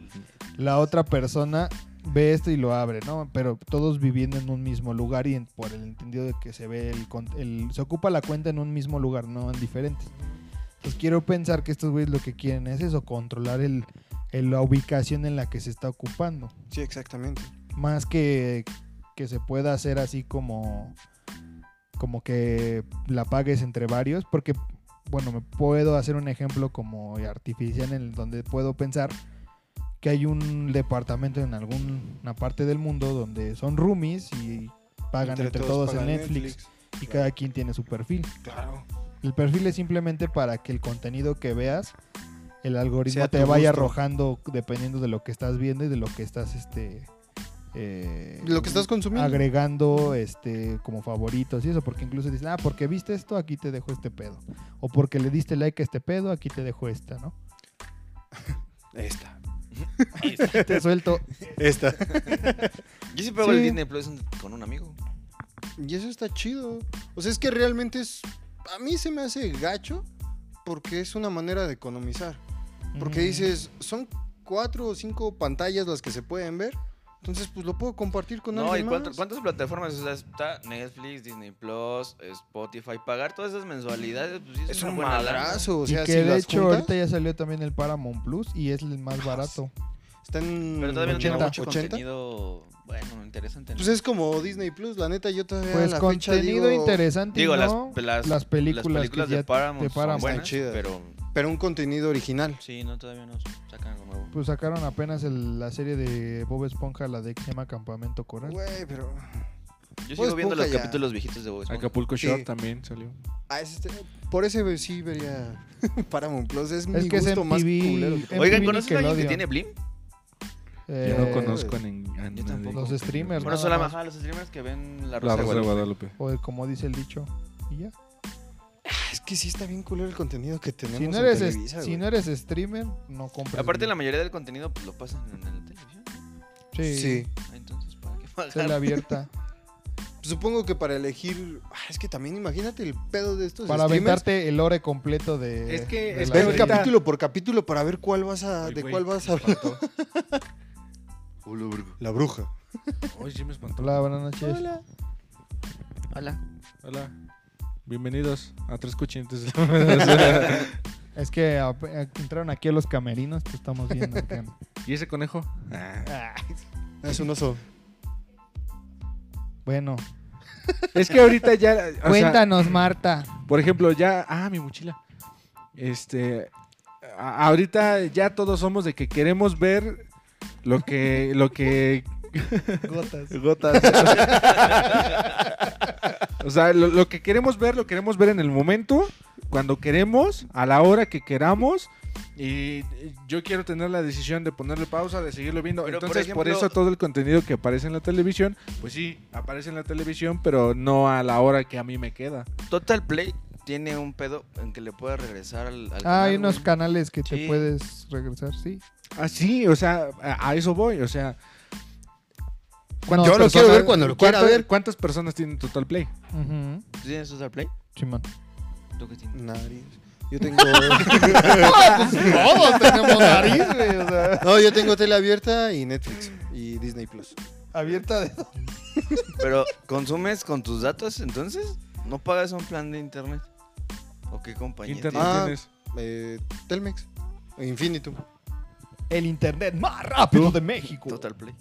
B: La otra persona ve esto y lo abre, ¿no? Pero todos viviendo en un mismo lugar y en- por el entendido de que se ve el, con- el- se ocupa la cuenta en un mismo lugar, no en diferentes. Entonces quiero pensar que estos güeyes lo que quieren es eso, controlar el, el- la ubicación en la que se está ocupando,
A: Sí, exactamente.
B: más que que se pueda hacer así como como que la pagues entre varios, porque bueno, me puedo hacer un ejemplo como artificial en el donde puedo pensar que hay un departamento en alguna parte del mundo donde son roomies y pagan entre, todos,
A: pagan
B: en Netflix, y
A: claro.
B: cada quien tiene su perfil.
A: Claro.
B: El perfil es simplemente para que el contenido que veas el algoritmo
A: Sea
B: te
A: tu
B: vaya
A: gusto.
B: arrojando dependiendo de lo que estás viendo y de lo que estás este eh,
A: Lo que estás consumiendo.
B: agregando este como favoritos y eso, porque incluso dicen, ah, porque viste esto, aquí te dejo este pedo. O porque le diste like a este pedo, aquí te dejo esta, ¿no?
A: Esta.
B: Te suelto.
A: Esta.
D: Yo siempre hago el
B: Sí.
D: Disney Plus con un amigo.
A: Y eso está chido. O sea, es que realmente es. A mí se me hace gacho porque es una manera de economizar. Porque
B: Ujú.
A: dices, son cuatro o cinco pantallas las que se pueden ver. Entonces, pues lo puedo compartir con
D: No, ¿y
A: alguien
D: cuánto-
A: más.
D: cuántas plataformas? O sea, está Netflix, Disney Plus, Spotify. Pagar todas esas mensualidades, pues sí es,
A: Es
D: una
A: un
D: buena lana.
A: madrazo. O
B: Y
A: sea,
B: que
A: si
B: de
A: las
B: hecho
A: juntas, Ah,
B: ahorita ya salió también el Paramount Plus y es el más barato.
A: está en
D: Pero todavía no tiene
A: 80,
D: mucho
A: 80.
D: contenido, bueno, interesante. ¿no?
A: Pues es como Disney Plus, la neta, yo todavía a
B: Pues
A: la fecha
B: contenido
A: digo,
B: interesante.
D: Digo,
B: y
D: las,
B: no,
D: las,
B: las películas,
D: las
B: que ya
D: de Paramount,
B: de Paramount.
D: son
A: Están
D: buenas,
A: chidas.
D: pero
A: Pero un contenido original.
D: sí, no, todavía no sacan algo nuevo.
B: Pues sacaron apenas el- la serie de Bob Esponja, la de que se llama Campamento Coral.
A: Güey, pero...
D: Yo
A: Bob
D: sigo viendo los
A: Esponja pues ya.
D: capítulos viejitos de
C: pues,
D: Bob Esponja.
C: Acapulco
A: Sí.
C: Shore también salió.
A: ah, ese está- por ese sí vería Paramount Plus. Es, mi
B: que es
A: gusto más
B: MTV.
A: culero. que tengo.
B: Oiga,
D: Oigan,
B: MTV
D: ¿conocen a alguien que
B: Nickelodeon.
D: tiene Blim?
B: Eh,
C: Yo no conozco a ningún. a
D: yo
C: nadie
D: tampoco.
B: Los
C: que-
B: streamers, nada
D: Bueno, solo
B: más.
D: ajá, los streamers que ven la
C: La
D: Rosa de
C: Rosa de
D: Guadalupe.
C: Guadalupe.
B: O de como dice el dicho. Y ya.
A: Ah, Es que sí está bien culero el contenido que tenemos
B: Si no,
A: en
B: eres, es-
A: Televisa,
B: si
A: güey.
B: no eres streamer, no compras.
D: Aparte, la
B: Blim.
D: mayoría del contenido pues, lo pasan en la televisión.
B: Sí,
A: Sí.
D: Ah, Entonces, ¿para qué
B: tele
D: pagar?
B: abierta.
A: Supongo que para elegir... Ah, Es que también imagínate el pedo de estos
B: para
A: streamers.
B: aventarte el ore completo de.
C: Es que-
B: de la
C: es que
A: Ver
B: serie.
C: ahorita-
A: capítulo por capítulo para ver cuál vas a,
C: Ay,
A: de
C: güey,
A: cuál vas a
C: me
A: hablar.
C: espantó.
A: La bruja.
C: Oye, sí me espantó.
B: Hola, buenas noches.
D: Hola.
C: Hola. Bienvenidos a Tres Cuchinitos.
B: Es que a- a- entraron aquí a los camerinos, te estamos viendo. acá.
C: ¿Y ese conejo? Ah.
A: Es un oso.
B: Bueno,
C: Es que ahorita ya. o sea,
B: cuéntanos, Marta.
C: por ejemplo, ya. Ah, mi mochila. Este. a- ahorita ya todos somos de que queremos ver lo que. Lo que
B: Gotas.
C: Gotas. o sea, lo, lo que queremos ver, lo queremos ver en el momento, cuando queremos, a la hora que queramos. Y y yo quiero tener la decisión de ponerle pausa, de seguirlo viendo.
D: Pero, por
C: Entonces, por,
D: ejemplo-
C: eso todo el contenido que aparece en la televisión, pues sí, aparece en la televisión, pero no a la hora que a mí me queda.
D: Total Play tiene un pedo en que le puedes regresar al. al
B: Ah,
D: canal,
B: hay unos
D: güey.
B: canales que te
D: Sí.
B: puedes regresar, sí.
C: Ah, sí, o sea, a, a eso voy, o sea. ¿cuántas
A: Yo lo quiero
B: personas-
A: ver cuando lo quiera
C: cuántas-
A: ver.
C: ¿Cuántas personas tienen Total Play?
B: Ujú,
D: ¿Tú tienes Total Play?
B: Simón.
D: ¿Tú qué tienes?
A: Nariz. Yo tengo.
B: pues,
A: todos tenemos nariz, güey. No, yo tengo tele abierta y Netflix y Disney Plus.
B: Abierta de.
D: Pero, ¿consumes con tus datos entonces? ¿No pagas un plan de internet? ¿O qué compañía?
C: Internet
D: tienes?
A: Ah.
C: tienes.
A: Eh, Telmex. Infinitum.
B: El internet más rápido de México.
D: Total Play.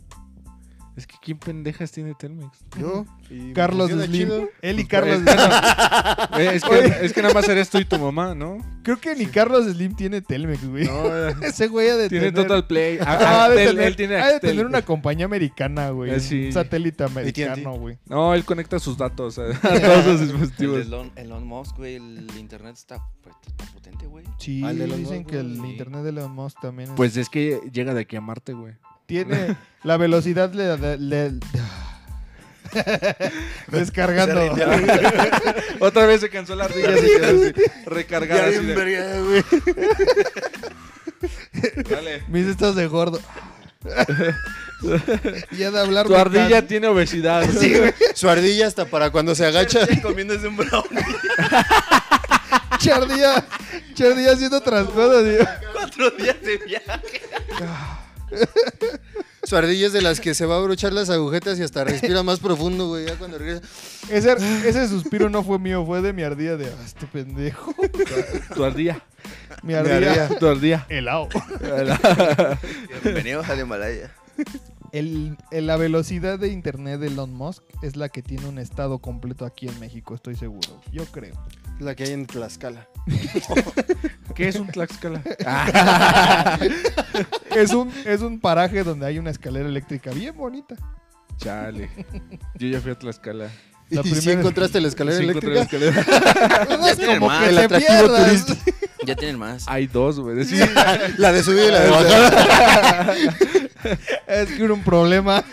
C: Es que ¿quién pendejas tiene Telmex?
A: Yo. y me
B: Carlos
A: funciona
B: Slim.
A: chido.
B: Él y
C: Pues,
B: Carlos
C: pues,
B: Slim.
C: Eh, es, que, es que nada más eres tú y tu mamá, ¿no?
B: Creo que ni Carlos Slim tiene Telmex, güey.
C: No, eh,
B: Ese güey ha de
C: tiene
B: tener...
C: Total Play. A-
B: Ah, ha de
C: Axtel,
B: tener-
C: él tiene
B: ha de
C: Axtel.
B: tener una compañía americana, güey.
C: Eh, sí.
B: Un satélite americano, güey.
C: No, él conecta sus datos a, a todos sus
D: El de
C: dispositivos.
D: Elon, Elon Musk, güey, el internet está, pues, está potente, güey.
B: Sí,
A: Al de Elon
B: dicen
A: Musk,
B: que el
D: güey.
B: internet de Elon Musk también es-
C: Pues es que llega de aquí a Marte, güey.
B: tiene la velocidad le, le- le- descargando.
C: Otra vez se cansó la ardilla, se quedó así, recargada. así de- Dale.
B: Mis estás de gordo. ya de hablar
C: Tu
B: me
C: ardilla
B: canso.
C: tiene obesidad.
A: Su ardilla hasta para cuando se agacha.
D: comiéndose un brownie.
B: Chardilla, Chardilla haciendo otras cosas, tío.
D: Cuatro días de viaje.
A: Su ardilla es de las que se va a abrochar las agujetas y hasta respira más profundo, güey. Ya cuando regresa.
B: Ese, ese suspiro no fue mío, fue de mi ardilla de, "Ah, este pendejo.
C: Tu ardilla.
B: Mi ardilla.
C: Tu ardilla.
B: Helado.
D: Bienvenidos al Himalaya.
B: El, el- la velocidad de internet de Elon Musk es la que tiene un estado completo aquí en México, estoy seguro. Yo creo.
A: La que hay en Tlaxcala.
C: ¿Qué es un Tlaxcala?
B: Es un, es un paraje donde hay una escalera eléctrica bien bonita.
C: Chale. Yo ya fui a Tlaxcala.
B: La
A: ¿Y si
B: primera-
A: encontraste la escalera
C: Sí, encontré la
A: eléctrica?
C: escalera.
B: No es
D: tiene
B: como
D: más.
B: que
A: El
B: te
A: atractivo
B: pierdas.
A: turístico.
D: Ya tienen más.
C: Hay dos, güey. Sí,
A: La de subida y la de bajar.
B: Es que era un problema.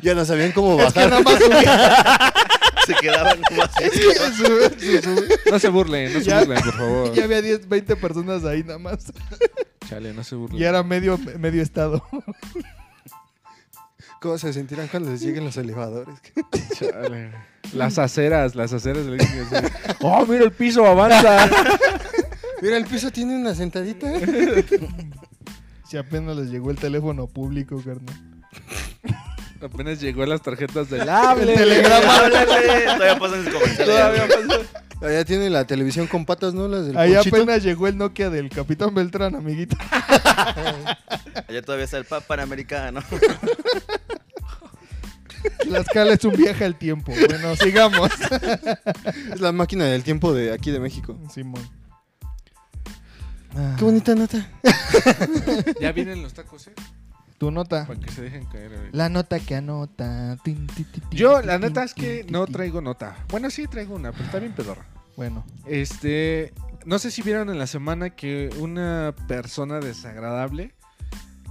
A: Ya no sabían cómo
B: Es que
A: bajar.
B: nada más subía.
D: Se quedaban nomás.
C: No se burlen, no se
B: Ya.
C: burlen, por favor.
B: Ya había 10, 20 personas ahí nada más.
C: Chale, no se burlen.
B: Y era medio, medio estado.
A: ¿Cómo se sentirán cuando les lleguen los elevadores?
C: Chale. Las aceras, las aceras. del- Oh, mira el piso avanza.
A: Mira, el piso tiene una sentadita.
B: Si apenas les llegó el teléfono público, carnal.
C: Apenas llegó las tarjetas del
B: El
C: hable.
B: telegrama.
D: Háblale. Todavía pasan sus comerciales.
C: Todavía
D: güey.
C: pasó.
A: Allá tiene la televisión con patas, ¿no? Las del
B: Ahí
A: Ponchito.
B: apenas llegó el Nokia del Capitán Beltrán, amiguita.
D: Allá todavía está el pa- panamericano.
B: Tlaxcala es un viaje al tiempo. Bueno, sigamos.
A: Es la máquina del tiempo de aquí de México.
B: Simón.
A: Qué bonita nota.
C: Ya vienen los tacos, ¿eh?
B: Tu nota.
C: Para que se dejen caer. ahorita.
B: La nota que anota. Tin, ti, ti, ti,
C: Yo,
B: ti,
C: la
B: tin,
C: neta es
B: tin,
C: que
B: ti,
C: no
B: ti.
C: traigo nota. Bueno, sí traigo una, pero está bien pedorra.
B: Bueno,
C: Este, no sé si vieron en la semana que una persona desagradable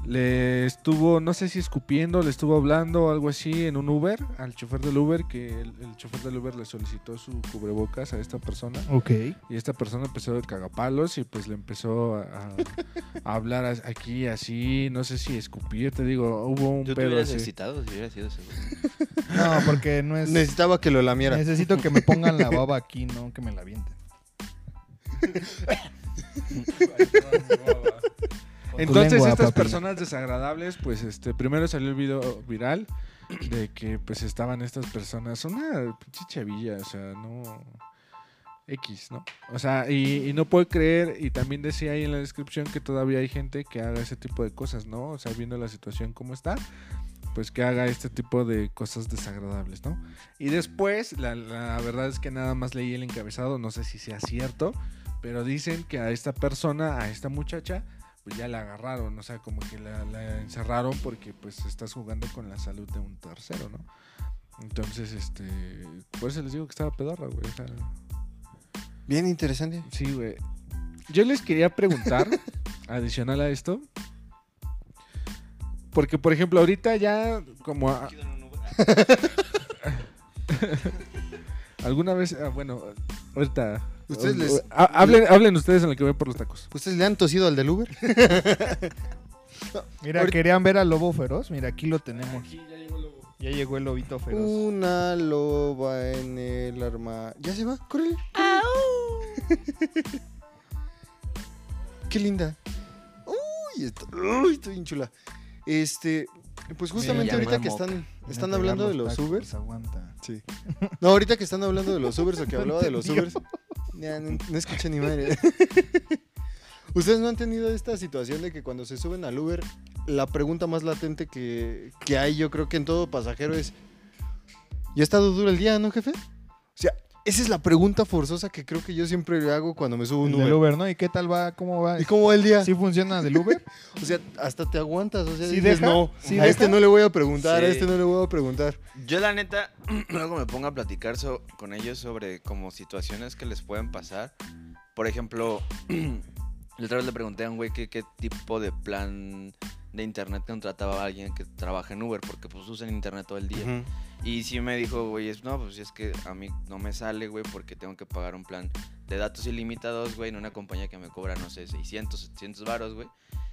C: le estuvo, no sé si escupiendo, le estuvo hablando o algo así en un Uber, al chofer del Uber, que el, el chofer del Uber le solicitó su cubrebocas a esta persona.
B: ok.
C: Y esta persona empezó de cagapalos y pues le empezó a, a- a hablar as- aquí así, no sé si escupir, te digo, hubo un
D: Yo te
C: pedo
D: hubieras
C: así.
D: excitado si hubiera sido seguro.
B: No, porque no es.
A: Necesitaba que lo lamiera.
B: Necesito que me pongan la baba aquí, no que me la avienten.
C: Entonces
B: lengua,
C: estas
B: papi.
C: personas desagradables, pues este, primero salió el video viral de que pues estaban estas personas, una pinche chavilla, o sea, no X, ¿no? O sea, y, y no puedo creer, y también decía ahí en la descripción que todavía hay gente que haga ese tipo de cosas, ¿no? O sea, viendo la situación como está, pues que haga este tipo de cosas desagradables, ¿no? Y después, la, la verdad es que nada más leí el encabezado, no sé si sea cierto, pero dicen que a esta persona, a esta muchacha, pues ya la agarraron, o sea, como que la, la encerraron porque pues estás jugando con la salud de un tercero, ¿no? Entonces, este, por eso les digo que estaba pedorra, güey. o sea,
A: Bien interesante.
C: sí, güey. Yo les quería preguntar, adicional a esto, porque por ejemplo, ahorita ya como a- alguna vez, ah, bueno, ahorita
A: Ustedes
C: o-
A: les-
C: o- ha- hablen, hablen ustedes en lo que voy por los tacos.
A: ¿Ustedes le han tosido al del Uber?
B: Mira,
A: Ahorita-
B: querían ver al lobo feroz. Mira, aquí lo tenemos. ya llegó el lobito feroz.
A: Una loba en el arma. ¿Ya se va? ¡Córrele! ¡Qué linda! ¡Uy! está- uy, Estoy bien chula. Este, pues justamente
D: llama
A: ahorita que
D: Moca.
A: están,
B: Ven a
A: están
B: pegar
A: hablando de los
B: tacos,
A: Ubers.
B: Aguanta.
A: Sí. No, ahorita que están hablando de los Ubers o que hablaba de los
B: entendió.
A: Ubers. ya, no, no escuché ni madre. ¿Ustedes no han tenido esta situación de que cuando se suben al Uber, la pregunta más latente que, que hay, yo creo que en todo pasajero es: ¿Ya ha estado duro el día, no, jefe? O sea, esa es la pregunta forzosa que creo que yo siempre le hago cuando me subo a
B: El
A: un
B: del
A: Uber.
B: Uber, ¿no? ¿Y qué tal va? ¿Cómo va?
A: ¿Y cómo va el día?
B: ¿Sí funciona del Uber?
A: O sea, hasta te aguantas. O sea,
B: ¿Sí
A: dices,
B: deja?
A: no,
B: ¿Sí
A: a este
B: deja?
A: no le voy a preguntar, a
D: Sí.
A: este no le voy a preguntar.
D: Yo la neta, luego me pongo a platicar so- con ellos sobre como situaciones que les pueden pasar. Por ejemplo, la otra vez le pregunté a un güey que qué tipo de plan de internet contrataba a alguien que trabaja en Uber, porque pues usan internet todo el día. Y sí me dijo, güey, es, no, pues es que a mí no me sale, güey, porque tengo que pagar un plan de datos ilimitados, güey, en una compañía que me cobra, no sé, 600, 700 varos, güey.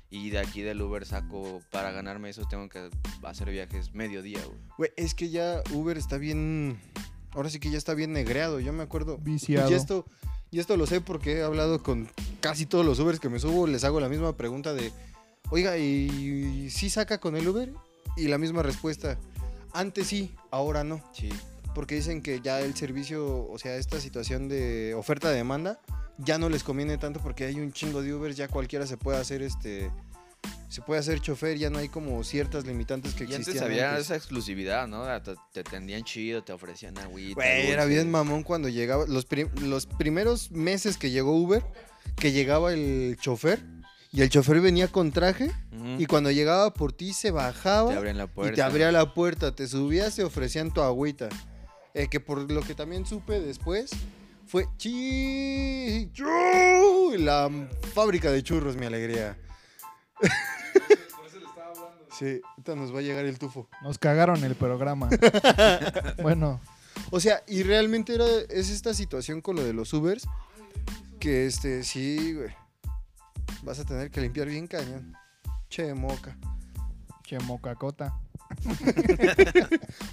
D: Y de aquí del Uber saco, para ganarme eso tengo que hacer viajes mediodía, güey.
A: Güey, es que ya Uber está bien. Ahora sí que ya está bien negreado. Yo me acuerdo.
B: Viciado.
A: Y esto, y esto lo sé porque he hablado con casi todos los Ubers que me subo. Les hago la misma pregunta de. Oiga, ¿y, si saca con el Uber? Y la misma respuesta. Antes sí, ahora no.
D: Sí.
A: Porque dicen que ya el servicio, o sea, esta situación de oferta-demanda, ya no les conviene tanto porque hay un chingo de Ubers, ya cualquiera se puede hacer este. Se puede hacer chofer, ya no hay como ciertas limitantes que
D: Y
A: existían.
D: antes había
A: antes.
D: esa exclusividad, ¿no? Te, te atendían chido, te ofrecían agüita.
A: Güey, era
D: dulces.
A: bien mamón cuando llegaba. Los, prim- los primeros meses que llegó Uber, que llegaba el chofer. Y el chofer venía con traje.
D: Ujú.
A: Y cuando llegaba por ti, se
D: te
A: bajaba.
D: abrían la
A: y
D: puerta.
A: te abría la puerta. Te subías, te ofrecían tu agüita. Eh, que por lo que también supe después, fue Chichu, la fábrica de churros, mi alegría. Sí, ahorita nos va a llegar el tufo.
B: Nos cagaron el programa. bueno,
A: O sea, y realmente era, es esta situación con lo de los Ubers. Que este, sí, güey. Vas a tener que limpiar bien cañón. Che, moca.
B: che mocacota.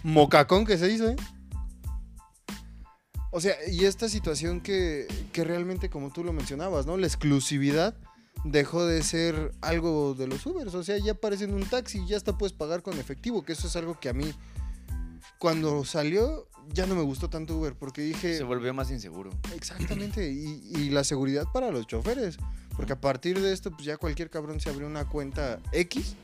A: Mocacón que se hizo, ¿eh? O sea, y esta situación que, que realmente, como tú lo mencionabas, ¿no? La exclusividad dejó de ser algo de los Ubers. O sea, ya aparecen un taxi y ya hasta puedes pagar con efectivo. Que eso es algo que a mí, cuando salió, ya no me gustó tanto Uber. Porque dije,
D: Se volvió más inseguro.
A: Exactamente, y, y la seguridad para los choferes, porque a partir de esto, pues ya cualquier cabrón se abrió una cuenta X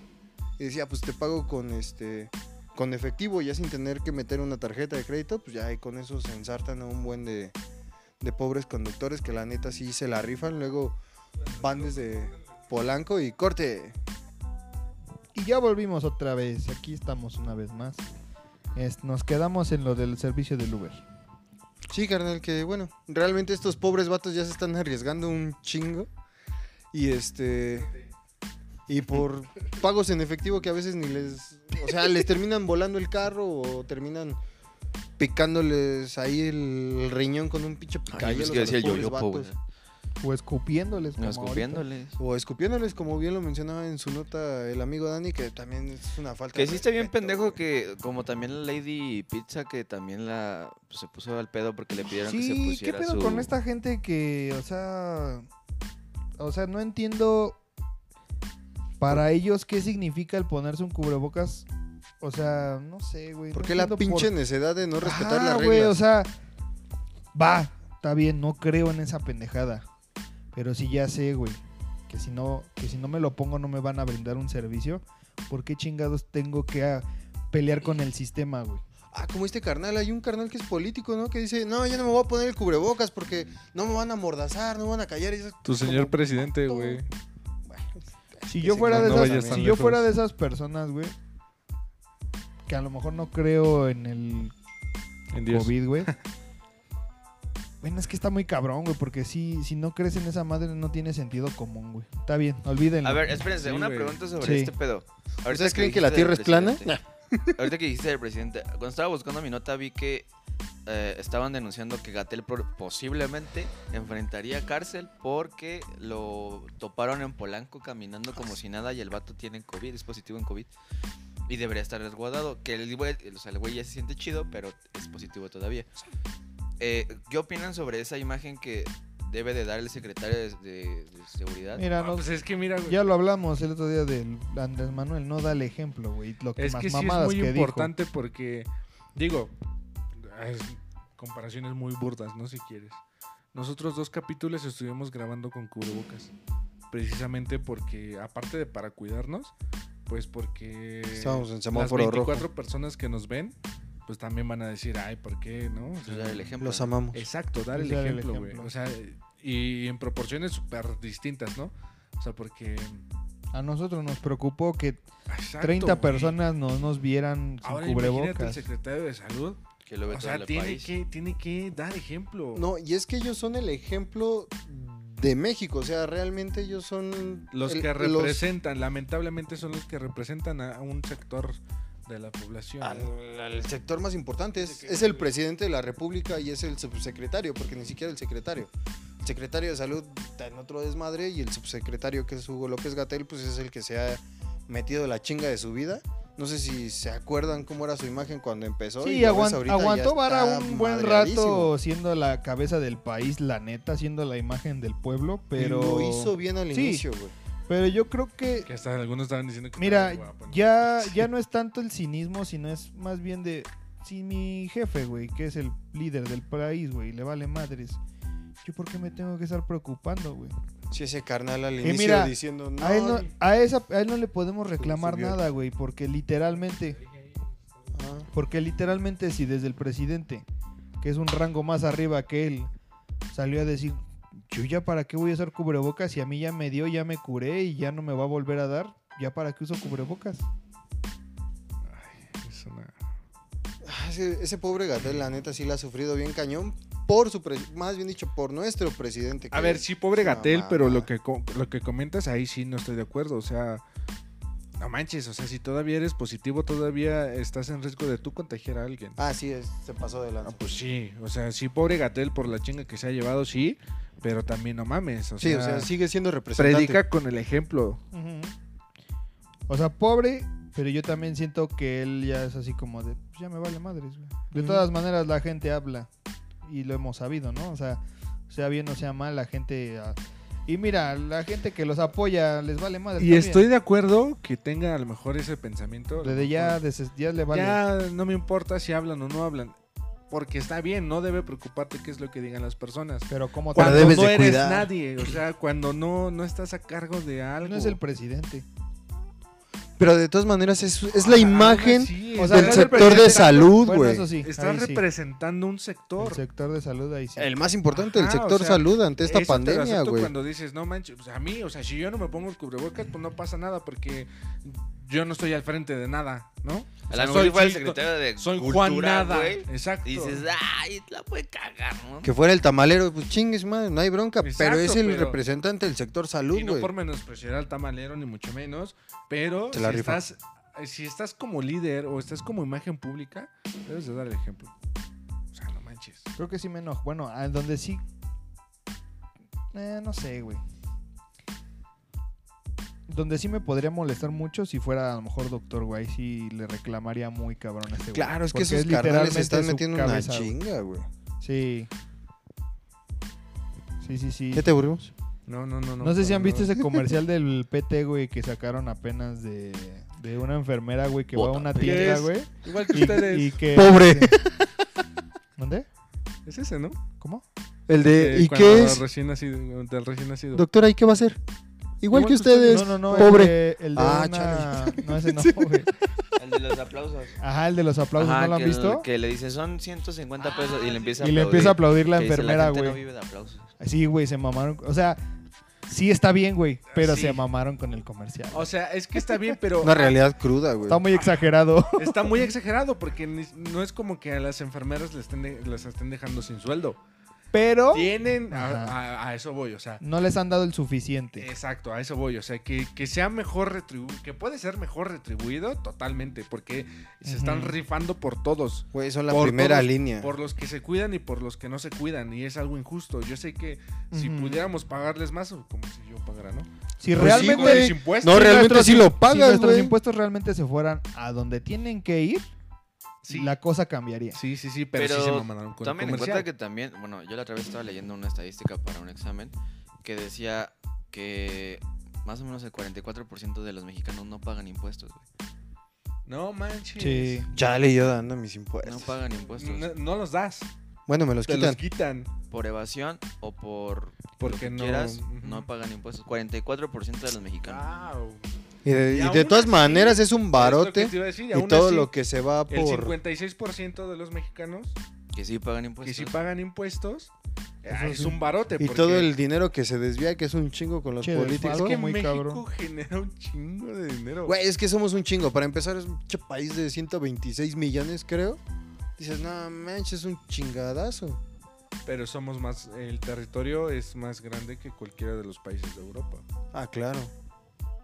A: y decía, pues te pago con este con efectivo, ya sin tener que meter una tarjeta de crédito, pues ya ahí con eso se ensartan a un buen de, de pobres conductores que la neta sí se la rifan, luego van desde Polanco y corte.
B: Y ya volvimos otra vez. Aquí estamos una vez más. Es- nos quedamos en lo del servicio del Uber.
A: Sí, carnal, que bueno, realmente estos pobres vatos ya se están arriesgando un chingo. Y este. Y por pagos en efectivo que a veces ni les. O sea, les terminan volando el carro o terminan picándoles ahí el riñón con un pinche
D: Ay,
A: picayelo
D: es que decía yo, yo pobre.
A: vatos,
B: O escupiéndoles.
D: No,
B: como ahorita.
D: escupiéndoles.
A: O escupiéndoles, como bien lo mencionaba en su nota el amigo Dani, que también es una falta.
D: Que
A: de
D: sí está bien
A: respeto,
D: pendejo
A: güey.
D: que, como también la Lady Pizza, que también la pues, se puso al pedo porque le pidieron que se
B: Sí, ¿qué
D: pusiera
B: pedo
D: su-
B: con esta gente que, o sea, o sea, no entiendo para ellos qué significa el ponerse un cubrebocas. O sea, no sé, güey.
A: ¿Por
B: no
A: qué la
B: entiendo
A: pinche
B: por-
A: necedad de no respetar
D: Ah,
B: Ajá,
A: las reglas?
B: Ah, güey, o sea, va, está bien, no creo en esa pendejada. Pero sí ya sé, güey, que si no que si no me lo pongo no me van a brindar un servicio. ¿Por qué chingados tengo que ah, pelear con el sistema, güey?
A: Ah, como este carnal, hay un carnal que es político, ¿no? Que dice, no, yo no me voy a poner el cubrebocas porque no me van a mordazar, no me van a callar. Y dices,
C: Tu señor presidente, güey.
A: Bueno,
B: Si
A: que
B: yo
A: sí,
B: fuera
A: no,
B: de
A: no
B: esas,
A: vayas tan
B: si yo
C: lejos.
B: fuera de esas personas, güey, que a lo mejor no creo en el
C: En Dios.
B: COVID, güey. Bueno, es que está muy cabrón, güey, porque si, si no crees en esa madre no tiene sentido común, güey. Está bien, olvídenlo.
D: A ver, espérense,
C: Sí,
D: una
C: güey.
D: pregunta sobre
B: Sí.
D: este pedo.
C: Pues
D: Ahorita
A: ¿Ustedes creen que la
D: dijiste
A: Tierra
D: del
A: es plana?
D: presidente- Ahorita que dijiste del presidente, cuando estaba buscando mi nota vi que eh, estaban denunciando que Gatel posiblemente enfrentaría cárcel porque lo toparon en Polanco caminando como si nada y el vato tiene COVID, es positivo en COVID. Y debería estar resguardado. Que el güey, o sea, el güey ya se siente chido, pero es positivo todavía. Eh, ¿Qué opinan sobre esa imagen que debe de dar el secretario de, de- de seguridad?
B: Mira,
C: Ah,
B: no-
C: pues es que mira, güey.
B: ya lo hablamos el otro día del Andrés Manuel, no da el ejemplo, güey. Lo que
C: Es
B: más
C: que sí es
B: mamadas
C: muy
B: que dijo.
C: importante porque, digo, ay, comparaciones muy burdas, ¿no? Si quieres. Nosotros dos capítulos estuvimos grabando con cubrebocas. Precisamente porque, aparte de para cuidarnos, pues porque
A: Estábamos en
C: las
A: semáforo
C: 24
A: rojo.
C: personas que nos ven, pues también van a decir, ay, ¿por qué? ¿No? O sea,
D: Pues, Dar el ejemplo.
A: Los amamos.
C: Exacto, dar
B: Es
C: el
B: dar Pues, el
C: ejemplo, güey.
B: ejemplo.
C: O sea, y en proporciones súper distintas, ¿no? O sea, porque...
B: A nosotros nos preocupó que
C: Exacto,
B: 30
C: güey.
B: personas no nos vieran sin
C: Ahora imagínate el
B: cubrebocas.
C: secretario de salud
D: Que lo ve
C: O
D: todo
C: sea,
D: el
C: tiene
D: país.
C: que, tiene que dar ejemplo.
A: No, y es que ellos son el ejemplo de México. O sea, realmente ellos son...
C: los
A: el-
C: que
A: los-
C: representan, lamentablemente son los que representan a a un sector de la población.
A: al- al sector más importante. Es, es el presidente de la República y es el subsecretario, porque ni siquiera el secretario. El secretario de salud está en otro desmadre y el subsecretario que es Hugo López Gatel, pues es el que se ha metido la chinga de su vida. No sé si se acuerdan cómo era su imagen cuando empezó. y
B: Sí,
A: lo ves
B: aguan-
A: ahorita y ya
B: aguantó vara
A: está
B: un buen
A: madreadísimo.
B: rato siendo la cabeza del país, la neta, siendo la imagen del pueblo, pero...
A: Lo hizo bien al
B: Sí.
A: inicio, güey.
B: Pero yo creo que,
C: Que hasta algunos estaban diciendo que
B: mira,
C: estaba guapo, ¿no?
B: ya, ya no es tanto el cinismo, sino es más bien de... Si mi jefe, güey, que es el líder del país, güey, le vale madres, ¿yo por qué me tengo que estar preocupando, güey?
A: Sí, ese carnal al
B: Y
A: inicio
B: mira,
A: diciendo, no,
B: a, él no, a esa, a él no le podemos reclamar
A: subió.
B: nada, güey, porque literalmente...
A: ah,
B: Porque literalmente si desde el presidente, que es un rango más arriba que él, salió a decir, yo ya para qué voy a usar cubrebocas si a mí ya me dio, ya me curé y ya no me va a volver a dar, ya para qué uso cubrebocas.
C: Es una-
A: ah, ese, ese pobre Gatel, la neta, sí la ha sufrido bien cañón. por su pres- más bien dicho, por nuestro presidente.
C: A
A: que
C: ver,
A: es
C: sí, pobre
A: una
C: Gatel, pero lo
A: mamada.
C: que, co- lo que comentas ahí sí no estoy de acuerdo. O sea, no manches, o sea, si todavía eres positivo, todavía estás en riesgo de tú contagiar a alguien.
A: Ah, sí, es- se pasó de
C: Ah,
A: lanza.
C: pues sí, o sea, sí, pobre Gatel por la chinga que se ha llevado, sí, pero también no mames. O
A: sí,
C: sea,
A: o sea, sigue siendo representante.
C: predica con el ejemplo.
B: Ujú. O sea, pobre, pero yo también siento que él ya es así como de, "Pues ya me vale madres, güey". De
C: Ujú.
B: todas maneras, la gente habla y lo hemos sabido, ¿no? O sea, sea bien o sea mal, la gente... ah, Y mira, la gente que los apoya les vale madre.
C: Y
B: también.
C: estoy de acuerdo que tenga a lo mejor ese pensamiento. a lo
B: Desde ya,
C: mejor,
B: desde ya le vale.
C: Ya no me importa si hablan o no hablan. Porque está bien, no debe preocuparte qué es lo que digan las personas.
B: Pero como
A: Pero
C: Cuando
A: debes
C: no
A: de
C: eres
A: cuidar.
C: nadie, o sea, cuando no, no estás a cargo de algo. Ah,
B: no es el presidente.
A: Pero de todas maneras es, es
C: Ah,
A: la imagen
C: aún así,
B: o sea,
A: del
B: no es el
A: sector de
B: presidente.
A: salud,
B: Bueno,
A: güey.
B: eso sí.
C: Estás
B: ahí sí.
C: representando un
B: El
C: sector.
B: sector de salud ahí sí.
A: El más importante, el
C: Ajá, o
A: sector
C: sea,
A: salud ante esta
C: Eso te lo
A: pandemia,
C: acepto
A: güey.
C: Cuando dices, no manches, pues, a mí, o sea, si yo no me pongo el cubrebocas, pues no pasa nada porque yo no estoy al frente de nada, ¿no?
D: A
C: O
D: la
C: sea,
D: mejor fue el
C: Chito-
D: secretario de
C: Soy
D: Cultura,
C: Juan Nada.
D: güey.
C: Exacto.
D: Y dices, "Ah, ay, la puede cagar, ¿no?
A: Que fuera el tamalero, pues chingues, madre, no hay bronca. pero
C: Exacto,
A: es el
C: pero-
A: representante del sector salud,
C: y no
A: güey.
C: por menospreciar al tamalero, ni mucho menos, pero
A: Te
C: si
A: la rifa.
C: estás, eh, si estás como líder o estás como imagen pública, debes de dar el ejemplo. O sea, no manches.
B: Creo que sí me enojo. Bueno, a donde sí. Eh, no sé, güey. Donde sí me podría molestar mucho si fuera a lo mejor doctor, güey. Ahí sí le reclamaría muy cabrón a este güey.
A: Claro, es que
B: Porque
A: esos carnales
B: literalmente
A: se están
B: su
A: metiendo
B: cabeza,
A: una
B: güey.
A: chinga, güey.
B: Sí. Sí, sí, sí.
A: ¿Ya te aburrimos?
C: No, no, no. No,
B: No sé si
C: para
B: han visto
C: nada.
B: ese comercial del PT, güey, que sacaron apenas de, de una enfermera, güey, que va a
D: Puta,
B: una
C: ¿qué
B: tienda,
C: es?
B: güey.
C: Igual que
B: Y,
C: ustedes.
B: y que.
A: Pobre.
B: ¿Dónde?
C: Es ese, ¿no?
B: ¿Cómo?
A: El de,
C: Eh,
A: ¿y
C: cuando
A: qué es?
C: Recién nacido, del recién nacido.
A: Doctora, ¿y qué va a hacer? Igual,
C: Igual pues,
A: que
C: que
A: ustedes.
B: No, no, no.
A: Pobre.
B: El de, el de
A: Ah,
B: una-
A: chale.
B: No, ese no, güey.
D: El de los aplausos.
B: Ajá, el de los aplausos,
D: Ajá,
B: ¿no lo han
D: que,
B: visto?
D: que le dice, son
C: Ah,
D: 150 pesos y le empieza a
B: Y le
D: aplaudir.
B: empieza a aplaudir la
D: Que dice,
B: enfermera,
D: gente no
B: güey.
D: vive de aplausos.
B: Sí, güey, se mamaron. O sea, sí está bien, güey, pero
C: Sí. Ah,
B: se mamaron con el comercial.
C: O sea, es que está bien, pero
A: Una realidad cruda, güey.
B: Está muy exagerado.
C: está muy exagerado porque ni- no es como que a las enfermeras les estén, de- las estén dejando sin sueldo.
B: Pero
C: Tienen, a,
B: Ajá.
C: a- a eso voy, o sea,
B: no les han dado el suficiente.
C: Exacto, a eso voy. O sea, que, que sea mejor retribuido, que puede ser mejor retribuido totalmente, porque se están
B: Ujú.
C: rifando por todos.
A: Güey, son la
C: Por
A: primera
C: todos,
A: línea.
C: Por los que se cuidan y por los que no se cuidan. Y es algo injusto. Yo sé que si
B: Ujú.
C: pudiéramos pagarles más, como si yo pagara, ¿no?
B: Si
A: Pues sí,
B: realmente,
C: con mis
A: güey.
C: impuestos.
A: No, realmente
B: nuestros-
A: sí lo
B: si
A: pagas,
B: nuestros
A: güey.
B: impuestos realmente se fueran a donde tienen que ir,
C: Sí.
B: la cosa cambiaría.
C: Sí, sí, sí, pero,
D: Pero
C: sí se mamaron con el
D: Tomen en cuenta
C: comercial.
D: que también, bueno, yo la otra vez estaba leyendo una estadística para un examen que decía que más o menos el 44% de los mexicanos no pagan impuestos, güey.
C: No manches.
B: Sí.
A: Chale, yo dando mis
D: No
A: impuestos.
D: pagan impuestos
C: Pues, No, no los das.
A: bueno, me los
C: te
A: quitan.
C: los quitan.
D: por evasión o por lo
C: Porque
D: que
C: no.
D: quieras,
C: ujú.
D: no pagan impuestos. 44% de los mexicanos.
C: Wow.
A: Y de,
C: Y
A: y de
C: aún
A: todas
C: así,
A: maneras es un
C: Es lo que
A: barote.
C: te iba a decir,
A: Y
C: aún
A: todo
C: así,
A: lo que se va
C: El
A: por.
C: 56% de los mexicanos
D: Que sí pagan
C: Ah. que
D: impuestos.
C: si pagan impuestos ah,
B: Eso
C: es
B: sí.
C: un barote.
A: Y
C: porque
A: todo el dinero que se desvía, que es un chingo con los
B: Che,
A: políticos.
C: es
B: algo
C: que
B: muy
C: México
B: cabrón.
C: genera un chingo de dinero.
A: Güey, es que somos un chingo. Para empezar, es un che país de 126 millones, creo. Dices, no manches, es un chingadazo.
C: Pero somos más, el territorio es más grande que cualquiera de los países de Europa.
A: Ah, claro.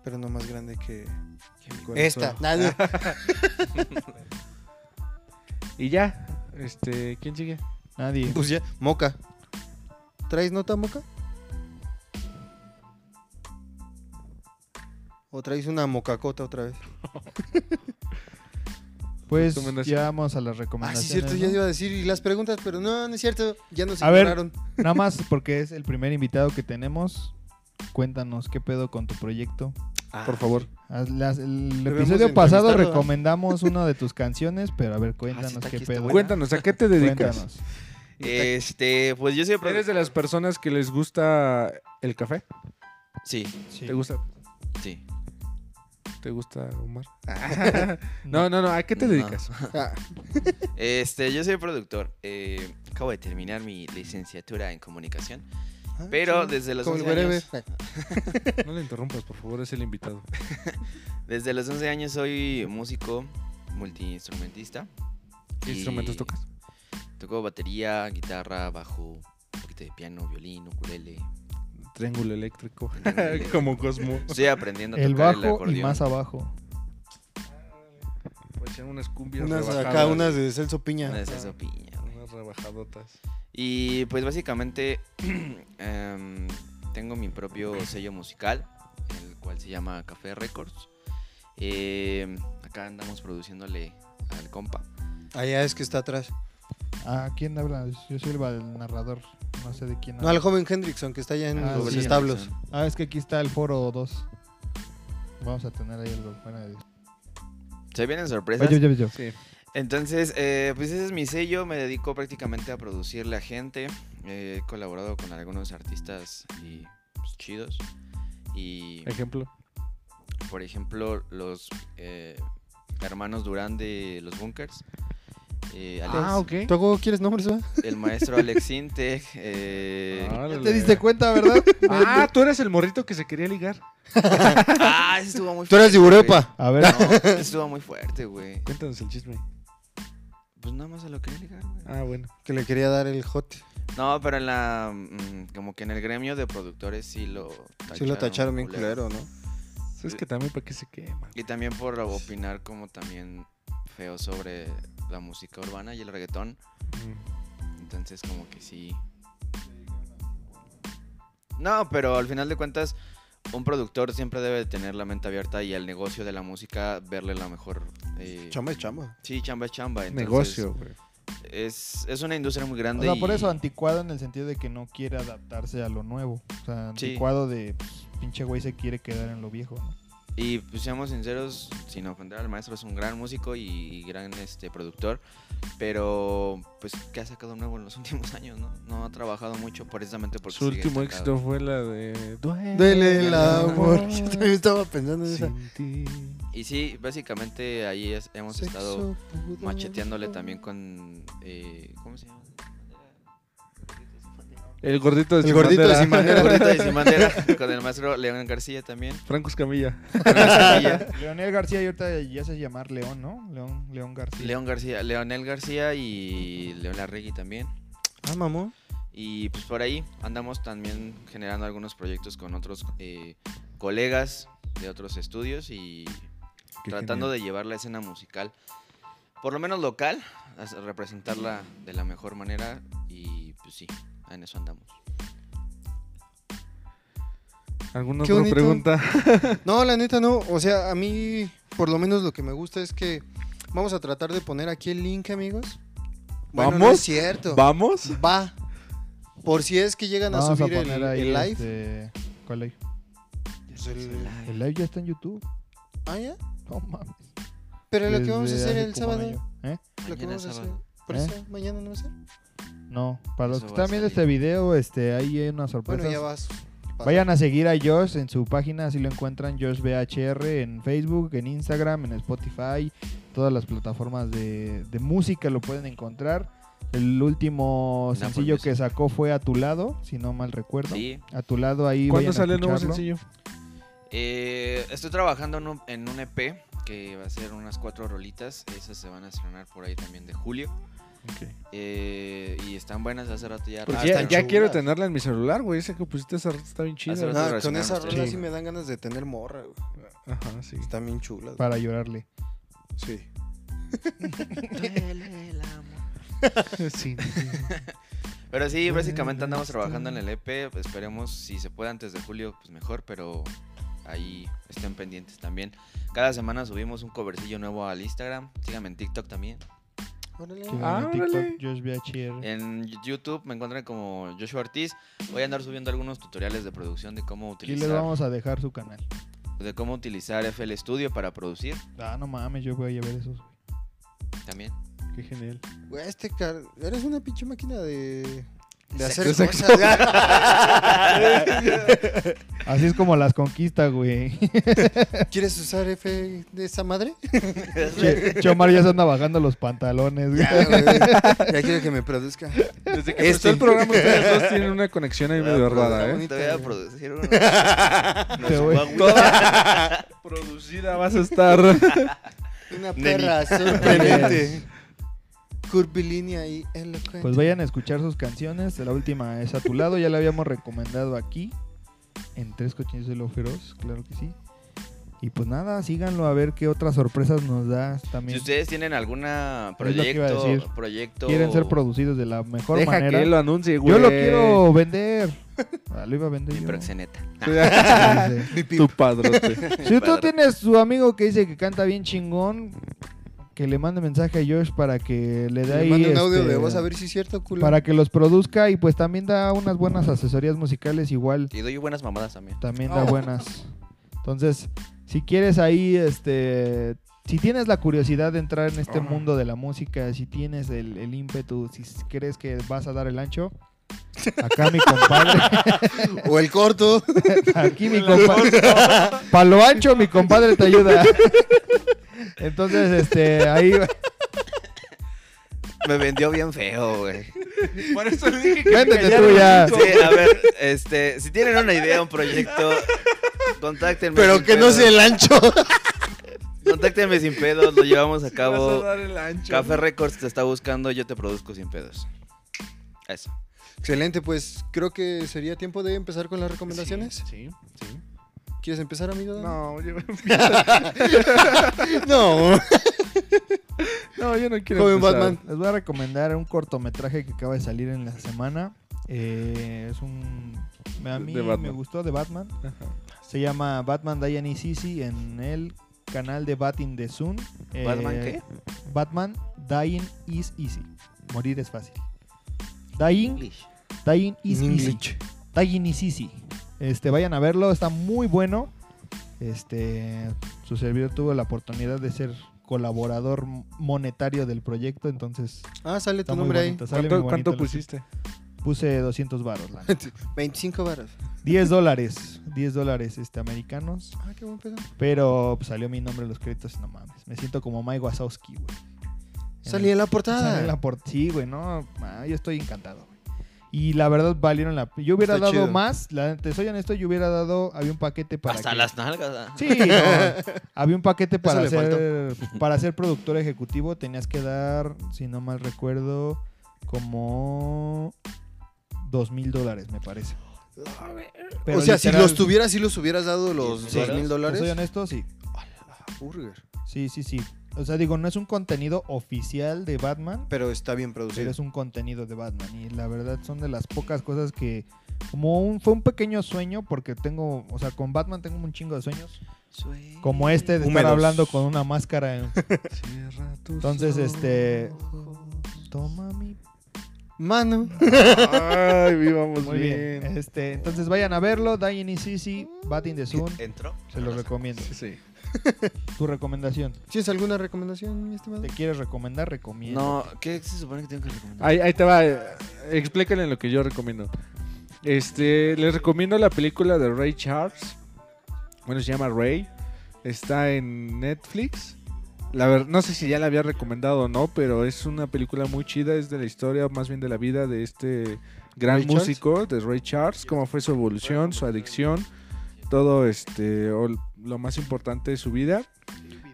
A: Pero no más grande que. Ah,
C: ¿Cuál
A: Esta,
C: fue?
A: nadie.
C: Y ya, este, ¿quién sigue?
B: Nadie.
A: Pues ya, moca. ¿Traes nota, moca? ¿O traes una mocacota otra vez?
B: Pues
C: recomendación.
B: ya vamos a las
A: Ah, sí,
B: recomendaciones.
A: cierto,
B: ¿no?
A: ya iba a decir y las preguntas, pero no, no es cierto, ya nos
B: A ver.
A: ignoraron.
B: Nada más porque es el primer invitado que tenemos. Cuéntanos qué pedo con tu proyecto.
A: Ah,
C: Por favor.
B: Haz- las- el
A: Debemos
B: episodio pasado
A: entrevistarlo, ¿no?
B: recomendamos una de tus canciones, pero a ver, cuéntanos
D: está
B: qué
D: aquí, está
B: pedo.
D: buena.
C: Cuéntanos, ¿a qué te dedicas?
B: Cuéntanos.
D: Este, pues yo soy produ-
C: ¿Eres de las personas que les gusta el café?
D: Sí,
B: Sí.
C: ¿Te gusta?
D: sí.
C: ¿Te gusta Omar? no, no, no, ¿a qué te
D: No.
C: dedicas?
A: Ah,
D: Este, yo soy productor. Eh, acabo de terminar mi licenciatura en comunicación,
A: ah,
D: pero
A: sí,
D: desde los
A: como eh, el
D: 11
A: wherever.
D: años,
C: No le interrumpas, por favor, es el invitado.
D: desde los 11 años soy músico, multiinstrumentista.
C: ¿Qué
D: y-
C: instrumentos tocas?
D: Toco batería, guitarra, bajo, un poquito de piano, violín, ukulele.
C: Triángulo eléctrico.
D: Triángulo eléctrico.
C: Como Cosmo.
D: Estoy aprendiendo a
B: El
D: tocar el
B: bajo y
D: acordeón.
B: más abajo.
C: Puede ser Pues, unas cumbias
A: Unas
C: rebajadas.
A: acá, unas de Celso Piña.
D: Una de esas opiniones.
C: Unas rebajadotas.
D: Y pues básicamente em, tengo mi propio sello musical, el cual se llama Café Records. Em, acá andamos produciéndole al compa.
A: Allá es que está atrás.
D: Ah.
B: ¿A Ah, quién habla? Yo soy el val- narrador. No sé de quién
A: No, al joven Hendrickson que está allá en
B: Ah,
A: los
B: sí.
A: establos.
B: Ah, es que aquí está el foro 2. Vamos a tener ahí algo. Bueno, adiós.
D: Se vienen sorpresas.
B: Oye, oye, oye.
C: Sí.
D: Entonces, eh, pues ese es mi sello, me dedico prácticamente a producirle a gente, eh, he colaborado con algunos artistas y, pues, chidos. Y,
C: Ejemplo.
D: por ejemplo, los eh, hermanos Durán de los Bunkers, eh, Alex,
C: Ah, ok.
A: ¿Toco quieres nombres? va?
D: el maestro Alex Sintek, eh,
B: Ya
C: Órale.
B: te diste cuenta, ¿verdad?
C: Ah, tú eres el morrito que se quería ligar.
D: Ah, ese estuvo muy
A: Tú eres de
D: güey.
A: Europa.
B: A ver.
D: No, ese estuvo muy fuerte, güey.
C: Cuéntanos el chisme.
D: Pues nada más se lo quería ligar, güey.
C: Ah, bueno.
A: Que le quería dar el hot.
D: No, pero en la. mm, como que en el gremio de productores sí lo.
A: Sí lo tacharon bien
D: culero.
A: culero, ¿no?
C: Es que también para qué se quema.
D: Y también por opinar como también feo sobre la música urbana y el reggaetón. Entonces como que sí. No, pero al final de cuentas, un productor siempre debe de tener la mente abierta y al negocio de la música verle la mejor... eh,
A: Chamba es chamba.
D: Sí, chamba es chamba. entonces,
C: Negocio, güey.
D: Es, es una industria muy
B: O
D: grande.
B: sea, por
D: y-
B: eso anticuado en el sentido de que no quiere adaptarse a lo nuevo. O sea,
D: Sí.
B: anticuado de pues, pinche güey se quiere quedar en lo viejo. ¿no?
D: Y pues, seamos sinceros, sin ofender al maestro, es un gran músico y gran este productor, pero pues que ha sacado nuevo en los últimos años, ¿no? No ha trabajado mucho precisamente porque
C: Su
D: sigue
C: último
D: estancado.
C: éxito fue la de. Duele,
A: Dele el
D: el
A: amor.
C: amor
A: Yo también estaba pensando en esa.
C: Sin ti.
D: Y sí, básicamente ahí es- hemos estado macheteándole también con eh, ¿cómo se llama?
C: El gordito de
A: El gordito de Sin
D: El
A: Bandera.
D: gordito de Sin Bandera, con el maestro León García también.
C: Franco Escamilla.
D: León García.
B: Leonel García y ahorita ya se hace llamar León, ¿no? León, León García.
D: León García, Leonel García y León Larregui también.
A: Ah, mamón.
D: Y pues por ahí andamos también generando algunos proyectos con otros eh, colegas de otros estudios y
C: Qué
D: tratando
C: genial.
D: de llevar la escena musical, por lo menos local, a s- representarla de la mejor manera y pues sí, en eso andamos.
C: ¿Alguna
A: Qué
C: otra
A: bonito.
C: pregunta?
A: No, la neta no. O sea, a mí, por lo menos lo que me gusta es que vamos a tratar de poner aquí el link, amigos. Bueno, No es
C: ¿Vamos?
A: cierto. Va.
C: ¿Vamos?
A: Por si es que llegan a
B: Vamos a
A: subir el,
B: poner ahí
A: el live.
B: este- ¿Cuál live?
A: Pues el-
B: El live ya está en YouTube.
A: Ah, ya.
B: No mames.
A: Pero lo que vamos a
B: Desde
A: hacer
B: hace
A: el
B: como un
A: sábado.
B: año. ¿Eh?
A: Lo que
D: Mañana
A: vamos a hacer.
D: sábado.
A: Por
B: ¿Eh?
A: eso, mañana no va a ser.
B: No, para los
D: Eso
B: que
D: va a
B: están viendo
D: salir.
B: este video, este, ahí hay una sorpresa.
A: Bueno, ya vas.
B: Vayan a seguir a Josh en su página, si lo encuentran, Josh BHR en Facebook, en Instagram, en Spotify, todas las plataformas de, de música lo pueden encontrar. El último
D: En Apple
B: sencillo
D: Music.
B: que sacó fue A Tu Lado, si no mal recuerdo.
D: Sí,
B: A Tu Lado ahí. vayan
C: ¿Cuándo
B: a
C: sale el nuevo
B: escucharlo.
C: sencillo?
D: Eh, estoy trabajando en un, en un EP que va a ser unas cuatro rolitas, esas se van a estrenar por ahí también de julio. Eh, y están buenas hace rato ya.
A: Porque
D: rato,
C: ya
A: están
D: ¿no?
C: ya
A: chulas.
C: quiero tenerla Ah, en mi celular, güey. Esa que pusiste esa rata está bien
D: Hace
C: chida.
D: rato.
A: No, con esa
D: Sí.
A: rola sí me dan ganas de tener morra, güey.
C: Ajá, sí.
A: Están bien chulas.
B: Para llorarle.
A: Sí.
D: Duele el amor.
C: Sí.
D: Pero sí, básicamente andamos trabajando en el EP. pues esperemos si se puede antes de julio, pues mejor, pero ahí estén pendientes también. Cada semana subimos un covercillo nuevo al Instagram. Síganme en TikTok también.
A: Órale.
B: Que
C: Ah,
B: en TikTok,
C: órale.
B: Josh BHR.
D: En YouTube me encuentran como Joshua Ortiz. Voy a andar subiendo algunos tutoriales de producción de cómo
B: Aquí les
D: utilizar,
B: vamos a dejar su canal.
D: de cómo utilizar FL Studio para producir
B: Ah, no mames, yo voy a ver esos. güey.
D: también.
C: Qué genial.
A: Güey, este car... Eres una pinche máquina de... De
D: Sexo.
A: hacer
C: Sexo.
A: cosas.
B: Así es como las conquista, güey.
A: ¿Quieres usar F de esa madre?
B: Che- Chomar ya se anda bajando los pantalones. güey.
A: Ya, Ah, güey. Ya quiero que me produzca.
C: Desde que
A: Este.
C: empezó el programa, ustedes dos tienen una conexión ahí medio rara, ¿eh?
D: Te voy a producir uno.
B: Te voy-
C: Producida vas a estar.
A: Una
D: Neni.
A: perra sorprendente. curvilínea y elocuente.
B: Pues vayan a escuchar sus canciones. La última es A tu lado, ya la habíamos recomendado aquí. En Tres Cochines de lo Feroz, claro que sí. Y pues nada, síganlo a ver qué otras sorpresas nos da
D: Si
B: también.
D: ustedes tienen alguna
B: Es lo que iba a
D: proyecto,
B: decir.
D: proyecto
B: Quieren ser producidos de la mejor
C: Deja
B: manera.
C: que lo anuncie, güey.
B: Yo lo quiero vender. Ah, lo iba a vender
D: mi
B: yo.
D: proxeneta.
B: Sí, sí.
C: tu padrote.
B: Si tú
D: Padre.
B: tienes su amigo que dice que canta bien chingón, que le mande mensaje a Josh para que le dé
A: Le
B: ahí,
A: mando un audio
B: este,
A: de voz a ver si es cierto, culo.
B: para que los produzca y pues también da unas buenas asesorías musicales igual,
D: Y doy buenas mamadas también.
B: también da
A: Oh.
B: buenas. Entonces, si quieres ahí este si tienes la curiosidad de entrar en este mundo de la música, si tienes el, el ímpetu, si crees que vas a dar el ancho, acá mi compadre,
A: O el corto.
B: aquí mi compadre, para lo ancho mi compadre te ayuda. Entonces, este, ahí
D: Me vendió bien feo, güey.
C: Por eso le dije que
B: Véndete tú ya.
D: Sí, a ver, este, si tienen una idea, un proyecto, contáctenme.
A: Pero
D: sin
A: que no
D: pedos.
A: sea el ancho.
D: Contáctenme sin pedos, lo llevamos a
C: vas
D: cabo.
C: a dar el ancho.
D: Café Records te está buscando, yo te produzco sin pedos. Eso.
A: Excelente, pues creo que sería tiempo de empezar con las recomendaciones.
C: Sí, sí.
A: ¿Quieres empezar, amigo? Dan?
C: No, yo,
A: No,
C: no, yo no quiero.
A: joven
C: empezar.
A: Batman.
B: Les voy a recomendar un cortometraje que acaba de salir en la semana. Eh, es un. A mí
C: De Batman.
B: me gustó de Batman.
C: Ajá.
B: Se llama Batman Diane y Sisi en el canal de Batin de Zoom. Eh,
D: ¿Batman qué?
B: Batman Dying is easy. Morir es fácil. Dying, dying is easy. Tallin y Sisi. Este, vayan a verlo, está muy bueno. Este, su servidor tuvo la oportunidad de ser colaborador monetario del proyecto, entonces
A: Ah, sale
B: está
A: tu
B: muy
A: nombre ahí.
B: bonito, sale muy
C: ¿Cuánto,
B: bonito
C: cuánto
B: la-
C: pusiste?
B: Puse 200 varos, la neta.
A: 25 varas.
B: 10 dólares, 10 dólares este, americanos,
A: Ah, qué buen pedo.
B: pero pues, salió mi nombre en los créditos, no mames. Me siento como Mike Wazowski, güey. En
A: Salí
B: el-
A: en la portada.
B: Sale en la por sí, güey, no, ah, yo estoy encantado, güey. Y la verdad valieron la yo hubiera
A: Está
B: dado
A: chido.
B: más, la, te soy honesto, yo hubiera dado había un paquete para
D: Hasta
B: que-
D: las nalgas. ah.
B: Sí, no. había un paquete para
A: le
B: ser, para ser productor ejecutivo. Tenías que dar, si no mal recuerdo, como dos mil dólares, me parece.
A: o sea, si
B: literal,
A: los tuvieras, si los hubieras dado los
D: Sí.
A: dos mil
B: te Soy
A: dólares.
B: honesto, sí.
A: Burger.
B: Sí, sí, sí. O sea, digo, no es un contenido oficial de Batman,
A: Pero está bien
B: pero
A: producido.
B: es un contenido de Batman. Y la verdad son de las pocas cosas que. Como un, fue un pequeño sueño, porque tengo. O sea, con Batman tengo un chingo de sueños. Como este de estar
A: Húmedos.
B: hablando con una máscara en,
C: Cierra tus
B: Entonces, este-
C: ojos.
B: Toma mi.
A: Mano.
C: Ay, vivamos
B: Muy bien. Este, entonces vayan a verlo. Dying is easy. Batting the Sun.
D: ¿Entró?
B: Se los recomiendo.
C: Sí, sí.
B: Tu recomendación.
A: ¿Tienes alguna recomendación, mi estimado?
B: ¿Te quieres recomendar? Recomiendo.
D: No, ¿qué se supone que tengo que recomendar?
C: Ahí, ahí te va. eh, Explícale lo que yo recomiendo. Este, les recomiendo la película de Ray Charles. Bueno, se llama Ray. Está en Netflix. La ver- no sé si ya la había recomendado o no, pero es una película muy chida. Es de la historia, más bien de la vida de este gran
A: ¿Ray Charles?
C: músico, de Ray Charles. Cómo fue su evolución, su adicción, todo este, o lo más importante de su vida.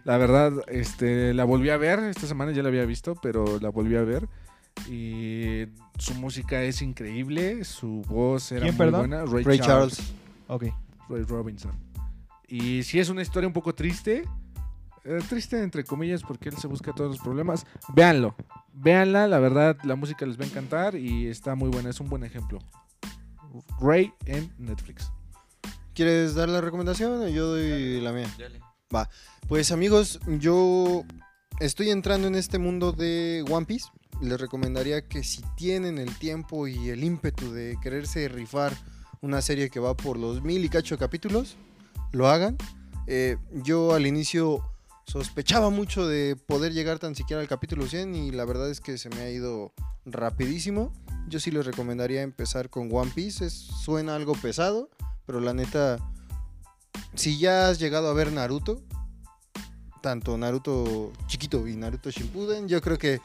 C: La verdad, este, la volví a ver. Esta semana ya la había visto, pero la volví a ver. Y su música es increíble. Su voz era
B: ¿Quién,
C: muy
B: perdón?
C: buena. Ray,
A: Ray
C: Charles.
A: Charles.
B: Ok.
C: Ray Robinson. Y sí es una historia un poco triste. eh, triste entre comillas porque él se busca todos los problemas. Véanlo. Véanla, la verdad, la música les va a encantar y está muy buena, es un buen ejemplo. Ray en Netflix.
A: ¿Quieres dar la recomendación o yo doy la mía?
D: Dale.
A: Pues amigos, yo estoy entrando en este mundo de One Piece. Les recomendaría que si tienen el tiempo y el ímpetu de quererse rifar una serie que va por los mil y cacho capítulos, lo hagan. Eh, yo al inicio sospechaba mucho de poder llegar tan siquiera al capítulo 100 y la verdad es que se me ha ido rapidísimo. Yo sí les recomendaría empezar con One Piece. Es- suena algo pesado, pero la neta, si ya has llegado a ver Naruto, tanto Naruto chiquito y Naruto Shippuden, yo creo que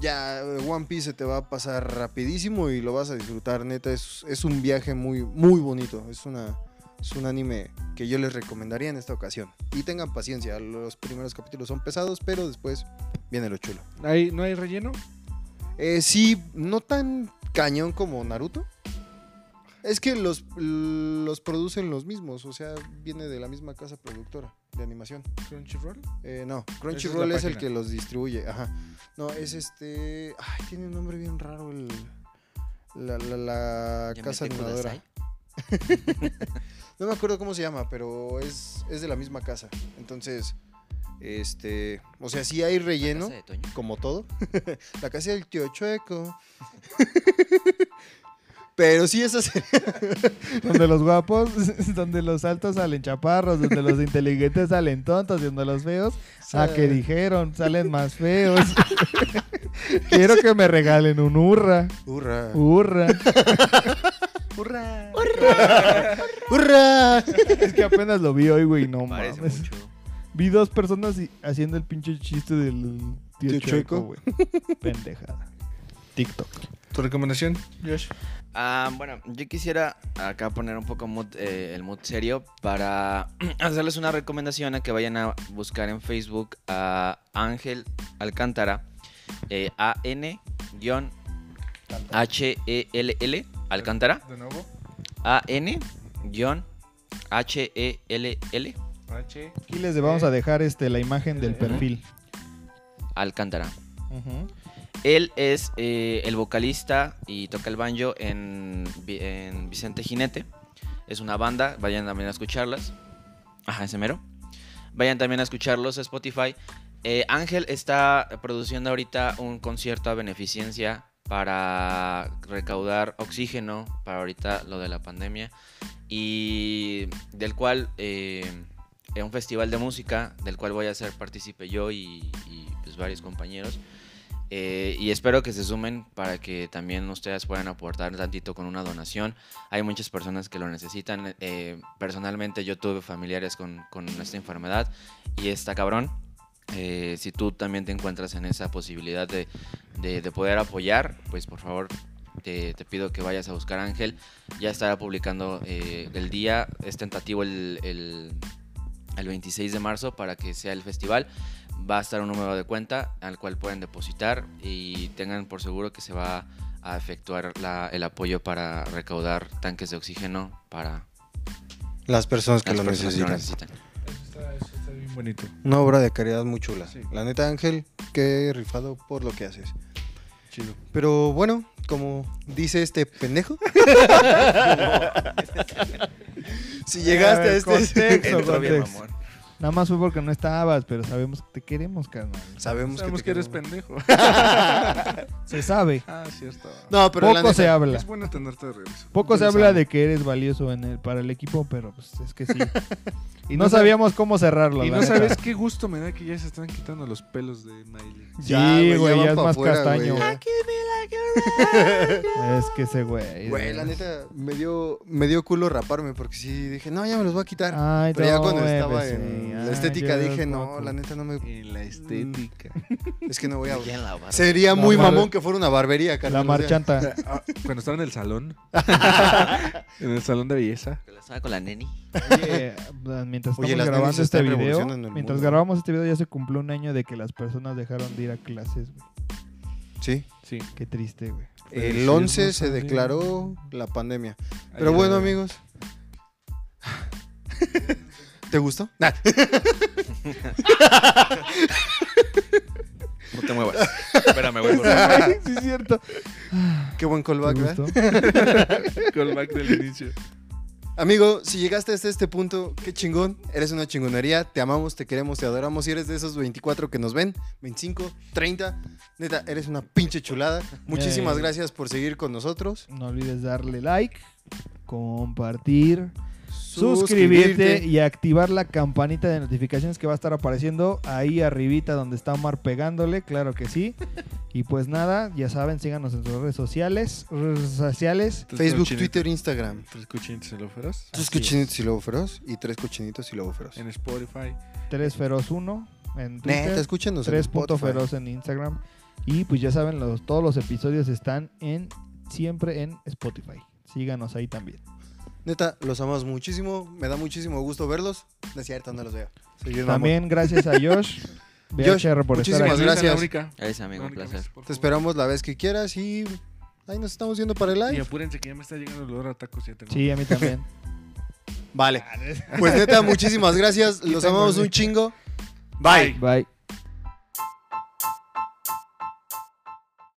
A: ya eh, One Piece se te va a pasar rapidísimo y lo vas a disfrutar, neta, es, es un viaje muy, muy bonito, es, una, es un anime que yo les recomendaría en esta ocasión. Y tengan paciencia, los primeros capítulos son pesados, pero después Viene lo chulo.
C: ¿Hay- ¿No hay relleno?
A: Eh, sí, no tan cañón como Naruto. Es que los, los producen los mismos, o sea, viene de la misma casa productora de animación.
C: Crunchyroll.
A: Eh, no,
C: Esa es
A: Crunchyroll
C: la
A: es, el
C: página.
A: que los distribuye, ajá. No, es este... Ay, tiene un nombre bien raro el... La, la- la casa animadora. No me acuerdo cómo se llama, pero es, es de la misma casa. Entonces, este... O sea, sí hay relleno, como todo. la casa del tío chueco. pero sí esa serie...
B: Donde los guapos, donde los altos salen chaparros, donde los inteligentes salen tontos y donde los feos, ah, que dijeron, salen más feos. Quiero que me regalen un hurra,
A: ¡Hurra!
B: hurra.
D: ¡Hurra!
A: ¡Hurra!
B: Es que apenas lo vi hoy, güey, no
D: Parece
B: mames.
D: mucho.
B: Vi dos personas y- haciendo el pinche chiste del tío,
A: Tío
B: chueco,
A: Chueco.
B: güey. Pendejada. TikTok.
C: ¿Tu recomendación, Josh?
D: Ah, bueno, yo quisiera acá poner un poco mood, eh, el mood serio para hacerles una recomendación a que vayan a buscar en Facebook a Ángel Alcántara, eh, A-N-H-E-L-L E Alcántara,
C: De nuevo.
D: E A-N-H-E-L-L
C: H.
B: Aquí les vamos a dejar este, la
D: Eh,
B: imagen del
C: Ujú.
B: perfil.
D: Alcántara.
B: Ujú.
D: Él es eh, el vocalista y toca el banjo en, Vi- en Vicente Jinete. Es una banda, vayan también a escucharlas. Ajá, ese mero. Vayan también a escucharlos a Spotify. Eh, Ángel está produciendo ahorita un concierto a beneficencia para recaudar oxígeno para ahorita lo de la pandemia y del cual eh, es un festival de música del cual voy a ser partícipe yo y, y, pues varios compañeros Eh, y espero que se sumen para que también ustedes puedan aportar tantito con una donación hay muchas personas que lo necesitan Eh, personalmente yo tuve familiares con, con esta enfermedad y está cabrón Eh, si tú también te encuentras en esa posibilidad de, de- de poder apoyar pues por favor te, te pido que vayas a buscar a Ángel ya estará publicando eh, el día, es tentativo el, el- el 26 de marzo para que sea el festival. Va a estar un número de cuenta al cual pueden depositar y tengan por seguro que se va a efectuar la- el apoyo para recaudar tanques de oxígeno para
A: Las personas que lo
D: las personas que lo
A: necesitan.
D: necesitan.
C: Eso está, eso está bien bonito.
A: Una obra de caridad muy chula.
C: Sí.
A: La neta, Ángel, qué rifado por lo que haces.
C: Chido.
A: Pero bueno, como dice este pendejo. si
B: A ver,
A: llegaste a este.
B: contexto,
D: Entró bien,
B: contexto.
D: mamón.
B: Nada más fue porque no estabas, pero sabemos que te queremos, carnal.
A: Sabemos,
C: Sabemos
A: te
C: que eres
A: queremos.
C: pendejo.
B: Se sabe.
C: ah, cierto.
A: No, pero la
B: Poco se
A: neta,
B: habla.
C: Es bueno tenerte de regreso.
B: Poco se
A: Dios
B: habla
A: santo.
B: de que eres valioso en el, para el equipo, pero pues es que sí. y no,
C: no sab-
B: sabíamos cómo cerrarlo.
C: Y
B: la
C: no
B: neta.
C: sabes qué gusto me da que ya se están quitando los pelos de Miley.
B: Sí,
A: güey,
B: güey, ya,
A: van
B: es
A: pa'
B: más
A: afuera,
B: castaño. Ah,
A: güey, ya.
B: Es que ese güey.
A: Güey, la neta, me dio, me dio culo raparme porque sí dije, no, ya me los voy a quitar.
B: Ay,
A: pero ya
B: no,
A: cuando estaba
B: bebé,
A: en
B: sí.
A: la
B: Ay,
A: estética
B: yo
A: dije,
B: los
A: no,
B: guapo".
A: la neta no me.
C: En la
A: estética.
C: estética.
A: Es que no voy a.
D: Ya en la barra.
A: Sería
B: La
A: muy
B: mar-
A: mamón que fuera una barbería,
B: La
A: carnal, o sea.
B: marchanta.
C: Ah, Cuando estaba en el salón. en el salón de belleza.
D: Que la estaba con la neni.
B: Oye, pues, mientras
A: Oye, las nenas
B: estamos grabando este
A: están
B: video,
A: revolucionando el
B: mientras
A: mundo.
B: grabamos este video ya se cumplió un año de que las personas dejaron de ir a clases, güey.
A: Sí.
C: Sí.
B: Qué triste, güey.
A: El
C: sí,
A: 11
C: no
A: se
C: sabía.
A: declaró la pandemia. Pero
C: Ahí
A: bueno,
C: era-
A: amigos. ¿Te gustó?
D: No te muevas. Espérame, güey. por favor.
B: sí, es cierto.
A: Qué buen
B: ¿Te
A: callback, ¿verdad?
B: gustó?
C: Callback del inicio.
A: Amigo, si llegaste hasta este punto, qué chingón. Eres una chingonería. Te amamos, te queremos, te adoramos. Si eres de esos 24 que nos ven, 25, 30. Neta, eres una pinche chulada. Muchísimas
B: Ey.
A: gracias por seguir con nosotros.
B: No olvides darle like, compartir, suscribirte y activar la campanita de notificaciones que va a estar apareciendo ahí arribita donde está Omar pegándole, claro que sí. Y pues nada, ya saben, síganos en sus redes sociales, redes sociales.
A: Facebook, Twitter, Instagram.
C: Tres cochinitos en lo feroz.
A: Tres
B: Así es.
A: cochinitos y lobo feroz y tres cochinitos y lobo feroz.
C: En Spotify.
B: 3feroz1 en
A: Neta,
B: Twitter,
A: escúchenos en
B: 3 punto
A: Spotify.
B: feroz en Instagram. Y pues ya saben, los, todos los episodios están en siempre en Spotify. Síganos ahí también.
A: Neta, los amamos muchísimo. Me da muchísimo gusto verlos. De cierto, no los veo. Soy bien mamón.
B: También gracias a Josh VHR por estar
A: muchísimas
B: aquí.
A: gracias.
C: La única.
D: Gracias,
C: La
D: amigo, un
C: única vez,
D: placer.
C: por
A: Te
C: favor.
A: esperamos la vez que quieras y ahí nos estamos viendo para el
C: Y
A: live.
C: apúrense que ya me está llegando el olor a tacos. Ya tengo.
B: Sí, a mí también.
A: Vale. Pues neta, muchísimas gracias. Los amamos un chingo. Bye.
B: Bye.